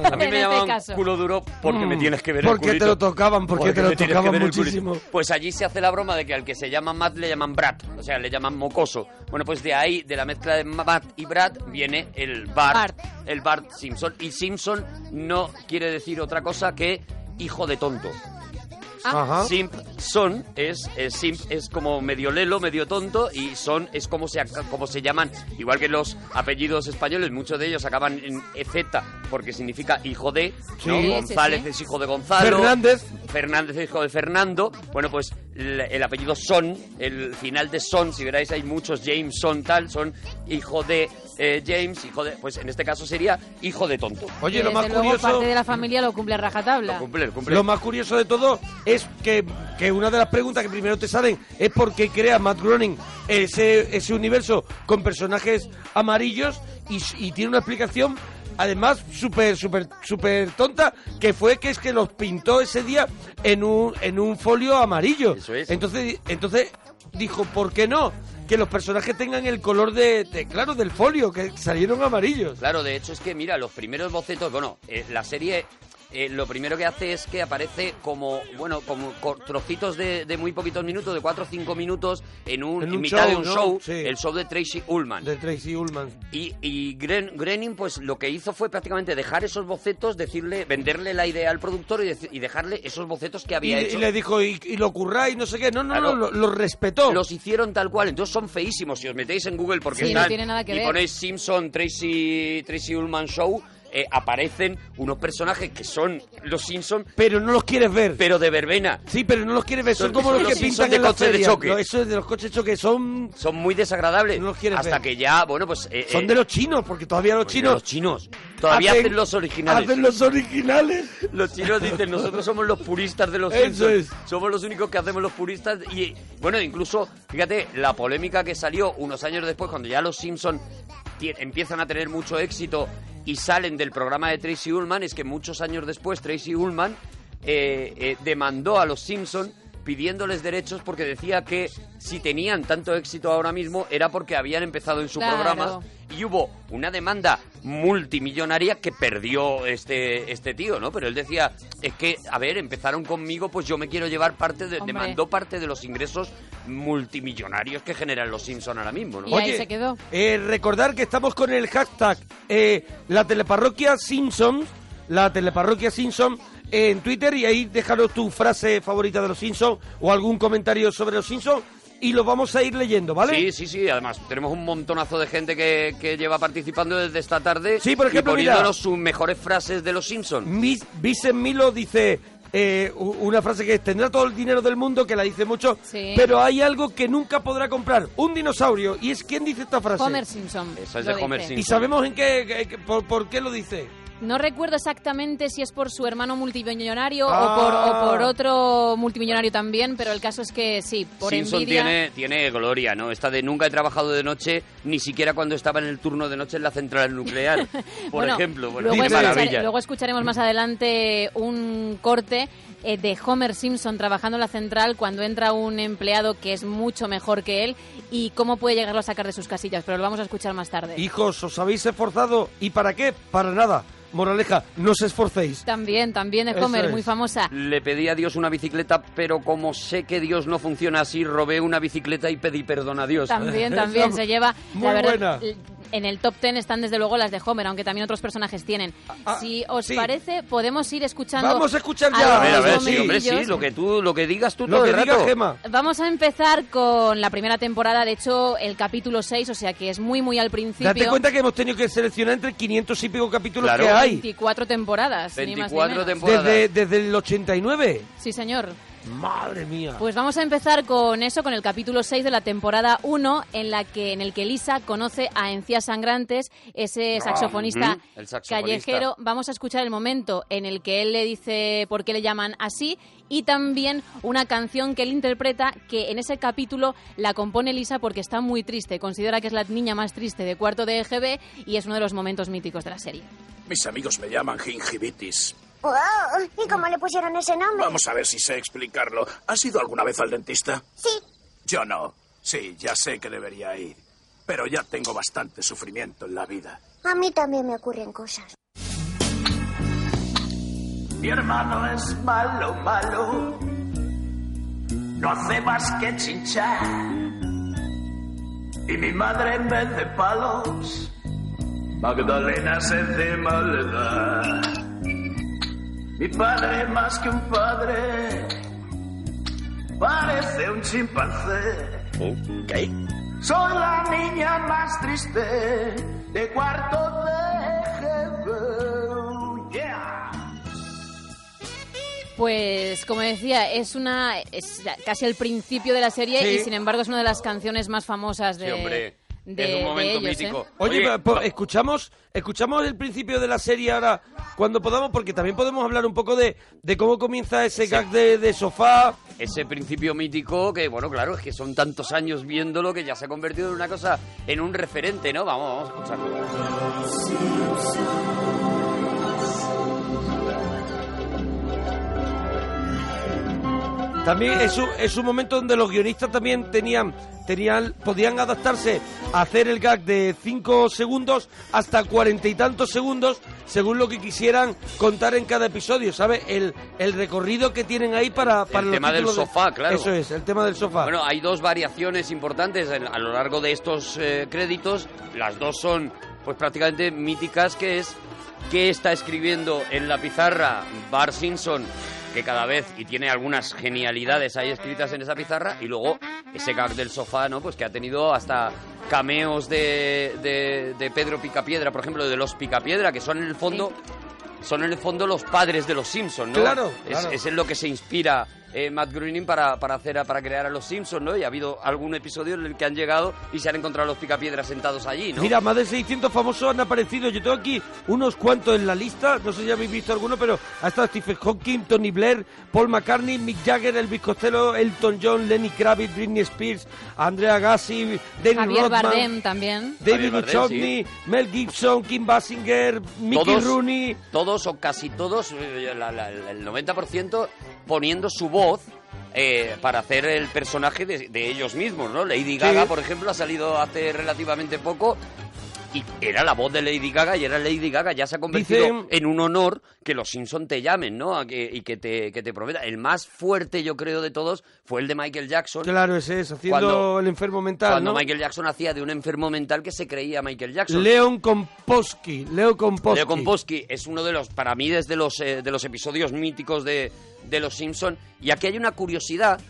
Speaker 25: A mí
Speaker 9: En
Speaker 25: me
Speaker 9: este
Speaker 25: llamaban
Speaker 9: caso.
Speaker 25: Culo Duro porque me
Speaker 9: Mm,
Speaker 25: tienes que ver
Speaker 9: ¿por qué te
Speaker 25: el culito.
Speaker 9: lo tocaban? ¿Por qué te lo
Speaker 25: me tienes que
Speaker 9: tocaban
Speaker 25: ver el culito?
Speaker 9: muchísimo?
Speaker 25: Pues allí se hace la broma de que al que se llama Matt le llaman Brad, o sea, le llaman mocoso. Bueno, pues de ahí, de la mezcla de Matt y Brad, viene el Bart,
Speaker 8: Bart.
Speaker 25: el Bart Simpson. Y Simpson no quiere decir otra cosa que hijo de tonto.
Speaker 8: Ah,
Speaker 9: Ajá.
Speaker 25: Ah. Simp son es, eh, simp es como medio lelo, medio tonto y son es como se ac- como se llaman, igual que los apellidos españoles, muchos de ellos acaban en EZ porque significa hijo de, ¿no?
Speaker 9: Sí. Sí, sí,
Speaker 25: González
Speaker 9: sí.
Speaker 25: es hijo de Gonzalo.
Speaker 9: Fernández.
Speaker 25: Fernández es hijo de Fernando. Bueno, pues el, el apellido Son, el final de Son, si veráis hay muchos James Son tal, son hijo de eh, James, hijo de pues en este caso sería hijo de tonto.
Speaker 8: Y desde luego parte de la familia lo cumple a rajatabla.
Speaker 25: Cumple, cumple.
Speaker 9: Lo más curioso de todo es que, que una de las preguntas que primero te salen es por qué crea Matt Groening ese, ese universo con personajes amarillos y, s- y tiene una explicación además súper súper súper tonta que fue que es que los pintó ese día en un en un folio amarillo entonces entonces dijo por qué no que los personajes tengan el color de, de- claro del folio que salieron amarillos
Speaker 25: Claro, de hecho es que, mira, los primeros bocetos, bueno, eh, la serie eh, lo primero que hace es que aparece como, bueno, como co- trocitos de, de muy poquitos minutos, de 4 o 5 minutos, en, un,
Speaker 9: En
Speaker 25: en
Speaker 9: un
Speaker 25: mitad de
Speaker 9: show,
Speaker 25: un
Speaker 9: ¿no?
Speaker 25: show,
Speaker 9: Sí.
Speaker 25: el show de Tracy Ullman.
Speaker 9: de Tracy Ullman
Speaker 25: Y, y Gren- Groening, pues lo que hizo fue prácticamente dejar esos bocetos, decirle, venderle la idea al productor y, deci- y dejarle esos bocetos que
Speaker 9: y,
Speaker 25: había
Speaker 9: y
Speaker 25: hecho.
Speaker 9: le dijo y, y lo curráis no sé qué no no
Speaker 25: Claro.
Speaker 9: no lo, lo respetó
Speaker 25: Los hicieron tal cual, entonces son feísimos. Si os metéis en Google porque
Speaker 8: Sí, no
Speaker 25: están-
Speaker 8: tiene nada que
Speaker 25: y
Speaker 8: ver.
Speaker 25: ponéis Simpson, Tracy, Tracy Ullman Show, eh, aparecen unos personajes que son los Simpson.
Speaker 9: Pero no los quieres ver.
Speaker 25: Pero de verbena.
Speaker 9: Sí, pero no los quieres ver. Son como los que pintan
Speaker 25: de
Speaker 9: en las
Speaker 25: coches de
Speaker 9: ferias.
Speaker 25: choque.
Speaker 9: No, eso es de los coches de choque. Son,
Speaker 25: son muy desagradables.
Speaker 9: No los quieres
Speaker 25: Hasta
Speaker 9: ver.
Speaker 25: que ya, bueno, pues... eh,
Speaker 9: Son
Speaker 25: eh,
Speaker 9: de los chinos, porque todavía los
Speaker 25: Coño,
Speaker 9: chinos...
Speaker 25: los chinos. Todavía hacen los originales.
Speaker 9: Hacen los originales.
Speaker 25: Los chinos dicen, nosotros somos los puristas de los
Speaker 9: Eso
Speaker 25: Simpsons. Somos los únicos que hacemos los puristas. Y bueno, incluso, fíjate, la polémica que salió unos años después, cuando ya los Simpsons empiezan a tener mucho éxito y salen del programa de Tracy Ullman, es que muchos años después Tracy Ullman eh, eh, demandó a los Simpson pidiéndoles derechos porque decía que si tenían tanto éxito ahora mismo era porque habían empezado en su
Speaker 8: Claro.
Speaker 25: programa y hubo una demanda multimillonaria que perdió este, este tío, ¿no? Pero él decía, es que, a ver, empezaron conmigo, pues yo me quiero llevar parte, de,
Speaker 8: Hombre.
Speaker 25: demandó parte de los ingresos multimillonarios que generan los Simpson ahora mismo, ¿no?
Speaker 8: Y ahí se quedó.
Speaker 9: Eh, recordar que estamos con el hashtag eh, la teleparroquia Simpsons, la teleparroquia Simpson eh, en Twitter y ahí déjanos tu frase favorita de los Simpsons o algún comentario sobre los Simpsons y los vamos a ir leyendo, ¿vale?
Speaker 25: Sí, sí, sí. Además, tenemos un montonazo de gente que, que lleva participando desde esta tarde.
Speaker 9: Sí, por ejemplo,
Speaker 25: y poniéndonos
Speaker 9: mira.
Speaker 25: sus mejores frases de los Simpsons.
Speaker 9: Mis- Vicent Milo dice eh, u- una frase que es, tendrá todo el dinero del mundo, que la dice mucho,
Speaker 8: Sí.
Speaker 9: pero hay algo que nunca podrá comprar, un dinosaurio. ¿Y es quién dice esta frase?
Speaker 8: Homer Simpson.
Speaker 25: Esa es de
Speaker 8: lo
Speaker 25: Homer
Speaker 8: dice.
Speaker 25: Simpson.
Speaker 9: ¿Y sabemos en qué, qué- qué- por, por qué lo dice?
Speaker 8: No recuerdo exactamente si es por su hermano multimillonario
Speaker 25: Ah.
Speaker 8: o, por, o por otro multimillonario también, pero el caso es que sí, por
Speaker 25: Simpson
Speaker 8: envidia.
Speaker 25: tiene, tiene gloria, ¿no? Esta de nunca he trabajado de noche, ni siquiera cuando estaba en el turno de noche en la central nuclear, por
Speaker 8: Bueno,
Speaker 25: ejemplo. Bueno,
Speaker 8: luego,
Speaker 25: tiene
Speaker 8: escuchare-
Speaker 25: maravillas.
Speaker 8: luego escucharemos más adelante un corte eh, de Homer Simpson trabajando en la central cuando entra un empleado que es mucho mejor que él y cómo puede llegarlo a sacar de sus casillas, pero lo vamos a escuchar más tarde.
Speaker 9: Hijos, os habéis esforzado. ¿Y para qué? Para nada. Moraleja, no os esforcéis.
Speaker 8: También, también de
Speaker 25: Eso
Speaker 8: Homer,
Speaker 25: es.
Speaker 8: muy famosa.
Speaker 25: Le pedí a Dios una bicicleta, pero como sé que Dios no funciona así, robé una bicicleta y pedí perdón a Dios.
Speaker 8: También, también se lleva.
Speaker 25: muy
Speaker 8: la verdad,
Speaker 25: buena.
Speaker 8: l- En el top ten están desde luego las de Homer, aunque también otros personajes tienen. si os
Speaker 25: sí.
Speaker 8: parece, Eh, podemos ir escuchando.
Speaker 9: Vamos a escuchar
Speaker 25: A ver, a ver,
Speaker 8: algunos
Speaker 25: sí, hombre, sí,
Speaker 8: momentillos.
Speaker 25: lo que tú, lo que digas tú
Speaker 9: Lo
Speaker 25: todo
Speaker 9: que
Speaker 25: el
Speaker 9: diga
Speaker 25: rato.
Speaker 9: Gema.
Speaker 8: Vamos a empezar con la primera temporada, de hecho, el capítulo 6, o sea que es muy, muy al principio.
Speaker 9: Date cuenta que hemos tenido que seleccionar entre 500 y pico capítulos
Speaker 25: Claro.
Speaker 9: que hay.
Speaker 8: 24 temporadas, ni más ni menos.
Speaker 9: Desde, desde el 89.
Speaker 8: Sí, señor.
Speaker 9: Madre mía.
Speaker 8: Pues vamos a empezar con eso, con el capítulo 6 de la temporada 1, en, la que, en el que Lisa conoce a Encías Sangrantes, ese
Speaker 7: Ah.
Speaker 25: Ujú,
Speaker 8: saxofonista
Speaker 25: Mm. el saxofonista.
Speaker 8: callejero. Vamos a escuchar el momento en el que él le dice por qué le llaman así y también una canción que él interpreta que en ese capítulo la compone Lisa porque está muy triste. Considera que es la niña más triste de cuarto de EGB y es uno de los momentos míticos de la serie.
Speaker 6: Mis amigos me llaman gingivitis.
Speaker 10: ¿Y cómo le pusieron ese nombre?
Speaker 6: Vamos a ver si sé explicarlo. ¿Has ido alguna vez al dentista? Sí. Yo no. Sí, ya sé que debería ir. Pero ya tengo bastante sufrimiento en la vida.
Speaker 10: A mí también me ocurren cosas.
Speaker 6: Mi hermano es malo, malo. No hace más que chinchar. Y mi madre en vez de palos, magdalenas encima le da. Mi padre más que un padre, parece un chimpancé.
Speaker 24: Okay.
Speaker 6: Soy la niña más triste de cuarto de GB. Yeah.
Speaker 8: Pues como decía, es una es casi el principio de la serie
Speaker 9: Sí.
Speaker 8: y sin embargo es una de las canciones más famosas de, de- de ellos, ¿eh?
Speaker 9: Oye, pa- pa- escuchamos, escuchamos el principio de la serie ahora cuando podamos, porque también podemos hablar un poco de, de cómo comienza ese gag de, de sofá.
Speaker 25: Ese principio mítico que, bueno, claro, es que son tantos años viéndolo que ya se ha convertido en una cosa, en un referente, ¿no? Vamos, vamos a escucharlo.
Speaker 9: También es un, es un momento donde los guionistas también tenían, tenían, podían adaptarse a hacer el gag de 5 segundos hasta cuarenta y tantos segundos según lo que quisieran contar en cada episodio, ¿sabes? El, el recorrido que tienen ahí para, para
Speaker 25: El
Speaker 9: los
Speaker 25: tema del
Speaker 9: títulos de-
Speaker 25: sofá, claro.
Speaker 9: Eso es, el tema del sofá.
Speaker 25: Bueno, hay dos variaciones importantes en- a lo largo de estos eh, créditos. Las dos son, pues, prácticamente míticas, que es qué está escribiendo en la pizarra Bar Simpson, que cada vez y tiene algunas genialidades ahí escritas en esa pizarra, y luego ese gag del sofá, ¿no? Pues que ha tenido hasta cameos de, de, de Pedro Picapiedra, por ejemplo, de los Picapiedra, que son en el fondo son en el fondo los padres de los Simpsons, ¿no?
Speaker 9: Claro,
Speaker 25: Es,
Speaker 9: claro.
Speaker 25: es en lo que se inspira eh, Matt Groening para, para, hacer, a- para crear a los Simpsons, ¿no? Y ha habido algún episodio en el que han llegado y se han encontrado los picapiedras sentados allí, ¿no?
Speaker 9: Mira, más de 600 famosos han aparecido. Yo tengo aquí unos cuantos en la lista. No sé si habéis visto alguno, pero ha estado Stephen Hawking, Tony Blair, Paul McCartney, Mick Jagger, Elvis Costello, Elton John, Lenny Kravitz, Britney Spears, Andrea Gassi, Dennis
Speaker 8: ¿eh? Javier
Speaker 9: Rodman,
Speaker 8: Bardem también.
Speaker 9: David
Speaker 25: Javier Bardem,
Speaker 9: Duchovny, Mel Gibson, Kim Basinger, Mickey
Speaker 25: todos,
Speaker 9: Rooney.
Speaker 25: Todos o casi todos, eh, la- la- la- el 90% poniendo su voz eh, para hacer el personaje de, de ellos mismos, ¿no? Lady Gaga, por ejemplo, ha salido hace relativamente poco y era la voz de Lady Gaga y era Lady Gaga. Ya se ha convertido
Speaker 9: Dicen-
Speaker 25: en un honor que los Simpson te llamen, ¿no? A que- y que te, que te prometa. El más fuerte, yo creo, de todos fue el de Michael Jackson.
Speaker 9: Claro, ese es, haciendo
Speaker 25: Cuando-
Speaker 9: el enfermo mental,
Speaker 25: Cuando
Speaker 9: ¿no?
Speaker 25: Michael Jackson hacía de un enfermo mental que se creía Michael Jackson.
Speaker 9: Leon Komposky, Leo Komposky.
Speaker 25: Leo Komposky es uno de los, para mí, desde los, eh, de los episodios míticos de, de Los Simpson. Y aquí hay una curiosidad,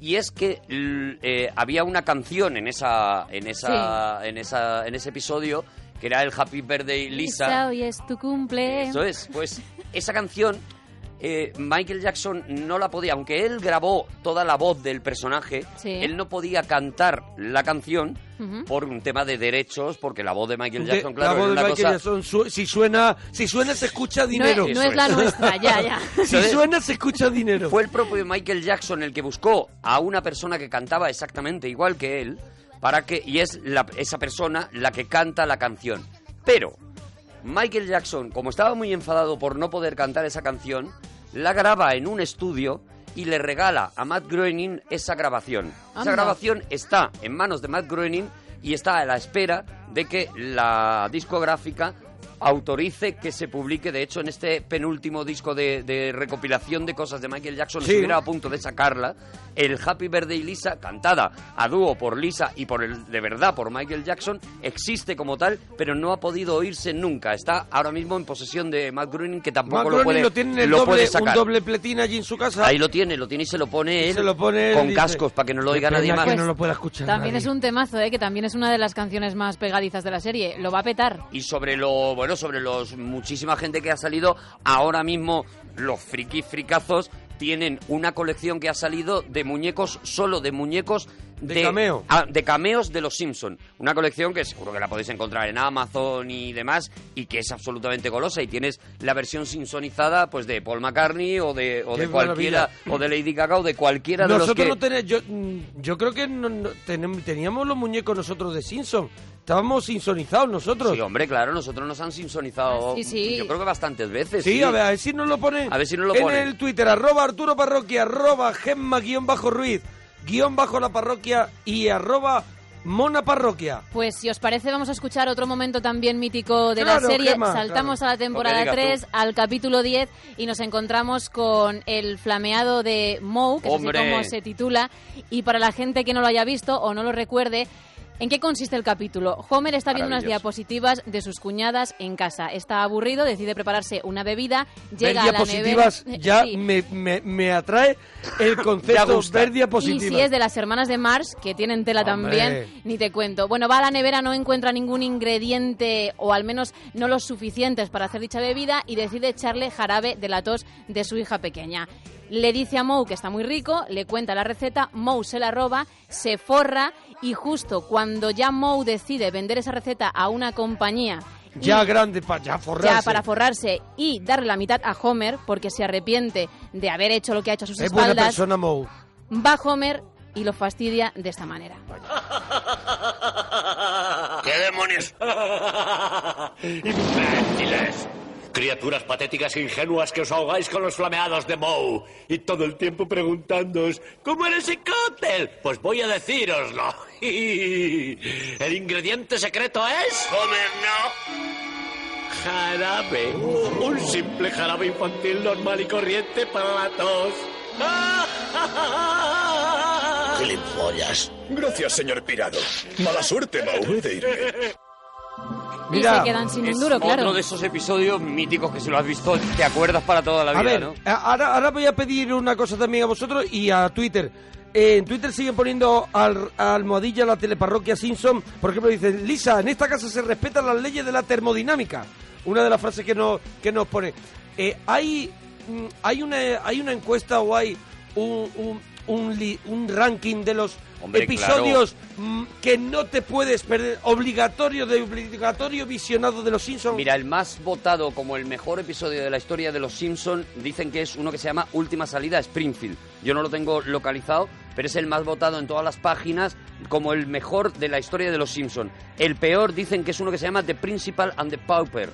Speaker 25: y es que l- eh, había una canción en esa, en esa, en esa, en ese episodio que era el Happy Birthday Lisa.
Speaker 8: hoy es tu cumple.
Speaker 25: Eso es, pues esa canción eh, Michael Jackson no la podía, aunque él grabó toda la voz del personaje,
Speaker 8: Sí.
Speaker 25: él no podía cantar la canción
Speaker 8: Ujú.
Speaker 25: por un tema de derechos, porque la voz de Michael
Speaker 9: De-
Speaker 25: Jackson, claro,
Speaker 9: la voz
Speaker 25: es
Speaker 9: de
Speaker 25: una
Speaker 9: Michael
Speaker 25: cosa...
Speaker 9: Jackson, su- si suena, si suena se escucha
Speaker 25: es-
Speaker 9: dinero.
Speaker 25: no es la Eso es. nuestra, ya, ya.
Speaker 9: si suena se escucha dinero.
Speaker 25: Fue el propio Michael Jackson el que buscó a una persona que cantaba exactamente igual que él para que y es la- esa persona la que canta la canción. Pero Michael Jackson, como estaba muy enfadado por no poder cantar esa canción, la graba en un estudio y le regala a Matt Groening esa grabación. Esa
Speaker 9: Anda.
Speaker 25: grabación está en manos de Matt Groening y está a la espera de que la discográfica autorice que se publique. De hecho, en este penúltimo disco de, de recopilación de cosas de Michael Jackson,
Speaker 9: Sí.
Speaker 25: estuviera a punto de sacarla, el Happy Birthday Lisa, cantada a dúo por Lisa y por el, de verdad por Michael Jackson, existe como tal, pero no ha podido oírse nunca. Está ahora mismo en posesión de Matt Groening, que tampoco
Speaker 9: Matt
Speaker 25: lo
Speaker 9: Groening
Speaker 25: puede,
Speaker 9: lo tiene en el
Speaker 25: lo
Speaker 9: doble,
Speaker 25: puede
Speaker 9: un
Speaker 25: sacar.
Speaker 9: doble pletín allí en su casa.
Speaker 25: Ahí lo tiene, lo tiene y se lo pone
Speaker 9: Y
Speaker 25: él
Speaker 9: se lo pone él,
Speaker 25: con
Speaker 9: dice,
Speaker 25: cascos para que no lo
Speaker 9: "Qué
Speaker 25: oiga nadie
Speaker 9: pena
Speaker 25: más.
Speaker 9: que no lo pueda escuchar
Speaker 8: También
Speaker 25: nadie".
Speaker 8: es un temazo, ¿eh? que también es una de las canciones más pegadizas de la serie. Lo va a petar.
Speaker 25: y sobre lo bueno sobre los muchísima gente que ha salido ahora mismo los frikis fricazos tienen una colección que ha salido de muñecos solo de muñecos
Speaker 9: De cameo.
Speaker 25: ah, de cameos de los Simpson una colección que seguro que la podéis encontrar en Amazon y demás y que es absolutamente golosa y tienes la versión simpsonizada pues de Paul McCartney o de o
Speaker 9: Qué
Speaker 25: de cualquiera
Speaker 9: maravilla.
Speaker 25: o de Lady Gaga o de cualquiera de
Speaker 9: Nosotros
Speaker 25: los que
Speaker 9: no tenemos. Yo, mm, yo creo que no- no tenem- teníamos los muñecos nosotros de Simpson. Estábamos simpsonizados nosotros.
Speaker 25: Sí, hombre, claro, nosotros nos han simpsonizado
Speaker 9: Sí, sí.
Speaker 25: yo creo que bastantes veces.
Speaker 9: Sí, a ver, a ver si nos lo ponen.
Speaker 25: A ver si nos lo
Speaker 9: en
Speaker 25: ponen.
Speaker 9: el Twitter, arroba Arturo Parroquia, arroba Gemma guión bajo Ruiz, guión bajo la parroquia y arroba Mona Parroquia.
Speaker 8: Pues si os parece vamos a escuchar otro momento también mítico de
Speaker 9: Claro,
Speaker 8: la serie.
Speaker 9: Gemma,
Speaker 8: Saltamos
Speaker 9: claro.
Speaker 8: a la temporada
Speaker 9: Lo que digas
Speaker 8: 3, al capítulo 10 y nos encontramos con el flameado de Moe, que es
Speaker 12: ¡Hombre!
Speaker 8: así como se titula. Y para la gente que no lo haya visto o no lo recuerde, ¿en qué consiste el capítulo? Homer está viendo unas
Speaker 12: Maravilloso.
Speaker 8: diapositivas de sus cuñadas en casa. Está aburrido, decide prepararse una bebida,
Speaker 9: Ver
Speaker 8: llega a la nevera...
Speaker 9: diapositivas ya
Speaker 8: Sí.
Speaker 9: me, me- me atrae el
Speaker 25: Ya
Speaker 9: concepto
Speaker 25: gusta.
Speaker 9: ver
Speaker 8: Y
Speaker 9: diapositivas.
Speaker 8: si es de las hermanas de Mars, que tienen tela
Speaker 9: Hombre.
Speaker 8: también, ni te cuento. Bueno, va a la nevera, no encuentra ningún ingrediente, o al menos no los suficientes para hacer dicha bebida, y decide echarle jarabe de la tos de su hija pequeña. Le dice a Moe que está muy rico, le cuenta la receta, Moe se la roba, se forra, y justo cuando ya Moe decide vender esa receta a una compañía y-
Speaker 9: Ya grande, pa- ya forrarse.
Speaker 8: ya para forrarse y darle la mitad a Homer porque se arrepiente de haber hecho lo que ha hecho a sus
Speaker 9: es buena
Speaker 8: espaldas,
Speaker 9: persona, Mou.
Speaker 8: va Homer y lo fastidia de esta manera.
Speaker 13: ¿Qué demonios? ¡Imbéciles! Criaturas patéticas e ingenuas que os ahogáis con los flameados de Moe y todo el tiempo preguntándoos ¿Cómo era ese cóctel? Pues voy a decíroslo. El ingrediente secreto es... Homer, no. Jarabe. Uh, Un simple jarabe infantil normal y corriente para la tos.
Speaker 14: ¡Gilipollas! Gracias, señor Pirado. Mala suerte, Mau. He de irme.
Speaker 8: Mira, se quedan sin un
Speaker 25: es
Speaker 8: duro, claro.
Speaker 25: Otro de esos episodios míticos que si lo has visto te acuerdas para toda la
Speaker 9: a
Speaker 25: vida,
Speaker 9: ver,
Speaker 25: ¿no?
Speaker 9: a- ahora, ahora voy a pedir una cosa también a vosotros y a Twitter. Eh, en Twitter siguen poniendo al, a almohadilla la teleparroquia Simpson. Por ejemplo, dicen, Lisa, en esta casa se respetan las leyes de la termodinámica. Una de las frases que nos, que nos pone. Eh, hay, mm, hay, una, hay una encuesta o hay un, un, un li- un ranking de los
Speaker 25: Hombre,
Speaker 9: episodios mm, que no te puedes perder, obligatorio de obligatorio visionado de los Simpsons.
Speaker 25: Mira, el más votado como el mejor episodio de la historia de Los Simpson dicen que es uno que se llama Última Salida a Springfield. Yo no lo tengo localizado, pero es el más votado en todas las páginas como el mejor de la historia de Los Simpson. El peor dicen que es uno que se llama The Principal and the Pauper.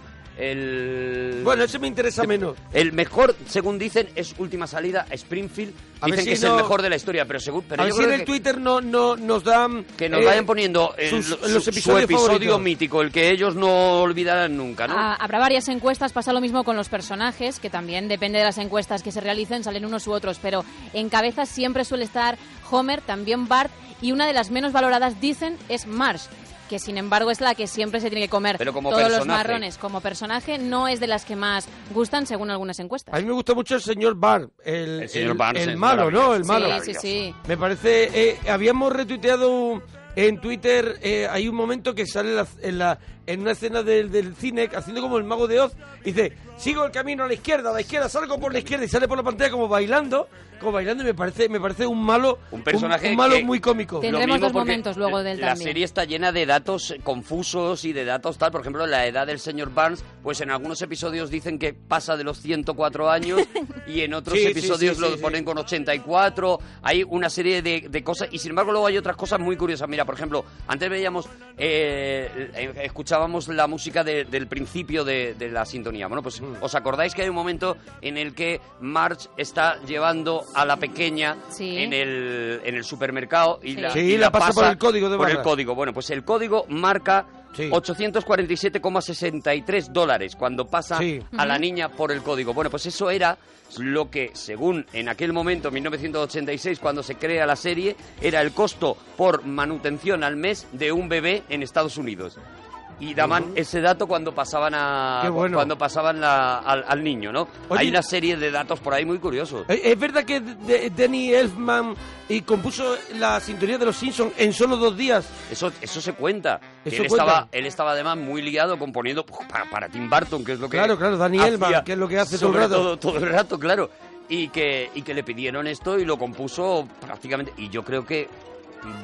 Speaker 25: El...
Speaker 9: Bueno, ese me interesa menos.
Speaker 25: El mejor, según dicen, es Última Salida a Springfield.
Speaker 9: A ver
Speaker 25: Dicen
Speaker 9: si
Speaker 25: que es
Speaker 9: no-
Speaker 25: el mejor de la historia, pero según... Pero
Speaker 9: a ver
Speaker 25: yo
Speaker 9: si
Speaker 25: creo
Speaker 9: en el
Speaker 25: que-
Speaker 9: Twitter no, no nos dan...
Speaker 25: Que nos
Speaker 9: eh,
Speaker 25: vayan poniendo el-
Speaker 9: sus-
Speaker 25: su,
Speaker 9: los
Speaker 25: su
Speaker 9: episodios
Speaker 25: episodio
Speaker 9: favoritos.
Speaker 25: mítico, el que ellos no olvidarán nunca, ¿no?
Speaker 8: Ah, habrá varias encuestas, pasa lo mismo con los personajes, que también depende de las encuestas que se realicen, salen unos u otros, pero en cabeza siempre suele estar Homer, también Bart, y una de las menos valoradas, dicen, es Marsh, que sin embargo es la que siempre se tiene que comer
Speaker 9: Pero como
Speaker 8: todos los
Speaker 9: personaje.
Speaker 8: marrones. Como personaje no es de las que más gustan, según algunas encuestas.
Speaker 9: A mí me gusta mucho el señor Bar, el,
Speaker 25: señor
Speaker 9: el-
Speaker 25: Barnes
Speaker 9: el
Speaker 25: es
Speaker 9: malo, ¿no? El
Speaker 8: Sí,
Speaker 9: malo.
Speaker 8: sí, sí.
Speaker 9: Me parece, eh, habíamos retuiteado un- En Twitter eh, hay un momento que sale en, la- en la- en una escena del, del cine haciendo como el mago de Oz. Y dice, sigo el camino a la izquierda, a la izquierda, salgo por la izquierda y sale por la pantalla como bailando. Como bailando y me parece, me parece un malo. Un
Speaker 25: personaje
Speaker 9: Un, malo
Speaker 25: que-
Speaker 9: muy cómico.
Speaker 25: Lo
Speaker 8: Tendremos
Speaker 25: mismo
Speaker 8: dos
Speaker 25: porque
Speaker 8: momentos luego del
Speaker 25: La
Speaker 8: también.
Speaker 25: serie está llena de datos confusos y de datos tal. Por ejemplo, la edad del señor Barnes, pues en algunos episodios dicen que pasa de los 104 años y en otros
Speaker 9: Sí, sí,
Speaker 25: episodios
Speaker 9: sí,
Speaker 25: lo
Speaker 9: sí, sí.
Speaker 25: ponen con 84. Hay una serie de, de cosas y sin embargo luego hay otras cosas muy curiosas. Mira, por ejemplo, antes veíamos, eh, eh, escuchábamos la música de- del principio de, de la sintonía. Bueno, pues
Speaker 9: Mm.
Speaker 25: os acordáis que hay un momento en el que Marge está llevando a la pequeña
Speaker 8: Sí.
Speaker 25: en, el, en el supermercado y
Speaker 9: Sí.
Speaker 25: la,
Speaker 9: Sí,
Speaker 25: y
Speaker 9: la pasa por el código de
Speaker 25: por
Speaker 9: barra.
Speaker 25: el código. Bueno, pues el código marca 847,63 dólares cuando pasa
Speaker 9: Sí.
Speaker 25: a la
Speaker 9: Ujú.
Speaker 25: niña por el código. Bueno, pues eso era lo que, según en aquel momento, 1986, cuando se crea la serie, era el costo por manutención al mes de un bebé en Estados Unidos. Y daban ese dato cuando pasaban a
Speaker 9: Qué bueno.
Speaker 25: cuando pasaban la- al, al niño, ¿no?
Speaker 9: Oye.
Speaker 25: Hay una serie de datos por ahí muy curiosos.
Speaker 9: Eh, ¿Es verdad que D- D- Danny Elfman y compuso la sintonía de los Simpsons en solo dos días?
Speaker 25: Eso, eso se cuenta. Que
Speaker 9: Eso
Speaker 25: él,
Speaker 9: cuenta.
Speaker 25: Estaba, él estaba además muy liado componiendo uf, para, para Tim Burton, que es lo que.
Speaker 9: Claro, claro, Danny
Speaker 25: hacía
Speaker 9: Elfman, que es lo que hace todo el
Speaker 25: sobre
Speaker 9: rato.
Speaker 25: Todo, todo el rato, claro. Y que, y que le pidieron esto y lo compuso prácticamente. Y yo creo que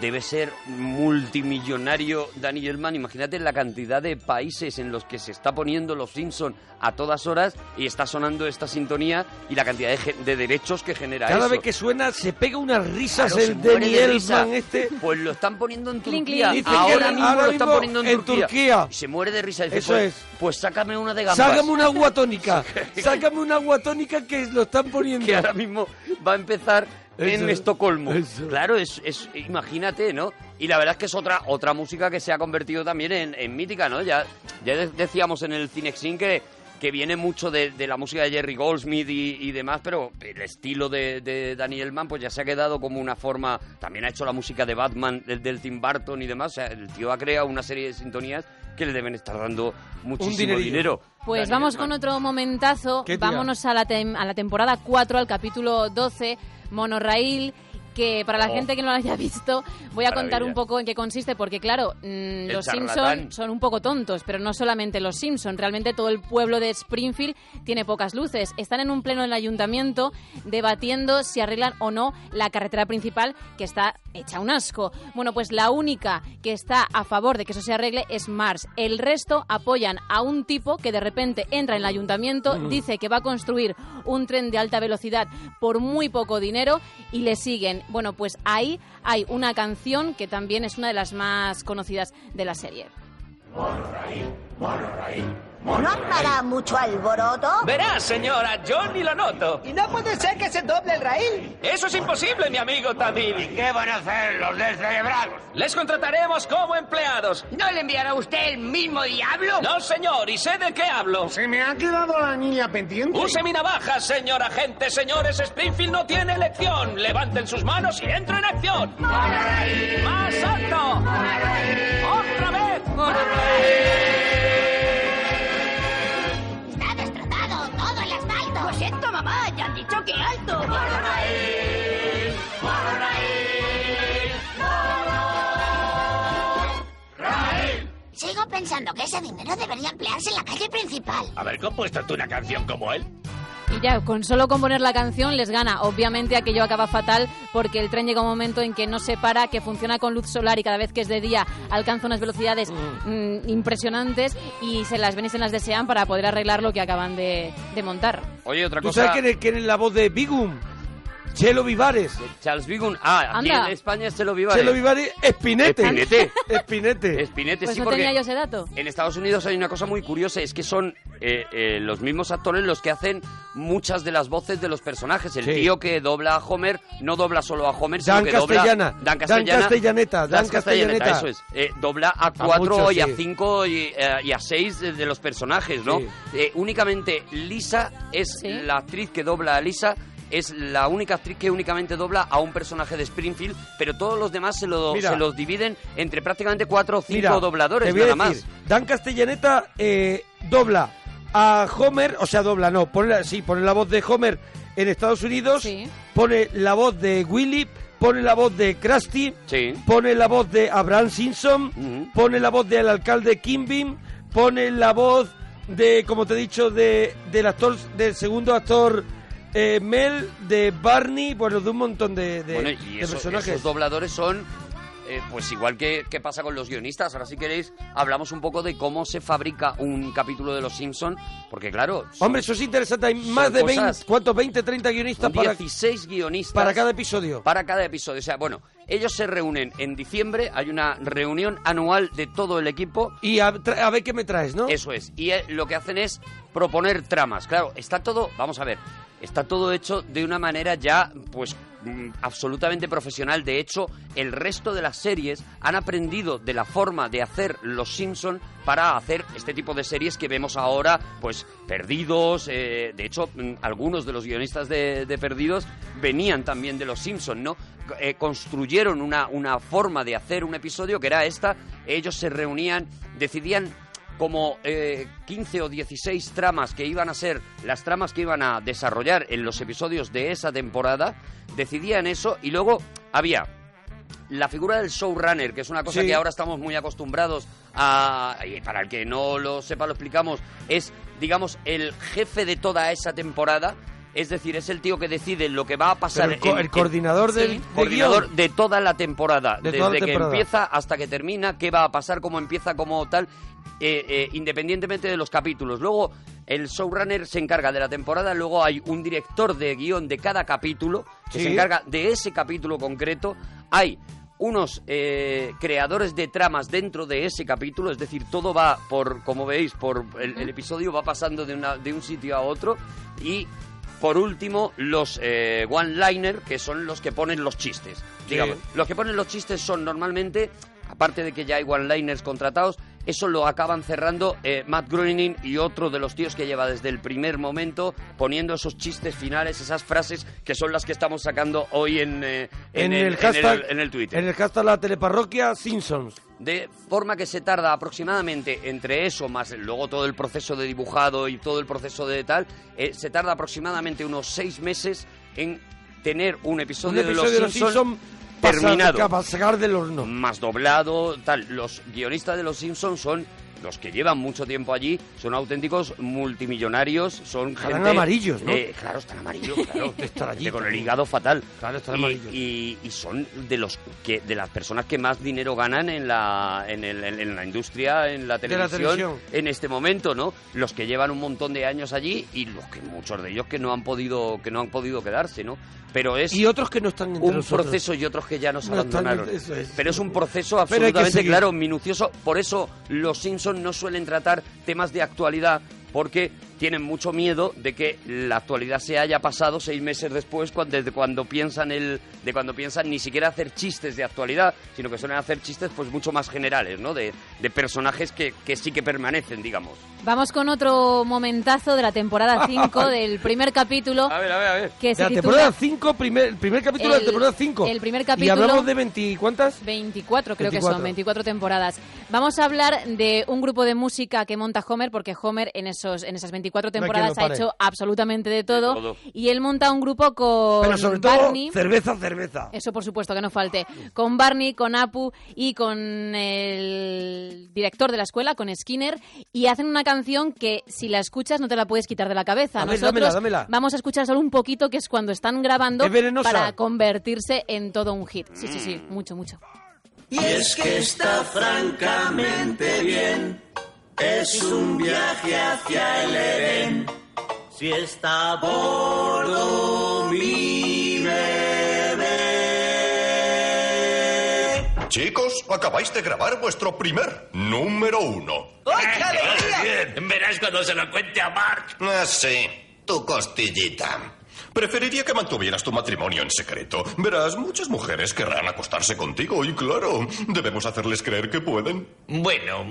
Speaker 25: debe ser multimillonario Danny Elfman. Imagínate la cantidad de países en los que se está poniendo Los Simpson a todas horas y está sonando esta sintonía y la cantidad de, ge- de derechos que genera
Speaker 9: Cada
Speaker 25: eso.
Speaker 9: vez que suena se pega unas risas
Speaker 25: Claro, se
Speaker 9: el
Speaker 25: muere
Speaker 9: Danny
Speaker 25: de risa.
Speaker 9: Elfman este.
Speaker 25: Pues lo están poniendo en
Speaker 9: Clink,
Speaker 25: Turquía.
Speaker 9: clink. Dicen que
Speaker 25: Ahora,
Speaker 9: ahora
Speaker 25: mismo lo están
Speaker 9: mismo
Speaker 25: poniendo en,
Speaker 9: en Turquía.
Speaker 25: Y se muere de risa. y dice,
Speaker 9: Eso
Speaker 25: pues,
Speaker 9: es.
Speaker 25: Pues sácame una de gambas.
Speaker 9: Sácame una agua tónica. Sácame una agua tónica que lo están poniendo.
Speaker 25: Que ahora mismo va a empezar en
Speaker 9: Eso,
Speaker 25: Estocolmo. Claro, es, es- imagínate, ¿no? Y la verdad es que es otra otra música que se ha convertido también en, en mítica, ¿no? Ya, ya de- decíamos en el Cinexin que, que viene mucho de, de la música de Jerry Goldsmith y, y demás, pero el estilo de, de Daniel Mann pues ya se ha quedado como una forma... También ha hecho la música de Batman, del, del Tim Burton y demás. O sea, el tío ha creado una serie de sintonías que le deben estar dando muchísimo
Speaker 9: dinerillo.
Speaker 25: dinero.
Speaker 8: Pues
Speaker 25: Daniel
Speaker 8: vamos
Speaker 25: Mann.
Speaker 8: con otro momentazo.
Speaker 25: ¿Qué tira?
Speaker 8: Vámonos a la, tem- a la temporada 4, al capítulo 12, Monorraíl, que para la
Speaker 11: Oh.
Speaker 8: gente que no lo haya visto, voy a contar
Speaker 11: Maravilla.
Speaker 8: un poco en qué consiste, porque claro, mm, los
Speaker 11: charlatán.
Speaker 8: Simpson son un poco tontos, pero no solamente los Simpson, realmente todo el pueblo de Springfield tiene pocas luces. Están en un pleno del ayuntamiento debatiendo si arreglan o no la carretera principal que está hecha un asco. Bueno, pues la única que está a favor de que eso se arregle es Mars. El resto apoyan a un tipo que de repente entra en el ayuntamiento,
Speaker 11: Mm.
Speaker 8: dice que va a construir un tren de alta velocidad por muy poco dinero y le siguen. Bueno, pues ahí hay una canción que también es una de las más conocidas de la serie.
Speaker 11: ¿No armará mucho alboroto?
Speaker 12: Verás, señora, yo ni lo noto.
Speaker 11: Y no puede ser que se doble el raíl.
Speaker 12: Eso es imposible, mi amigo Tadil. ¿Y qué van a hacer los descerebrados? Les contrataremos como empleados.
Speaker 11: ¿No le enviará usted el mismo diablo?
Speaker 12: No, señor, y sé de qué hablo.
Speaker 11: Se me ha quedado la niña pendiente.
Speaker 12: Use mi navaja, señor agente, señores. Springfield no tiene elección. Levanten sus manos y entren en acción. ¡Más alto! ¡Otra vez!
Speaker 11: Está destrozado todo el asfalto. Lo siento, mamá, ya han dicho que alto.
Speaker 10: Sigo pensando que ese dinero debería emplearse en la calle principal.
Speaker 13: Haber compuesto tú una canción como él.
Speaker 8: Y ya, con solo componer la canción les gana. Obviamente aquello acaba fatal porque el tren llega un momento en que no se para, que funciona con luz solar y cada vez que es de día alcanza unas velocidades mm, impresionantes y se las ven y se las desean para poder arreglar lo que acaban de, de montar.
Speaker 25: Oye, otra
Speaker 9: ¿Tú
Speaker 25: cosa...
Speaker 9: sabes quién es, quién es la voz de Bigum? Chelo Vivares.
Speaker 25: Charles Vigun. Ah, aquí
Speaker 8: Anda.
Speaker 25: en España es Chelo Vivares.
Speaker 9: Chelo Vivares, Espinete.
Speaker 25: Espinete.
Speaker 9: Espinete.
Speaker 25: Espinete,
Speaker 8: Pues
Speaker 25: sí,
Speaker 8: no
Speaker 25: porque
Speaker 8: tenía yo ese dato.
Speaker 25: en Estados Unidos hay una cosa muy curiosa, es que son eh, eh, los mismos actores los que hacen muchas de las voces de los personajes. El
Speaker 9: Sí.
Speaker 25: tío que dobla a Homer no dobla solo a Homer,
Speaker 9: Dan
Speaker 25: sino que dobla...
Speaker 9: Castellana. Dan
Speaker 25: Dan Castellana.
Speaker 9: Castellaneta, Dan
Speaker 25: Castellaneta,
Speaker 9: Castellaneta.
Speaker 25: Eso es. Eh, dobla a cuatro
Speaker 9: muchos,
Speaker 25: y a
Speaker 9: sí.
Speaker 25: cinco y, eh, y a seis de, de los personajes, ¿no?
Speaker 9: Sí.
Speaker 25: Eh, únicamente Lisa es la actriz que dobla a Lisa... Es la única actriz que únicamente dobla a un personaje de Springfield, pero todos los demás se, lo,
Speaker 9: Mira.
Speaker 25: se los dividen entre prácticamente cuatro o cinco
Speaker 9: Mira, te
Speaker 25: dobladores,
Speaker 9: voy a
Speaker 25: nada
Speaker 9: decir,
Speaker 25: más.
Speaker 9: Dan Castellaneta eh, dobla a Homer, o sea, dobla, no, pone la, sí, pone la voz de Homer en Estados Unidos, pone la voz de Willy, pone la voz de Krusty, pone la voz de Abraham Simpson, pone la voz del alcalde Kimbim, pone la voz de, como te he dicho, de, del actor, del segundo actor eh, Mel, de Barney, bueno, de un montón de, de-
Speaker 25: bueno,
Speaker 9: de
Speaker 25: y eso-
Speaker 9: personajes.
Speaker 25: esos dobladores son, eh, pues igual que, que pasa con los guionistas. Ahora, si queréis, hablamos un poco de cómo se fabrica un capítulo de Los Simpson, porque claro, son
Speaker 9: Hombre, eso es interesante. Hay más de 20,
Speaker 25: cosas-
Speaker 9: ¿cuántos? 20, 30 guionistas
Speaker 25: Un
Speaker 9: para...
Speaker 25: 16 guionistas.
Speaker 9: para cada episodio.
Speaker 25: Para cada episodio. O sea, bueno, ellos se reúnen en diciembre, hay una reunión anual de todo el equipo.
Speaker 9: Y a, tra- a ver qué me traes, ¿no?
Speaker 25: Eso es. Y eh, lo que hacen es proponer tramas. Claro, está todo, vamos a ver, está todo hecho de una manera ya, pues, mm, absolutamente profesional. De hecho, el resto de las series han aprendido de la forma de hacer Los Simpson para hacer este tipo de series que vemos ahora, pues, Perdidos. eh, de hecho, mm, algunos de los guionistas de, de Perdidos venían también de Los Simpson, ¿no? eh, construyeron una, una forma de hacer un episodio que era esta. Ellos se reunían, decidían como eh, 15 o 16 tramas que iban a ser las tramas que iban a desarrollar en los episodios de esa temporada, decidían eso y luego había la figura del showrunner, que es una cosa
Speaker 9: Sí.
Speaker 25: que ahora estamos muy acostumbrados a... y para el que no lo sepa, lo explicamos, es, digamos, el jefe de toda esa temporada. Es decir, es el tío que decide lo que va a pasar.
Speaker 9: Pero el co- el coordinador del- del
Speaker 25: coordinador
Speaker 9: guión.
Speaker 25: de toda la temporada,
Speaker 9: De toda
Speaker 25: desde
Speaker 9: la temporada.
Speaker 25: que empieza hasta que termina, qué va a pasar, cómo empieza, cómo tal, eh, eh, independientemente de los capítulos. Luego el showrunner se encarga de la temporada, luego hay un director de guión de cada capítulo que
Speaker 9: Sí.
Speaker 25: se encarga de ese capítulo concreto, hay unos eh, creadores de tramas dentro de ese capítulo, es decir, todo va por, como veis, por el, el episodio va pasando de, una- de un sitio a otro y por último, los eh, one-liner, que son los que ponen los chistes. Digamos, los que ponen los chistes son normalmente, aparte de que ya hay one-liners contratados, eso lo acaban cerrando eh, Matt Groening y otro de los tíos que lleva desde el primer momento poniendo esos chistes finales, esas frases que son las que estamos sacando hoy en, eh,
Speaker 9: En, el, hashtag...
Speaker 25: en el- en el Twitter.
Speaker 9: En el hashtag la teleparroquia Simpsons.
Speaker 25: De forma que se tarda aproximadamente entre eso, más luego todo el proceso de dibujado y todo el proceso de tal, eh, se tarda aproximadamente unos seis meses en tener un
Speaker 9: Un
Speaker 25: episodio,
Speaker 9: episodio de los
Speaker 25: Simpson
Speaker 9: Simpsons
Speaker 25: terminado.
Speaker 9: Para sacar del horno.
Speaker 25: Más doblado, tal. Los guionistas de Los Simpsons son los que llevan mucho tiempo allí, son auténticos multimillonarios, son
Speaker 9: Estarán
Speaker 25: gente...
Speaker 9: amarillos, ¿no?
Speaker 25: Eh, claro, están amarillos, claro.
Speaker 9: Estar allí,
Speaker 25: gente con el
Speaker 9: también.
Speaker 25: hígado fatal.
Speaker 9: Claro, están
Speaker 25: y,
Speaker 9: amarillos.
Speaker 25: y- y son de los que de las personas que más dinero ganan en la, en el- en- en la industria, en la
Speaker 9: De la televisión.
Speaker 25: en este momento, ¿no? Los que llevan un montón de años allí y los que muchos de ellos que no han podido que no han podido quedarse, ¿no? Pero es
Speaker 9: Y otros que no están entre
Speaker 25: un
Speaker 9: nosotros.
Speaker 25: proceso y otros que ya nos
Speaker 9: No están-
Speaker 25: abandonaron.
Speaker 9: eso es.
Speaker 25: Pero es un proceso
Speaker 9: hay que
Speaker 25: absolutamente
Speaker 9: seguir.
Speaker 25: claro, minucioso. Por eso los Simpson no suelen tratar temas de actualidad porque tienen mucho miedo de que la actualidad se haya pasado seis meses después cuan- desde cuando piensan el de cuando piensan ni siquiera hacer chistes de actualidad sino que suelen hacer chistes pues mucho más generales no de, de personajes que, que sí que permanecen digamos
Speaker 8: Vamos con otro momentazo de la temporada 5 del primer capítulo.
Speaker 9: A ver, a ver, a ver.
Speaker 8: Que
Speaker 9: de
Speaker 8: se
Speaker 9: la
Speaker 8: titula-
Speaker 9: temporada 5, primer, el primer capítulo de
Speaker 8: El-
Speaker 9: la temporada 5.
Speaker 8: el primer
Speaker 9: Y
Speaker 8: capítulo-
Speaker 9: hablamos de 20, ¿cuántas?
Speaker 8: 24 creo que
Speaker 9: 24.
Speaker 8: son, 24 temporadas. Vamos a hablar de un grupo de música que monta Homer, porque Homer en, esos, en esas 24
Speaker 9: No hay quien
Speaker 8: temporadas
Speaker 9: lo
Speaker 8: ha
Speaker 9: pare.
Speaker 8: hecho absolutamente de todo,
Speaker 9: todo.
Speaker 8: Y él monta un grupo con
Speaker 9: Pero sobre todo,
Speaker 8: Barney.
Speaker 9: cerveza, cerveza.
Speaker 8: Eso por supuesto que no falte. Con Barney, con Apu y con el director de la escuela, con Skinner, y hacen una canción que si la escuchas no te la puedes quitar de la cabeza.
Speaker 9: A ver,
Speaker 8: Nosotros
Speaker 9: dámela, dámela.
Speaker 8: vamos a escuchar solo un poquito, que es cuando están grabando
Speaker 9: ¿Es venenosa?
Speaker 8: para convertirse en todo un hit. Sí, sí, sí, mucho, mucho.
Speaker 15: Y es que está francamente bien. Es un viaje hacia el Edén. Si está a bordo mi bebé.
Speaker 14: Chicos, acabáis de grabar vuestro primer número uno.
Speaker 15: ¡Ay, qué alegría!
Speaker 14: Verás cuando se lo cuente a Mark. Ah, sí. Tu costillita. Preferiría que mantuvieras tu matrimonio en secreto. Verás, muchas mujeres querrán acostarse contigo y claro, debemos hacerles creer que pueden.
Speaker 15: Bueno,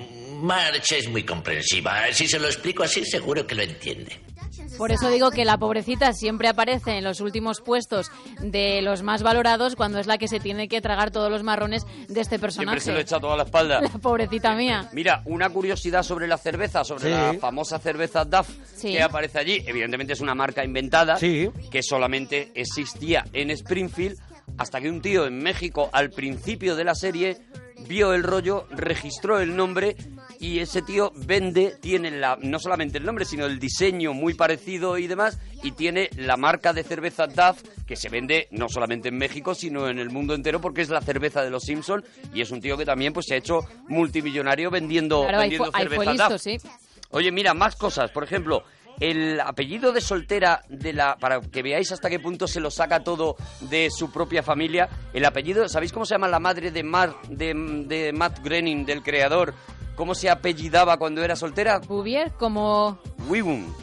Speaker 15: March es muy comprensiva. Si se lo explico así, seguro que lo entiende.
Speaker 8: Por eso digo que la pobrecita siempre aparece en los últimos puestos de los más valorados cuando es la que se tiene que tragar todos los marrones de este
Speaker 25: siempre se lo
Speaker 8: personaje.
Speaker 25: echa toda la espalda
Speaker 8: La pobrecita mía.
Speaker 25: Mira, una curiosidad sobre la cerveza, sobre
Speaker 8: Sí.
Speaker 25: la famosa cerveza DAF
Speaker 8: Sí.
Speaker 25: que aparece allí. Evidentemente es una marca inventada que solamente existía en Springfield hasta que un tío en México al principio de la serie vio el rollo, registró el nombre y ese tío vende, tiene la, no solamente el nombre, sino el diseño muy parecido y demás, y tiene la marca de cerveza Duff que se vende no solamente en México, sino en el mundo entero porque es la cerveza de los Simpson y es un tío que también pues se ha hecho multimillonario vendiendo,
Speaker 8: Claro, ahí
Speaker 25: vendiendo
Speaker 8: fue, ahí fue
Speaker 25: cerveza
Speaker 8: listo,
Speaker 25: Duff.
Speaker 8: sí.
Speaker 25: Oye, mira, más cosas. Por ejemplo, el apellido de soltera de la. Para que veáis hasta qué punto se lo saca todo de su propia familia. El apellido. ¿Sabéis cómo se llama la madre de, Mar, de, de Matt Groening, del creador? ¿Cómo se apellidaba cuando era soltera?
Speaker 8: Bouvier como...
Speaker 25: Wiwum.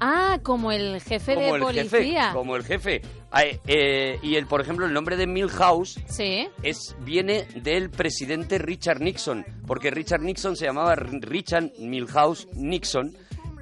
Speaker 8: Ah, como el jefe
Speaker 25: Como
Speaker 8: de
Speaker 25: el
Speaker 8: policía.
Speaker 25: jefe. Como el jefe. Ah, eh, eh, y el, por ejemplo, el nombre de Milhouse
Speaker 8: Sí.
Speaker 25: es, viene del presidente Richard Nixon, porque Richard Nixon se llamaba R- Richard Milhouse Nixon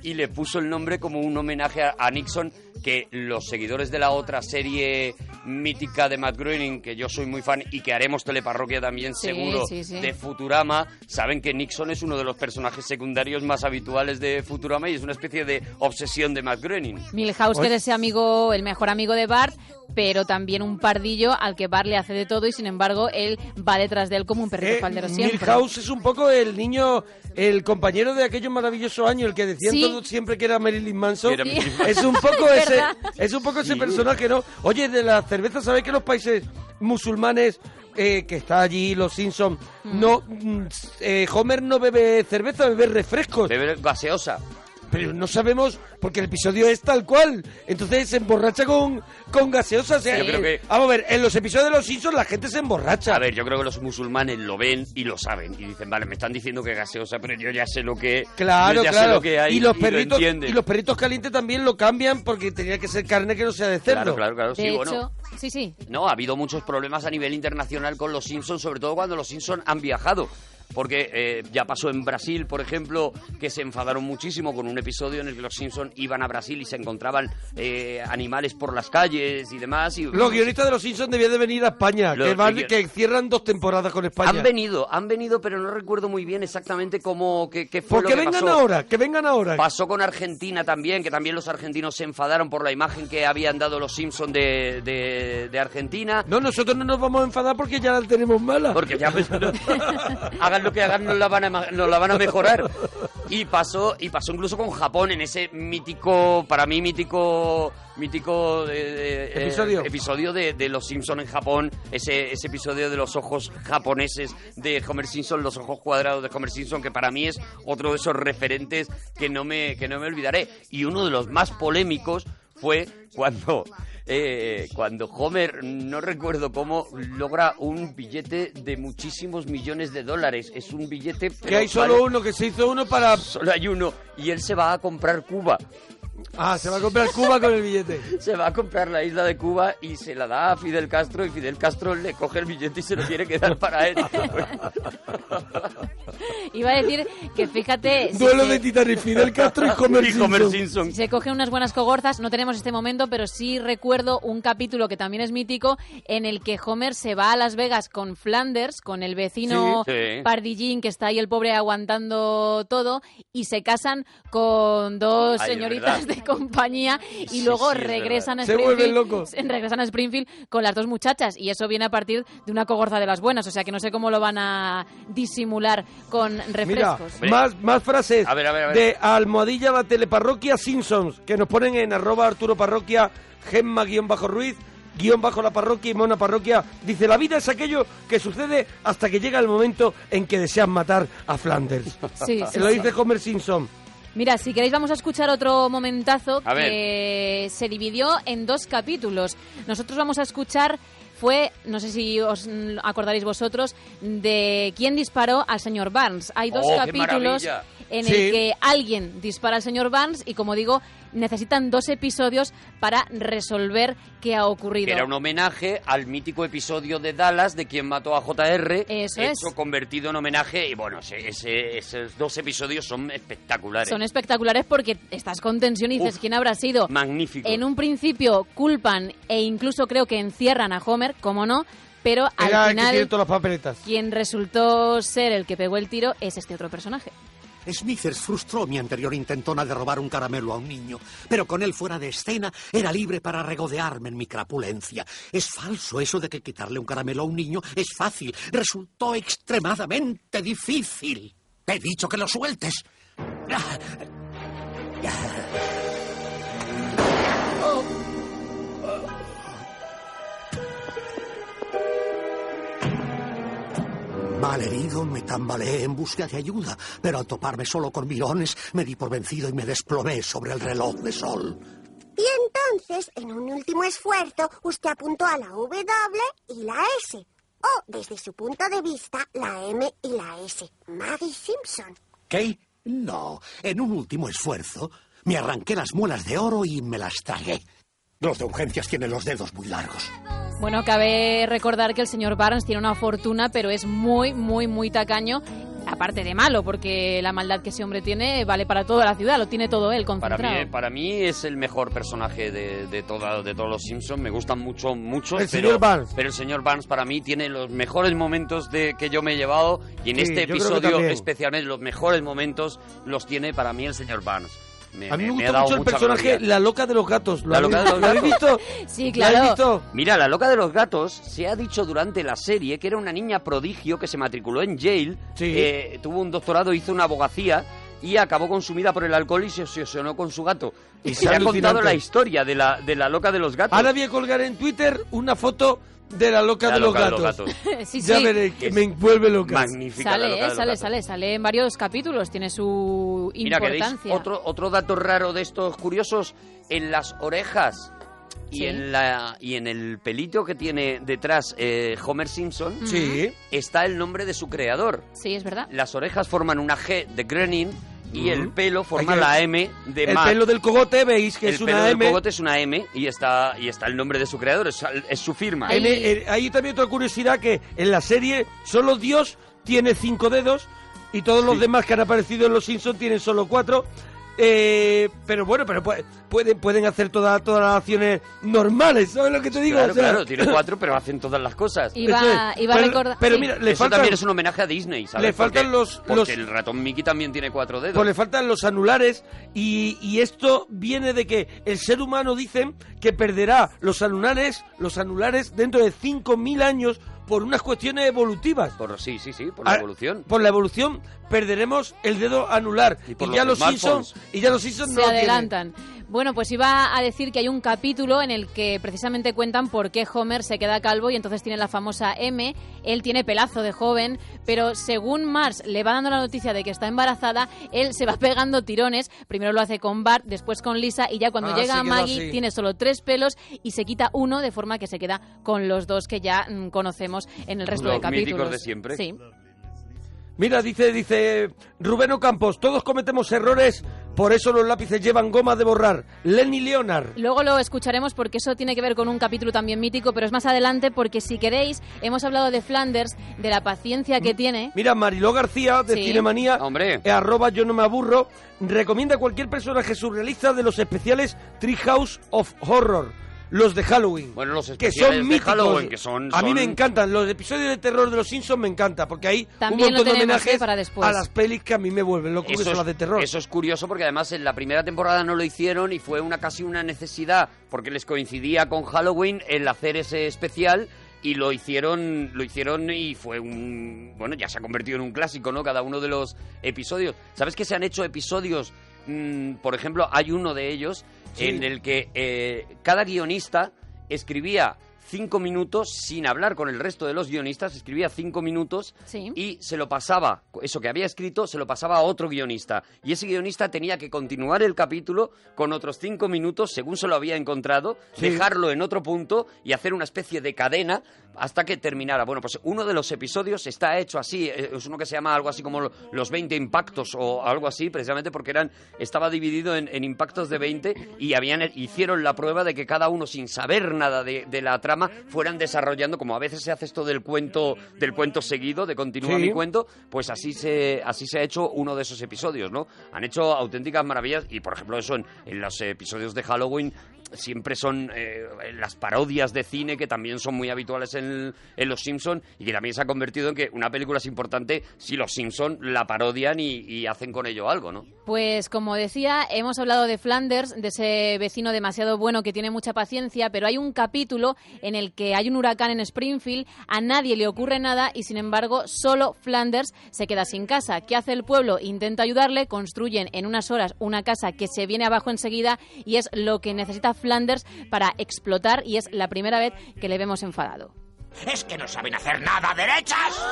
Speaker 25: y le puso el nombre como un homenaje a, a Nixon que los seguidores de la otra serie mítica de Matt Groening, que yo soy muy fan y que haremos teleparroquia también
Speaker 8: Sí,
Speaker 25: seguro
Speaker 8: sí, sí.
Speaker 25: de Futurama, saben que Nixon es uno de los personajes secundarios más habituales de Futurama y es una especie de obsesión de Matt Groening.
Speaker 8: Milhouse, que es ese amigo, el mejor amigo de Bart, pero también un pardillo al que Bart le hace de todo y sin embargo él va detrás de él como un
Speaker 25: Eh,
Speaker 8: perrito faldero
Speaker 9: Eh,
Speaker 8: siempre.
Speaker 9: Milhouse es un poco el niño, el compañero de aquellos maravillosos años, el que decían
Speaker 8: Sí.
Speaker 9: todos siempre que era Marilyn Manson.
Speaker 25: Era Marilyn Sí.
Speaker 9: Es un poco
Speaker 25: Es
Speaker 9: ese,
Speaker 25: verdad.
Speaker 9: es un poco ese
Speaker 25: Sí.
Speaker 9: personaje, ¿no? Oye, de la cerveza, ¿sabéis que los países musulmanes eh, que está allí, los Simpsons, no, mm, eh, Homer no bebe cerveza, bebe refrescos.
Speaker 25: Bebe gaseosa.
Speaker 9: Pero no sabemos, porque el episodio es tal cual. Entonces se emborracha con, con gaseosa. o sea, eh,
Speaker 25: Yo creo que-
Speaker 9: Vamos a ver, en los episodios de los Simpsons la gente se emborracha.
Speaker 25: A ver, yo creo que los musulmanes lo ven y lo saben. Y dicen, vale, me están diciendo que es gaseosa, pero yo ya sé lo que
Speaker 9: Claro,
Speaker 25: yo ya sé
Speaker 9: claro.
Speaker 25: lo que hay
Speaker 9: y los
Speaker 25: lo
Speaker 9: perritos
Speaker 25: entienden.
Speaker 9: y los perritos calientes también lo cambian porque tenía que ser carne que no sea de
Speaker 25: Claro,
Speaker 9: cerdo.
Speaker 25: claro, claro, sí,
Speaker 8: de hecho,
Speaker 25: bueno.
Speaker 8: sí, sí.
Speaker 25: No, ha habido muchos problemas a nivel internacional con los Simpsons, sobre todo cuando los Simpsons han viajado. Porque eh, ya pasó en Brasil, por ejemplo, que se enfadaron muchísimo con un episodio en el que los Simpsons iban a Brasil y se encontraban eh, animales por las calles y demás. Y,
Speaker 9: Los guionistas de los Simpsons debían de venir a España,
Speaker 25: Los
Speaker 9: que, van-
Speaker 25: guion-
Speaker 9: que cierran dos temporadas con España.
Speaker 25: han venido, han venido, pero no recuerdo muy bien exactamente cómo, qué, qué fue
Speaker 9: Pues
Speaker 25: lo
Speaker 9: que
Speaker 25: que
Speaker 9: vengan
Speaker 25: pasó.
Speaker 9: ahora, que vengan ahora.
Speaker 25: Pasó con Argentina también, que también los argentinos se enfadaron por la imagen que habían dado los Simpsons de, de- de Argentina.
Speaker 9: No, nosotros no nos vamos a enfadar porque ya la tenemos mala.
Speaker 25: Porque ya pues, no- hagan lo que hagan, nos la van a, ma- nos la van a mejorar. Y pasó, y pasó incluso con Japón en ese mítico, para mí mítico, mítico eh, eh, eh,
Speaker 9: Episodio.
Speaker 25: episodio de, de los Simpson en Japón, ese, ese episodio de los ojos japoneses de Homer Simpson, los ojos cuadrados de Homer Simpson, que para mí es otro de esos referentes que no me, que no me olvidaré. Y uno de los más polémicos fue cuando, eh, cuando Homer, no recuerdo cómo, logra un billete de muchísimos millones de dólares. Es un billete...
Speaker 9: que hay solo uno, que se hizo uno para...
Speaker 25: Solo hay uno. Y él se va a comprar Cuba.
Speaker 9: Ah, se va a comprar Cuba con el billete.
Speaker 25: se va a comprar la isla de Cuba y se la da a Fidel Castro y Fidel Castro le coge el billete y se lo quiere quedar para él.
Speaker 8: Iba a decir que fíjate, si
Speaker 9: Duelo
Speaker 8: se-
Speaker 9: de Titanic, Fidel Castro y Homer
Speaker 25: Y Homer
Speaker 9: Simpson.
Speaker 25: Simpson.
Speaker 8: si se cogen unas buenas cogorzas, no tenemos este momento, pero sí recuerdo un capítulo que también es mítico en el que Homer se va a Las Vegas con Flanders, con el vecino
Speaker 11: Sí, sí.
Speaker 8: pardillín que está ahí el pobre aguantando todo, y se casan con dos
Speaker 11: Ay, es
Speaker 8: señoritas
Speaker 11: verdad.
Speaker 8: de compañía y
Speaker 11: Sí,
Speaker 8: luego
Speaker 11: sí, es
Speaker 8: regresan a
Speaker 11: verdad. Se vuelven
Speaker 8: Springfield.
Speaker 11: locos.
Speaker 8: Regresan a Springfield con las dos muchachas y eso viene a partir de una cogorza de las buenas, o sea que no sé cómo lo van a disimular con
Speaker 9: Mira,
Speaker 8: refrescos.
Speaker 9: más, más frases
Speaker 25: A ver, a ver, a ver.
Speaker 9: de Almohadilla la Teleparroquia Simpsons, que nos ponen en arroba Arturo Parroquia, Gemma guión bajo Ruiz, guión bajo la parroquia y Mona Parroquia. Dice, la vida es aquello que sucede hasta que llega el momento en que deseas matar a Flanders.
Speaker 8: Sí, sí,
Speaker 9: Lo
Speaker 8: sí.
Speaker 9: dice Homer Simpson.
Speaker 8: Mira, si queréis vamos a escuchar otro momentazo
Speaker 9: A ver.
Speaker 8: que se dividió en dos capítulos. Nosotros vamos a escuchar fue, no sé si os mm, acordaréis vosotros, de quién disparó al señor Barnes. Hay dos
Speaker 11: Oh, qué
Speaker 8: capítulos
Speaker 11: maravilla.
Speaker 8: en
Speaker 11: Sí.
Speaker 8: el que alguien dispara al señor Barnes y, como digo, necesitan dos episodios para resolver qué ha ocurrido.
Speaker 25: Que era un homenaje al mítico episodio de Dallas de quien mató a JR.
Speaker 8: Eso
Speaker 25: hecho,
Speaker 8: es.
Speaker 25: convertido en homenaje. Y bueno, ese- ese- esos dos episodios son espectaculares.
Speaker 8: Son espectaculares porque estás con tensión y dices,
Speaker 25: Uf.
Speaker 8: ¿quién habrá sido?
Speaker 25: Magníficos.
Speaker 8: En un principio culpan e incluso creo que encierran a Homer, como no, pero al
Speaker 9: Era el que tiene
Speaker 8: final
Speaker 9: todas las papeletas.
Speaker 8: quien resultó ser el que pegó el tiro es este otro personaje.
Speaker 16: Smithers frustró mi anterior intentona de robar un caramelo a un niño, pero con él fuera de escena era libre para regodearme en mi crapulencia. Es falso eso de que quitarle un caramelo a un niño es fácil. Resultó extremadamente difícil. Te he dicho que lo sueltes. Ah. Malherido me tambaleé en busca de ayuda, pero al toparme solo con mirones me di por vencido y me desplomé sobre el reloj de sol.
Speaker 17: Y entonces, en un último esfuerzo, usted apuntó a la W y la S. O, desde su punto de vista, la M y la S. Maggie Simpson.
Speaker 16: ¿Qué? No, en un último esfuerzo me arranqué las muelas de oro y me las tragué. Los de urgencias tienen los dedos muy largos.
Speaker 8: Bueno, cabe recordar que el señor Barnes tiene una fortuna, pero es muy, muy, muy tacaño. Aparte de malo, porque la maldad que ese hombre tiene vale para toda la ciudad, lo tiene todo él
Speaker 25: Para
Speaker 8: concentrado.
Speaker 25: mí,
Speaker 9: eh,
Speaker 25: para mí es el mejor personaje de, de, toda- de todos los Simpsons. Me gustan mucho, mucho.
Speaker 20: El
Speaker 25: pero,
Speaker 20: señor Barnes.
Speaker 25: Pero el señor Barnes para mí tiene los mejores momentos de, que yo me he llevado. Y en
Speaker 20: Sí, yo creo
Speaker 25: este
Speaker 20: que
Speaker 25: episodio
Speaker 20: también.
Speaker 25: especialmente los mejores momentos los tiene para mí el señor Barnes. Me,
Speaker 9: A mí me
Speaker 25: me
Speaker 9: gusta
Speaker 25: ha dado
Speaker 9: mucho el
Speaker 25: mucha
Speaker 9: personaje
Speaker 25: gloria.
Speaker 9: La Loca de los Gatos. ¿Lo
Speaker 25: La
Speaker 9: habéis-
Speaker 25: loca de los
Speaker 9: ¿lo habéis
Speaker 25: gatos.
Speaker 9: visto?
Speaker 8: Sí,
Speaker 9: ¿La has
Speaker 8: claro.
Speaker 9: visto?
Speaker 25: Mira, la loca de los gatos se ha dicho durante la serie que era una niña prodigio que se matriculó en Yale, eh, tuvo un doctorado, hizo una abogacía y acabó consumida por el alcohol y se obsesionó con su gato. Y
Speaker 9: Es
Speaker 25: se ha
Speaker 9: alucinante.
Speaker 25: contado la historia de la, de la loca de los gatos.
Speaker 9: Ahora voy a colgar en Twitter una foto de La Loca,
Speaker 25: La
Speaker 9: de, los
Speaker 25: Loca de
Speaker 9: gatos.
Speaker 25: los
Speaker 8: Sí,
Speaker 9: ya
Speaker 8: sí.
Speaker 9: veré, que me envuelve loca.
Speaker 25: Magnífica la
Speaker 8: Sale,
Speaker 25: loca
Speaker 8: eh,
Speaker 25: de los
Speaker 8: sale,
Speaker 25: gatos.
Speaker 8: sale, sale en varios capítulos, tiene su
Speaker 25: Mira, ¿queréis
Speaker 8: importancia.
Speaker 25: otro, otro dato raro de estos curiosos? En las orejas y,
Speaker 8: Sí.
Speaker 25: en, la, y en el pelito que tiene detrás eh, Homer Simpson
Speaker 9: Sí.
Speaker 25: está el nombre de su creador.
Speaker 8: Sí, es verdad.
Speaker 25: Las orejas forman una G de Groening y
Speaker 9: Mm.
Speaker 25: el pelo forma
Speaker 9: Hay que-
Speaker 25: la M de
Speaker 9: El
Speaker 25: Matt.
Speaker 9: pelo del cogote, veis que
Speaker 25: El
Speaker 9: es
Speaker 25: pelo
Speaker 9: una
Speaker 25: del
Speaker 9: M.
Speaker 25: cogote es una M y está, y está el nombre de su creador, es, es su firma.
Speaker 9: En- en- hay eh, también otra curiosidad que en la serie solo Dios tiene cinco dedos y todos los demás que han aparecido en Los Simpsons tienen solo cuatro. Eh, pero bueno, pero pu- pueden, pueden hacer toda- todas las acciones normales, ¿sabes lo que te digo?
Speaker 25: Claro,
Speaker 9: O sea,
Speaker 25: claro, tiene cuatro, pero hacen todas las cosas.
Speaker 8: Iba- Eso es. iba a
Speaker 9: Pero-
Speaker 8: recordar-
Speaker 9: pero sí. mira, le
Speaker 25: Eso
Speaker 9: faltan-
Speaker 25: también es un homenaje a Disney, ¿sabes?
Speaker 9: Le faltan
Speaker 25: Porque-
Speaker 9: los-
Speaker 25: Porque
Speaker 9: los-
Speaker 25: el ratón Mickey también tiene cuatro dedos.
Speaker 9: Pues le faltan los anulares y, y esto viene de que el ser humano dicen que perderá los anulares, los anulares dentro de 5.000 años por unas cuestiones evolutivas. Ah,
Speaker 25: Por, sí, sí, sí, por la evolución.
Speaker 9: Por la evolución perderemos el dedo anular y,
Speaker 25: por
Speaker 9: ya
Speaker 25: los
Speaker 9: los
Speaker 25: smartphones.
Speaker 9: Simpsons y ya los Simpsons
Speaker 8: se
Speaker 9: no lo tienen.
Speaker 8: adelantan. Bueno, pues iba a decir que hay un capítulo en el que precisamente cuentan por qué Homer se queda calvo y entonces tiene la famosa M. Él tiene pelazo de joven, pero según Mars le va dando la noticia de que está embarazada, él se va pegando tirones. Primero lo hace con Bart, después con Lisa y ya cuando
Speaker 21: Ah,
Speaker 8: llega
Speaker 21: sí, quedó
Speaker 8: Maggie
Speaker 21: así.
Speaker 8: tiene solo tres pelos y se quita uno de forma que se queda con los dos que ya mm, conocemos en el resto
Speaker 9: Los
Speaker 8: de capítulos.
Speaker 9: míticos de siempre.
Speaker 8: Sí.
Speaker 9: Mira, dice, dice Rubén Ocampos, todos cometemos errores, por eso los lápices llevan goma de borrar. Lenny Leonard.
Speaker 8: Luego lo escucharemos porque eso tiene que ver con un capítulo también mítico, pero es más adelante porque si queréis, hemos hablado de Flanders, de la paciencia que tiene.
Speaker 9: Mira, Mariló García, de
Speaker 8: Sí.
Speaker 9: Cinemanía, eh, arroba yo no me aburro, recomienda cualquier personaje surrealista de los especiales Treehouse of Horror, los de Halloween.
Speaker 25: Bueno, los
Speaker 9: que
Speaker 25: especiales
Speaker 9: son
Speaker 25: de
Speaker 9: míticos.
Speaker 25: Halloween, que son-
Speaker 9: A mí
Speaker 25: son-
Speaker 9: me encantan. Los episodios de terror de los Simpsons me encantan, porque hay
Speaker 8: También
Speaker 9: un
Speaker 8: lo
Speaker 9: montón de
Speaker 8: tenemos,
Speaker 9: homenajes
Speaker 8: ¿eh? para después.
Speaker 9: a las pelis que a mí me vuelven loco, que son las de terror.
Speaker 25: eso es curioso porque además en la primera temporada no lo hicieron y fue una casi una necesidad porque les coincidía con Halloween el hacer ese especial y lo hicieron lo hicieron y fue un bueno ya se ha convertido en un clásico no cada uno de los episodios sabes que se han hecho episodios mm, por ejemplo hay uno de ellos
Speaker 9: Sí.
Speaker 25: en el que eh, cada guionista escribía cinco minutos sin hablar con el resto de los guionistas escribía cinco minutos
Speaker 8: Sí.
Speaker 25: y se lo pasaba, eso que había escrito, se lo pasaba a otro guionista. Y ese guionista tenía que continuar el capítulo con otros cinco minutos, según se lo había encontrado,
Speaker 9: Sí.
Speaker 25: dejarlo en otro punto y hacer una especie de cadena hasta que terminara. Bueno, pues uno de los episodios está hecho así, eh, es uno que se llama algo así como lo- los 20 impactos o algo así, precisamente porque eran estaba dividido en, en impactos de 20 y habían hicieron la prueba de que cada uno sin saber nada de, de la trama fueran desarrollando como a veces se hace esto del cuento del cuento seguido de continúa
Speaker 9: Sí.
Speaker 25: mi cuento, pues así se así se ha hecho uno de esos episodios, ¿no? Han hecho auténticas maravillas y por ejemplo eso en, en los episodios de Halloween siempre son eh, las parodias de cine que también son muy habituales en, en Los Simpson y que también se ha convertido en que una película es importante si Los Simpson la parodian y, y hacen con ello algo, ¿no?
Speaker 8: Pues como decía, hemos hablado de Flanders, de ese vecino demasiado bueno que tiene mucha paciencia, pero hay un capítulo en el que hay un huracán en Springfield, a nadie le ocurre nada y sin embargo solo Flanders se queda sin casa. ¿Qué hace el pueblo? Intenta ayudarle, construyen en unas horas una casa que se viene abajo enseguida y es lo que necesita Flanders para explotar y es la primera vez que le vemos enfadado.
Speaker 11: Es que no saben hacer nada derechas.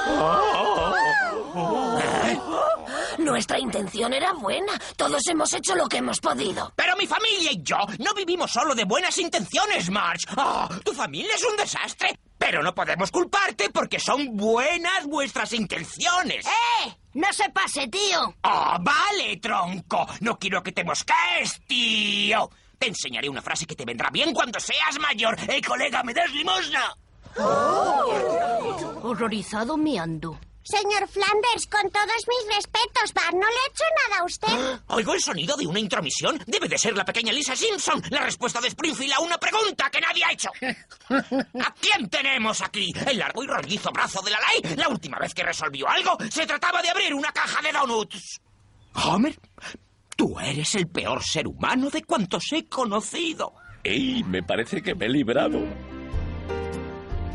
Speaker 10: Nuestra intención era buena. Todos hemos hecho lo que hemos podido.
Speaker 11: Pero mi familia y yo no vivimos solo de buenas intenciones, Marge. Ah, tu familia es un desastre. Pero no podemos culparte porque son buenas vuestras intenciones.
Speaker 10: ¡Eh! ¡No se pase, tío!
Speaker 11: ¡Ah, vale, tronco! No quiero que te mosques, tío. Te enseñaré una frase que te vendrá bien cuando seas mayor. ¡Eh, colega, me das limosna!
Speaker 10: Horrorizado miando.
Speaker 17: Señor Flanders, con todos mis respetos, Bart, no le he hecho nada a usted.
Speaker 11: ¿Oigo el sonido de una intromisión? Debe de ser la pequeña Lisa Simpson. La respuesta de Springfield a una pregunta que nadie ha hecho. ¿A quién tenemos aquí? El largo y rollizo brazo de la ley. La última vez que resolvió algo, se trataba de abrir una caja de donuts. Homer, tú eres el peor ser humano de cuantos he conocido.
Speaker 13: ¡Ey! Me parece que me he librado.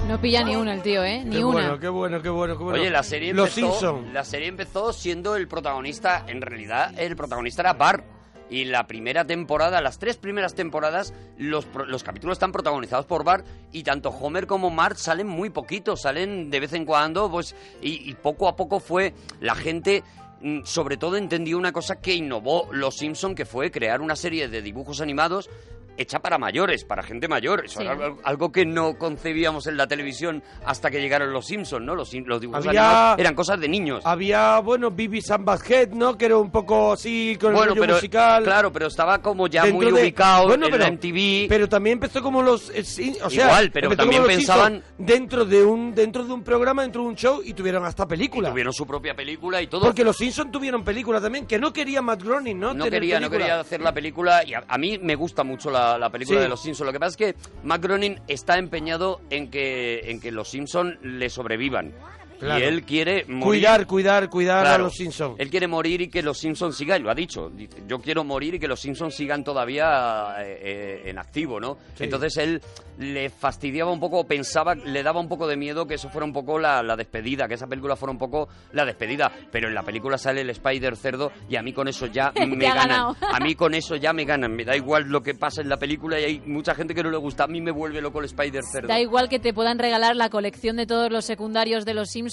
Speaker 8: No pilla ni una el tío, ¿eh? Ni
Speaker 9: qué
Speaker 8: una.
Speaker 9: bueno, qué bueno, qué bueno, qué bueno.
Speaker 25: Oye, la serie,
Speaker 9: Los
Speaker 25: empezó,
Speaker 9: Simpson.
Speaker 25: la serie empezó siendo el protagonista, en realidad el protagonista era Bart. Y la primera temporada, las tres primeras temporadas, los, pro- los capítulos están protagonizados por Bart y tanto Homer como Marge salen muy poquitos, salen de vez en cuando, pues, y, y poco a poco fue la gente mm, sobre todo entendió una cosa que innovó Los Simpson, que fue crear una serie de dibujos animados hecha para mayores, para gente mayor. Eso
Speaker 9: Sí.
Speaker 25: era algo- algo que no concebíamos en la televisión hasta que llegaron los Simpsons, ¿no? Los, Sim- los dibujos
Speaker 9: Había...
Speaker 25: animados eran cosas de niños.
Speaker 9: Había, bueno, Bibi Head, ¿no? Que era un poco así, con el
Speaker 25: Bueno,
Speaker 9: rollo
Speaker 25: pero-
Speaker 9: musical.
Speaker 25: claro, pero estaba como ya muy
Speaker 9: Dentro de-
Speaker 25: ubicado
Speaker 9: bueno,
Speaker 25: en
Speaker 9: pero,
Speaker 25: la MTV.
Speaker 9: Pero también empezó como los... eh, sí, o sea,
Speaker 25: Igual, pero
Speaker 9: empezó como
Speaker 25: también
Speaker 9: los
Speaker 25: pensaban-
Speaker 9: Simpsons Dentro de, un, dentro de un programa, dentro de un show, y tuvieron hasta película.
Speaker 25: Tuvieron su propia película y todo.
Speaker 9: Porque los Simpsons tuvieron película también, que no quería Matt Groening, ¿no?
Speaker 25: no
Speaker 9: Tener
Speaker 25: quería, no
Speaker 9: película.
Speaker 25: quería hacer la película. Y a, a mí me gusta mucho la, la película
Speaker 9: Sí.
Speaker 25: de Los Simpsons. Lo que pasa es que Matt Groening está empeñado en que, en que Los Simpsons le sobrevivan.
Speaker 9: Claro.
Speaker 25: Y él quiere morir.
Speaker 9: Cuidar, cuidar, cuidar a
Speaker 25: Claro. Eh,
Speaker 9: los Simpsons.
Speaker 25: Él quiere morir y que los Simpsons sigan, y lo ha dicho. Dice, yo quiero morir y que los Simpsons sigan todavía eh, eh, en activo, ¿no?
Speaker 9: Sí.
Speaker 25: Entonces él le fastidiaba un poco, pensaba, le daba un poco de miedo que eso fuera un poco la, la despedida, que esa película fuera un poco la despedida. Pero en la película sale el Spider Cerdo y a mí con eso ya
Speaker 8: Te
Speaker 25: me
Speaker 8: ha
Speaker 25: ganan.
Speaker 8: ganado.
Speaker 25: A mí con eso ya me ganan. Me da igual lo que pasa en la película y hay mucha gente que no le gusta. A mí me vuelve loco el Spider Cerdo.
Speaker 8: Da igual que te puedan regalar la colección de todos los secundarios de los Simpson,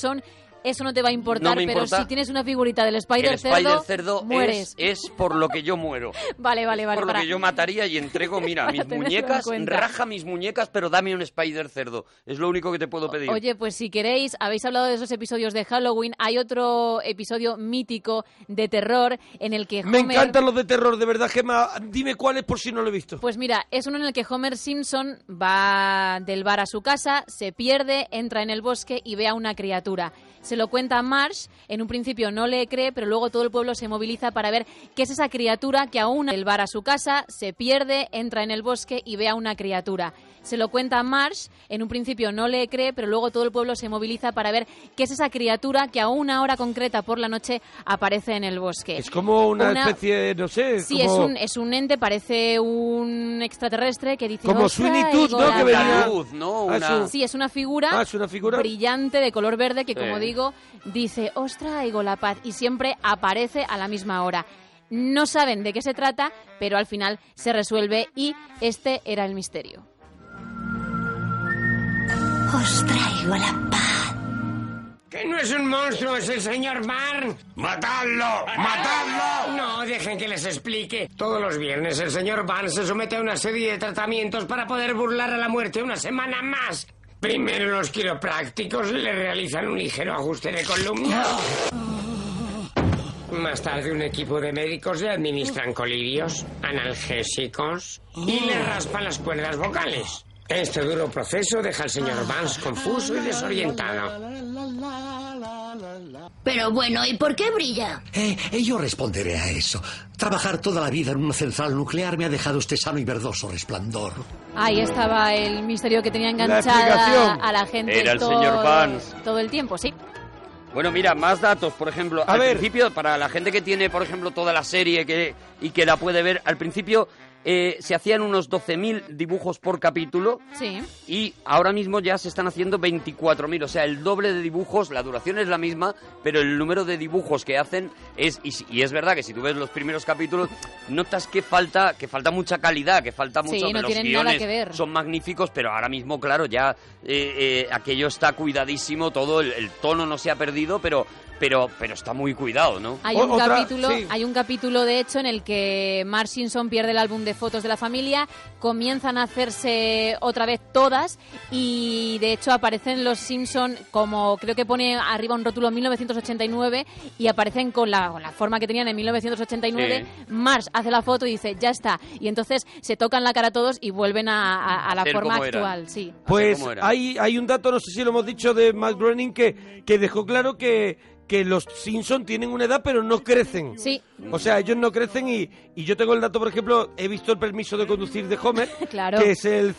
Speaker 8: eso no te va a importar,
Speaker 25: No me
Speaker 8: pero
Speaker 25: importa.
Speaker 8: si tienes una figurita del
Speaker 25: El
Speaker 8: Spider
Speaker 25: Spider
Speaker 8: Cerdo,
Speaker 25: Cerdo
Speaker 8: mueres.
Speaker 25: es, es por lo que yo muero.
Speaker 8: Vale, vale, vale.
Speaker 25: por lo
Speaker 8: para-
Speaker 25: que yo mataría y entrego, mira,
Speaker 8: para
Speaker 25: mis
Speaker 8: tenerlo en
Speaker 25: muñecas,
Speaker 8: cuenta.
Speaker 25: raja mis muñecas, pero dame un Spider cerdo. Es lo único que te puedo pedir.
Speaker 8: Oye, pues si queréis, habéis hablado de esos episodios de Halloween, hay otro episodio mítico de terror en el que
Speaker 9: Me
Speaker 8: Homer-
Speaker 9: encantan los de terror, de verdad, Gemma. Dime cuáles por si no lo he visto.
Speaker 8: Pues mira, es uno en el que Homer Simpson va del bar a su casa, se pierde, entra en el bosque y ve a una criatura. Se lo cuenta a Marsh, en un principio no le cree, pero luego todo el pueblo se moviliza para ver qué es esa criatura que aún del bar a su casa, se pierde, entra en el bosque y ve a una criatura. Se lo cuenta a Marsh, en un principio no le cree, pero luego todo el pueblo se moviliza para ver qué es esa criatura que a una hora concreta por la noche aparece en el bosque.
Speaker 9: Es como una,
Speaker 8: Una-
Speaker 9: especie, de, no sé.
Speaker 8: Sí, es
Speaker 9: como-
Speaker 8: un, es un ente, parece un extraterrestre que dice...
Speaker 9: Como
Speaker 8: "Os
Speaker 9: Sweeney
Speaker 8: traigo
Speaker 9: Todd, ¿no?
Speaker 8: la
Speaker 9: Que venía-
Speaker 8: luz".
Speaker 25: Luz, ¿no?
Speaker 9: Ah,
Speaker 25: Una-
Speaker 9: es un-
Speaker 8: Sí, es una figura,
Speaker 9: Ah, es una figura.
Speaker 8: brillante de color verde que,
Speaker 25: Sí.
Speaker 8: como digo, dice, os traigo la paz y siempre aparece a la misma hora. No saben de qué se trata, pero al final se resuelve y este era el misterio.
Speaker 10: Os traigo la
Speaker 20: Que no es un monstruo, es el señor Barn. ¡Matadlo! ¡Matadlo! No, dejen que les explique. Todos los viernes el señor Barn se somete a una serie de tratamientos para poder burlar a la muerte una semana más. Primero los quiroprácticos le realizan un ligero ajuste de columna. Más tarde un equipo de médicos le administran colirios, analgésicos y le raspan las cuerdas vocales. Este duro proceso deja al señor Barnes confuso y desorientado.
Speaker 10: Pero bueno, ¿y por qué brilla?
Speaker 16: Eh, eh, yo responderé a eso. Trabajar toda la vida en una central nuclear me ha dejado este sano y verdoso resplandor.
Speaker 8: Ahí estaba el misterio que tenía enganchada
Speaker 9: explicación.
Speaker 8: a la gente
Speaker 25: Era el
Speaker 8: todo,
Speaker 25: señor Vance.
Speaker 8: todo el tiempo, sí.
Speaker 25: Bueno, mira, más datos, por ejemplo, al
Speaker 9: ver.
Speaker 25: principio, para la gente que tiene, por ejemplo, toda la serie que, y que la puede ver, al principio eh, se hacían unos 12.000 dibujos por capítulo
Speaker 8: Sí.
Speaker 25: y ahora mismo ya se están haciendo 24.000, o sea, el doble de dibujos, la duración es la misma, pero el número de dibujos que hacen es, y, si- y es verdad que si tú ves los primeros capítulos, notas que falta, que falta mucha calidad, que falta
Speaker 8: Sí,
Speaker 25: mucho, que
Speaker 8: no
Speaker 25: los
Speaker 8: tienen nada
Speaker 25: guiones
Speaker 8: que ver.
Speaker 25: son magníficos, pero ahora mismo, claro, ya eh, eh, aquello está cuidadísimo, todo, el, el tono no se ha perdido, pero, pero, pero está muy cuidado, ¿no?
Speaker 8: Hay un, capítulo, hay un capítulo, de hecho, en el que Marge Simpson pierde el álbum de fotos de la familia, comienzan a hacerse otra vez todas y, de hecho, aparecen los Simpson como, creo que pone arriba un rótulo 1989 y aparecen con la, con la forma que tenían en 1989.
Speaker 19: Sí.
Speaker 8: Marge hace la foto y dice, ya está. Y entonces se tocan la cara todos y vuelven a, a- a la
Speaker 9: Hacer
Speaker 8: forma
Speaker 9: como eran.
Speaker 8: actual. Sí.
Speaker 9: Pues hay, hay un dato, no sé si lo hemos dicho, de Matt Groening que, que dejó claro que, que los Simpson tienen una edad pero no crecen.
Speaker 8: Sí.
Speaker 9: O sea, ellos no crecen y, y yo tengo el dato, por ejemplo, he visto el permiso de conducir de Homer,
Speaker 8: Claro.
Speaker 9: que es el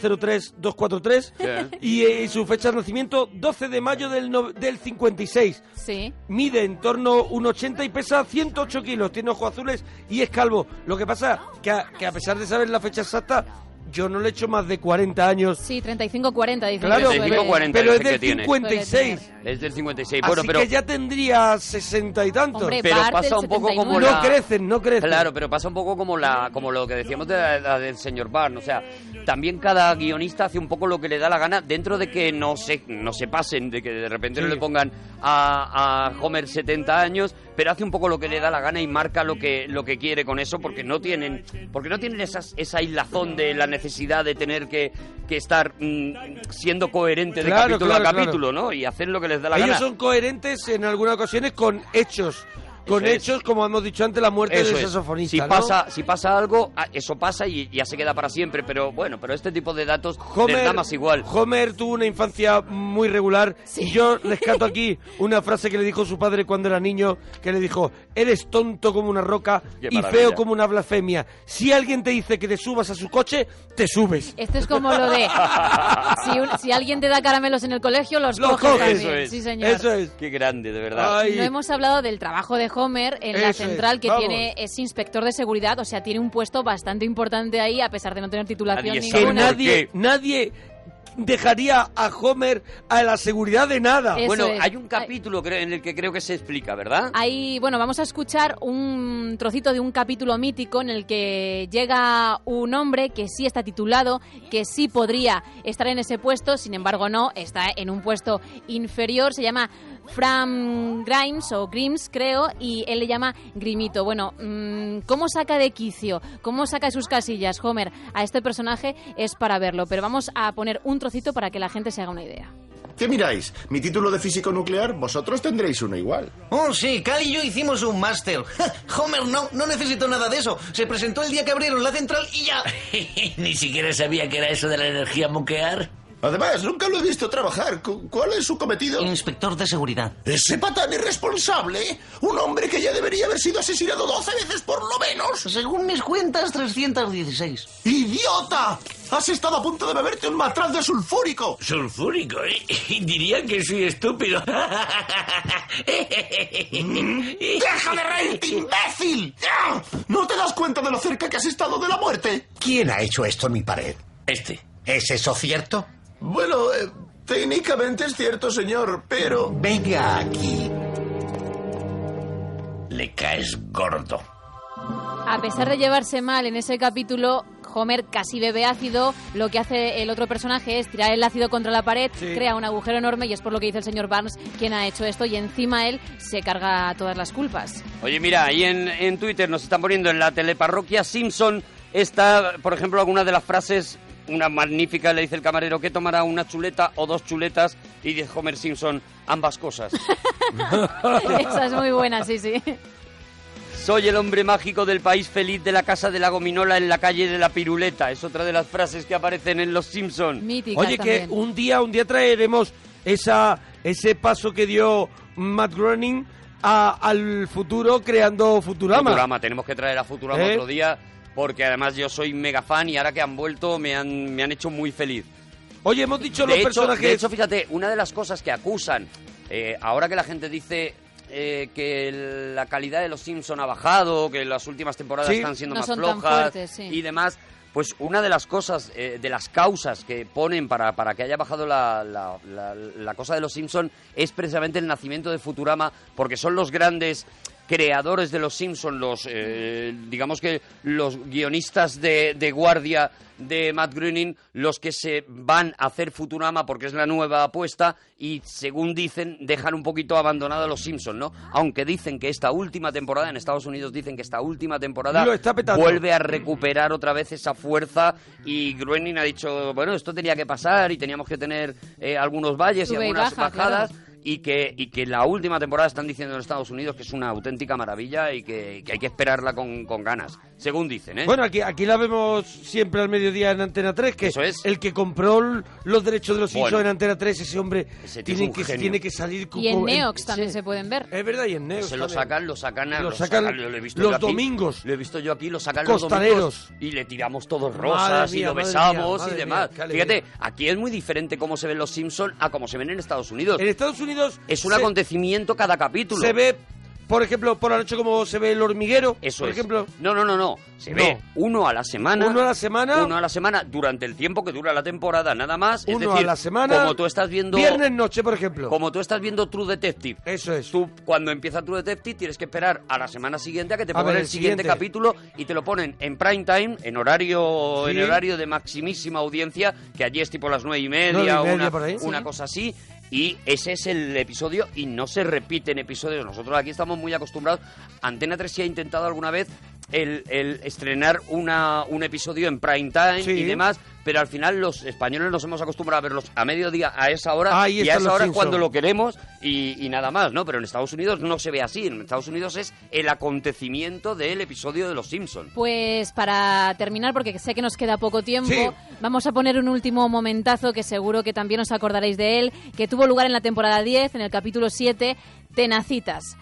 Speaker 9: C40403243,
Speaker 8: Sí.
Speaker 9: y, eh, su fecha de nacimiento 12 de mayo del, no- del 56.
Speaker 8: Sí.
Speaker 9: Mide en torno a 1,80 y pesa 108 kilos. Tiene ojos azules y es calvo. Lo que pasa que a, que a pesar de saber la fecha exacta, yo no le echo más de 40 años.
Speaker 8: Sí, 35-40, dice.
Speaker 9: Claro,
Speaker 8: que suele-
Speaker 9: pero-
Speaker 25: 40
Speaker 9: pero es
Speaker 25: dice que
Speaker 9: del
Speaker 25: tiene.
Speaker 9: 56.
Speaker 25: Es del 56,
Speaker 9: Así
Speaker 25: bueno, pero...
Speaker 9: que ya tendría 60 y tantos.
Speaker 25: Hombre, Pero Bart pasa del un poco como 79.
Speaker 9: No
Speaker 25: la-
Speaker 9: crecen, no crecen.
Speaker 25: Claro, pero pasa un poco como la como lo que decíamos de la edad del señor Barn, o sea, también cada guionista hace un poco lo que le da la gana dentro de que no se no se pasen, de que de repente no le pongan a, a Homer 70 años, pero hace un poco lo que le da la gana y marca lo que lo que quiere con eso porque no tienen porque no tienen esas esa hilazón de la necesidad de tener que, que estar mm, siendo coherente de
Speaker 9: Claro,
Speaker 25: capítulo
Speaker 9: claro,
Speaker 25: a
Speaker 9: claro.
Speaker 25: capítulo, ¿no? Y hacer lo que les da la
Speaker 9: Ellos
Speaker 25: gana.
Speaker 9: son coherentes en algunas ocasiones con hechos. Con
Speaker 25: Eso es.
Speaker 9: hechos, como hemos dicho antes, la muerte
Speaker 25: Eso
Speaker 9: del
Speaker 25: es.
Speaker 9: saxofonista.
Speaker 25: Si
Speaker 9: ¿no?
Speaker 25: pasa, si pasa algo, a- eso pasa y ya se queda para siempre. Pero bueno, pero este tipo de datos les da más igual.
Speaker 9: Homer tuvo una infancia muy regular. Yo rescato aquí una frase que le dijo su padre cuando era niño, que le dijo, eres tonto como una roca
Speaker 25: Qué
Speaker 9: y
Speaker 25: maravilla.
Speaker 9: feo como una blasfemia. Si alguien te dice que te subas a su coche, te subes.
Speaker 8: Esto es como lo de si, un- si alguien te da caramelos en el colegio, los,
Speaker 9: Los
Speaker 8: coges.
Speaker 9: coges.
Speaker 8: también.
Speaker 25: Eso es.
Speaker 8: Sí, señor.
Speaker 9: es.
Speaker 25: Qué grande, de verdad.
Speaker 8: No hemos hablado del trabajo de Homer en
Speaker 25: Eso
Speaker 8: la
Speaker 25: es,
Speaker 8: central que
Speaker 25: vamos.
Speaker 8: tiene es inspector de seguridad, o sea, tiene un puesto bastante importante ahí a pesar de no tener titulación
Speaker 9: Nadie
Speaker 8: ninguna.
Speaker 9: que nadie, nadie dejaría a Homer a la seguridad de nada.
Speaker 8: Eso
Speaker 25: bueno,
Speaker 8: es.
Speaker 25: hay un capítulo creo- en el que creo que se explica, ¿verdad?
Speaker 8: Ahí, bueno, vamos a escuchar un trocito de un capítulo mítico en el que llega un hombre que sí está titulado, que sí podría estar en ese puesto, sin embargo no, está en un puesto inferior, se llama Fran Grimes o Grimes creo, y él le llama Grimito. Bueno, mm, ¿cómo saca de quicio? ¿Cómo saca de sus casillas Homer a este personaje? Es para verlo, pero vamos a poner un trocito para que la gente se haga una idea.
Speaker 21: ¿Qué miráis? Mi título de físico nuclear, vosotros tendréis uno igual.
Speaker 22: Oh, sí, Cal y yo hicimos un máster. Homer no, no necesitó nada de eso. Se presentó el día que abrieron la central y ya.
Speaker 15: Ni siquiera sabía que era eso de la energía nuclear.
Speaker 21: Además, nunca lo he visto trabajar. Cu- ¿Cuál es su cometido?
Speaker 22: Inspector de seguridad.
Speaker 21: Ese patán irresponsable. Un hombre que ya debería haber sido asesinado 12 veces por lo menos.
Speaker 22: Según mis cuentas, 316.
Speaker 21: ¡Idiota! Has estado a punto de beberte un matraz de sulfúrico.
Speaker 15: Sulfúrico, ¿eh? Diría que soy estúpido.
Speaker 21: ¡Deja de reírte, imbécil! ¡Ah! ¿No te das cuenta de lo cerca que has estado de la muerte?
Speaker 23: ¿Quién ha hecho esto en mi pared?
Speaker 15: Este.
Speaker 23: ¿Es eso cierto?
Speaker 21: Bueno, eh, técnicamente es cierto, señor, pero...
Speaker 23: Venga aquí.
Speaker 15: Le caes gordo.
Speaker 8: A pesar de llevarse mal en ese capítulo, Homer casi bebe ácido. Lo que hace el otro personaje es tirar el ácido contra la pared,
Speaker 26: Sí.
Speaker 8: crea un agujero enorme y es por lo que dice el señor Barnes quien ha hecho esto y encima él se carga todas las culpas.
Speaker 25: Oye, mira, ahí en, en Twitter nos están poniendo en la teleparroquia Simpson está, por ejemplo, alguna de las frases, una magnífica, le dice el camarero, que tomará una chuleta o dos chuletas? Y dice Homer Simpson, ambas cosas.
Speaker 8: Esa es muy buena, sí, sí.
Speaker 25: Soy el hombre mágico del país feliz de la casa de la gominola en la calle de la piruleta. Es otra de las frases que aparecen en Los Simpsons.
Speaker 8: Míticas
Speaker 9: Oye, que
Speaker 8: también.
Speaker 9: un día, un día traeremos esa, ese paso que dio Matt Groening a- al futuro creando Futurama.
Speaker 25: Futurama, tenemos que traer a Futurama
Speaker 9: ¿Eh?
Speaker 25: otro día porque además yo soy mega fan y ahora que han vuelto me han, me han hecho muy feliz.
Speaker 9: Oye, hemos dicho
Speaker 25: de
Speaker 9: los
Speaker 25: hecho,
Speaker 9: personajes-
Speaker 25: De hecho, fíjate, una de las cosas que acusan, eh, ahora que la gente dice eh, que el- la calidad de los Simpson ha bajado, que las últimas temporadas
Speaker 9: Sí.
Speaker 25: están siendo
Speaker 9: No
Speaker 25: más
Speaker 9: son tan
Speaker 25: flojas
Speaker 9: fuertes, sí.
Speaker 25: y demás, pues una de las cosas, eh, de las causas que ponen para, para que haya bajado la, la- la- la cosa de los Simpson es precisamente el nacimiento de Futurama, porque son los grandes creadores de los Simpson, los eh, digamos que los guionistas de, de guardia de Matt Groening, los que se van a hacer Futurama porque es la nueva apuesta y según dicen dejan un poquito abandonado a los Simpson, ¿no? Aunque dicen que esta última temporada en Estados Unidos dicen que esta última temporada
Speaker 9: Lo está petando.
Speaker 25: vuelve a recuperar otra vez esa fuerza y Groening ha dicho, bueno, esto tenía que pasar y teníamos que tener eh, algunos valles y
Speaker 8: Sube y
Speaker 25: algunas
Speaker 8: baja,
Speaker 25: bajadas y que, y que la última temporada están diciendo en Estados Unidos que es una auténtica maravilla y que, que hay que esperarla con, con ganas, según dicen, ¿eh?
Speaker 9: Bueno, aquí, aquí la vemos siempre al mediodía en Antena 3, que es. el que compró l- los derechos de los
Speaker 25: Bueno.
Speaker 9: Simpsons en Antena 3, ese hombre
Speaker 25: Ese tío es
Speaker 9: tiene
Speaker 25: un
Speaker 9: que,
Speaker 25: genio.
Speaker 9: tiene que salir con...
Speaker 8: Y en
Speaker 9: con-
Speaker 8: Neox también se pueden ver.
Speaker 9: eh, Es verdad, y en Neox
Speaker 25: se lo
Speaker 9: también.
Speaker 25: sacan, lo sacan, a-
Speaker 9: Lo
Speaker 25: lo
Speaker 9: sacan
Speaker 25: sacan, lo he visto
Speaker 9: los
Speaker 25: yo aquí,
Speaker 9: domingos.
Speaker 25: Lo he visto yo aquí, lo sacan los
Speaker 9: Costaleros.
Speaker 25: domingos y le tiramos todos
Speaker 9: Madre
Speaker 25: rosas y
Speaker 9: mía,
Speaker 25: lo
Speaker 9: madre mía,
Speaker 25: besamos
Speaker 9: madre
Speaker 25: y
Speaker 9: mía,
Speaker 25: demás.
Speaker 9: qué alegría.
Speaker 25: Fíjate, aquí es muy diferente cómo se ven los Simpsons a cómo se ven en Estados Unidos.
Speaker 9: En Estados Unidos...
Speaker 25: Es un
Speaker 9: se-
Speaker 25: acontecimiento cada capítulo.
Speaker 9: Se ve, por ejemplo, por la noche como se ve el hormiguero.
Speaker 25: Eso
Speaker 9: por
Speaker 25: es.
Speaker 9: ejemplo.
Speaker 25: No, no, no, no. Se
Speaker 9: No.
Speaker 25: ve uno a la semana.
Speaker 9: Uno a la semana.
Speaker 25: Uno a la semana durante el tiempo que dura la temporada, nada más. Es
Speaker 9: Uno
Speaker 25: decir,
Speaker 9: a la semana.
Speaker 25: Como tú estás viendo.
Speaker 9: Viernes noche, por ejemplo.
Speaker 25: Como tú estás viendo True Detective.
Speaker 9: Eso es.
Speaker 25: Tú, cuando empieza True Detective, tienes que esperar a la semana siguiente a que te
Speaker 9: A
Speaker 25: pongan
Speaker 9: ver,
Speaker 25: el
Speaker 9: el
Speaker 25: siguiente,
Speaker 9: siguiente.
Speaker 25: capítulo y te lo ponen en prime time, en horario
Speaker 9: Sí.
Speaker 25: en horario de maximísima audiencia, que allí es tipo las nueve y
Speaker 9: Nueve
Speaker 25: media,
Speaker 9: y media,
Speaker 25: una,
Speaker 9: por ahí.
Speaker 25: una
Speaker 9: Sí.
Speaker 25: cosa así. Y ese es el episodio y no se repiten episodios. Nosotros aquí estamos muy acostumbrados. Antena 3 sí ha intentado alguna vez el, el estrenar una, un episodio en prime time
Speaker 9: Sí.
Speaker 25: y demás, pero al final los españoles nos hemos acostumbrado a verlos a mediodía, a esa hora,
Speaker 9: Ahí
Speaker 25: y a
Speaker 9: están
Speaker 25: esa
Speaker 9: los
Speaker 25: hora es
Speaker 9: Simpson.
Speaker 25: cuando lo queremos y, y nada más, ¿no? Pero en Estados Unidos no se ve así. En Estados Unidos es el acontecimiento del episodio de Los Simpsons.
Speaker 8: Pues para terminar, porque sé que nos queda poco tiempo,
Speaker 25: Sí.
Speaker 8: vamos a poner un último momentazo que seguro que también os acordaréis de él, que tuvo lugar en la temporada 10, en el capítulo 7, Tenacitas.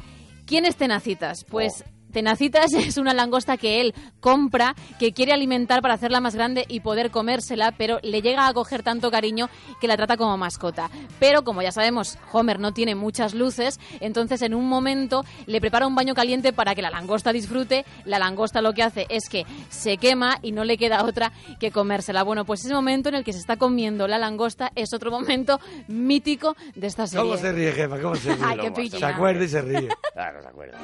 Speaker 8: ¿Quién es Tenacitas? Pues Tenacitas es una langosta que él compra, que quiere alimentar para hacerla más grande y poder comérsela, pero le llega a coger tanto cariño que la trata como mascota. Pero como ya sabemos, Homer no tiene muchas luces, entonces en un momento le prepara un baño caliente para que la langosta disfrute. La langosta lo que hace es que se quema y no le queda otra que comérsela. Bueno, pues ese momento en el que se está comiendo la langosta es otro momento mítico de esta serie.
Speaker 9: ¿Cómo se ríe, jefa? ¿Cómo se ríe?
Speaker 8: Ah, Ay, qué pilla.
Speaker 9: se acuerda y se ríe.
Speaker 25: Claro, Ah, se acuerda.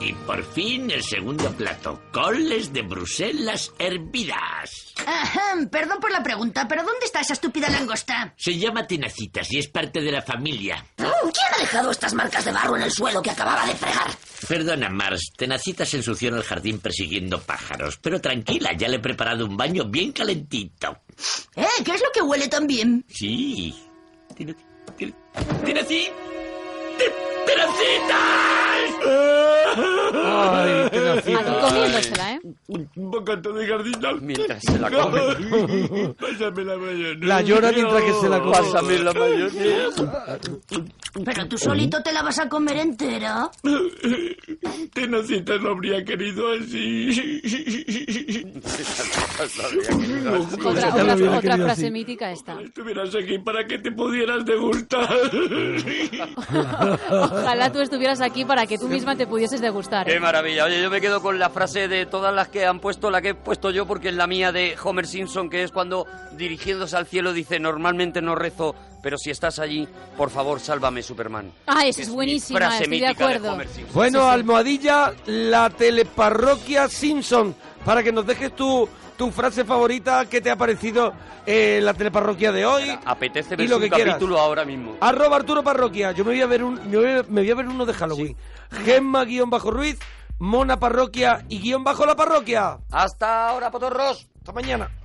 Speaker 15: Y por fin el segundo plato, coles de Bruselas hervidas.
Speaker 10: Ajá, perdón por la pregunta, pero ¿dónde está esa estúpida langosta?
Speaker 15: Se llama tenacitas y es parte de la familia.
Speaker 10: Mm, ¿Quién ha dejado estas marcas de barro en el suelo que acababa de fregar?
Speaker 15: Perdona, Mars, tenacitas se ensució en el jardín persiguiendo pájaros, pero tranquila, ya le he preparado un baño bien calentito.
Speaker 10: ¿Eh? ¿Qué es lo que huele tan bien?
Speaker 15: Sí. Tena- tena- Tenaci... te- ¡Tenacitas!
Speaker 9: Ay,
Speaker 8: Aquí comiéndosela, ¿eh?
Speaker 15: Un bocato de jardín.
Speaker 25: Mientras se la come.
Speaker 15: Pásame la mayonesa.
Speaker 9: La llora mientras que se la come.
Speaker 25: Pásame la mayonesa.
Speaker 10: ¿Pero tú solito te la vas a comer entera?
Speaker 15: Tenacitas lo habría querido así.
Speaker 8: Otra,
Speaker 15: Ya lo
Speaker 8: otra-
Speaker 15: hubiera
Speaker 8: otra
Speaker 15: querido
Speaker 8: frase
Speaker 15: así.
Speaker 8: mítica esta.
Speaker 15: Estuvieras aquí para que te pudieras degustar.
Speaker 8: Ojalá tú estuvieras aquí para que tú misma te pudieses degustar. ¿eh?
Speaker 25: Qué maravilla. Oye, yo me quedo con la frase de todas las que han puesto, la que he puesto yo, porque es la mía de Homer Simpson, que es cuando dirigiéndose al cielo dice, normalmente no rezo, pero si estás allí, por favor, sálvame, Superman.
Speaker 8: Ah, esa es buenísima,
Speaker 25: frase
Speaker 8: estoy de
Speaker 25: mítica de
Speaker 8: acuerdo.
Speaker 25: Homer Simpson.
Speaker 9: Bueno, almohadilla, la teleparroquia Simpson, para que nos dejes tu, tu frase favorita que te ha parecido eh, la teleparroquia de hoy.
Speaker 25: Apetece
Speaker 9: Y
Speaker 25: ver
Speaker 9: lo
Speaker 25: un
Speaker 9: que quieras.
Speaker 25: capítulo ahora mismo.
Speaker 9: Arroba Arturo Parroquia, yo me voy a ver, un, me voy a- me voy a ver uno de Halloween. Gemma guión bajo Ruiz, Mona Parroquia y guión bajo la parroquia.
Speaker 25: Hasta ahora, potorros.
Speaker 9: Hasta mañana.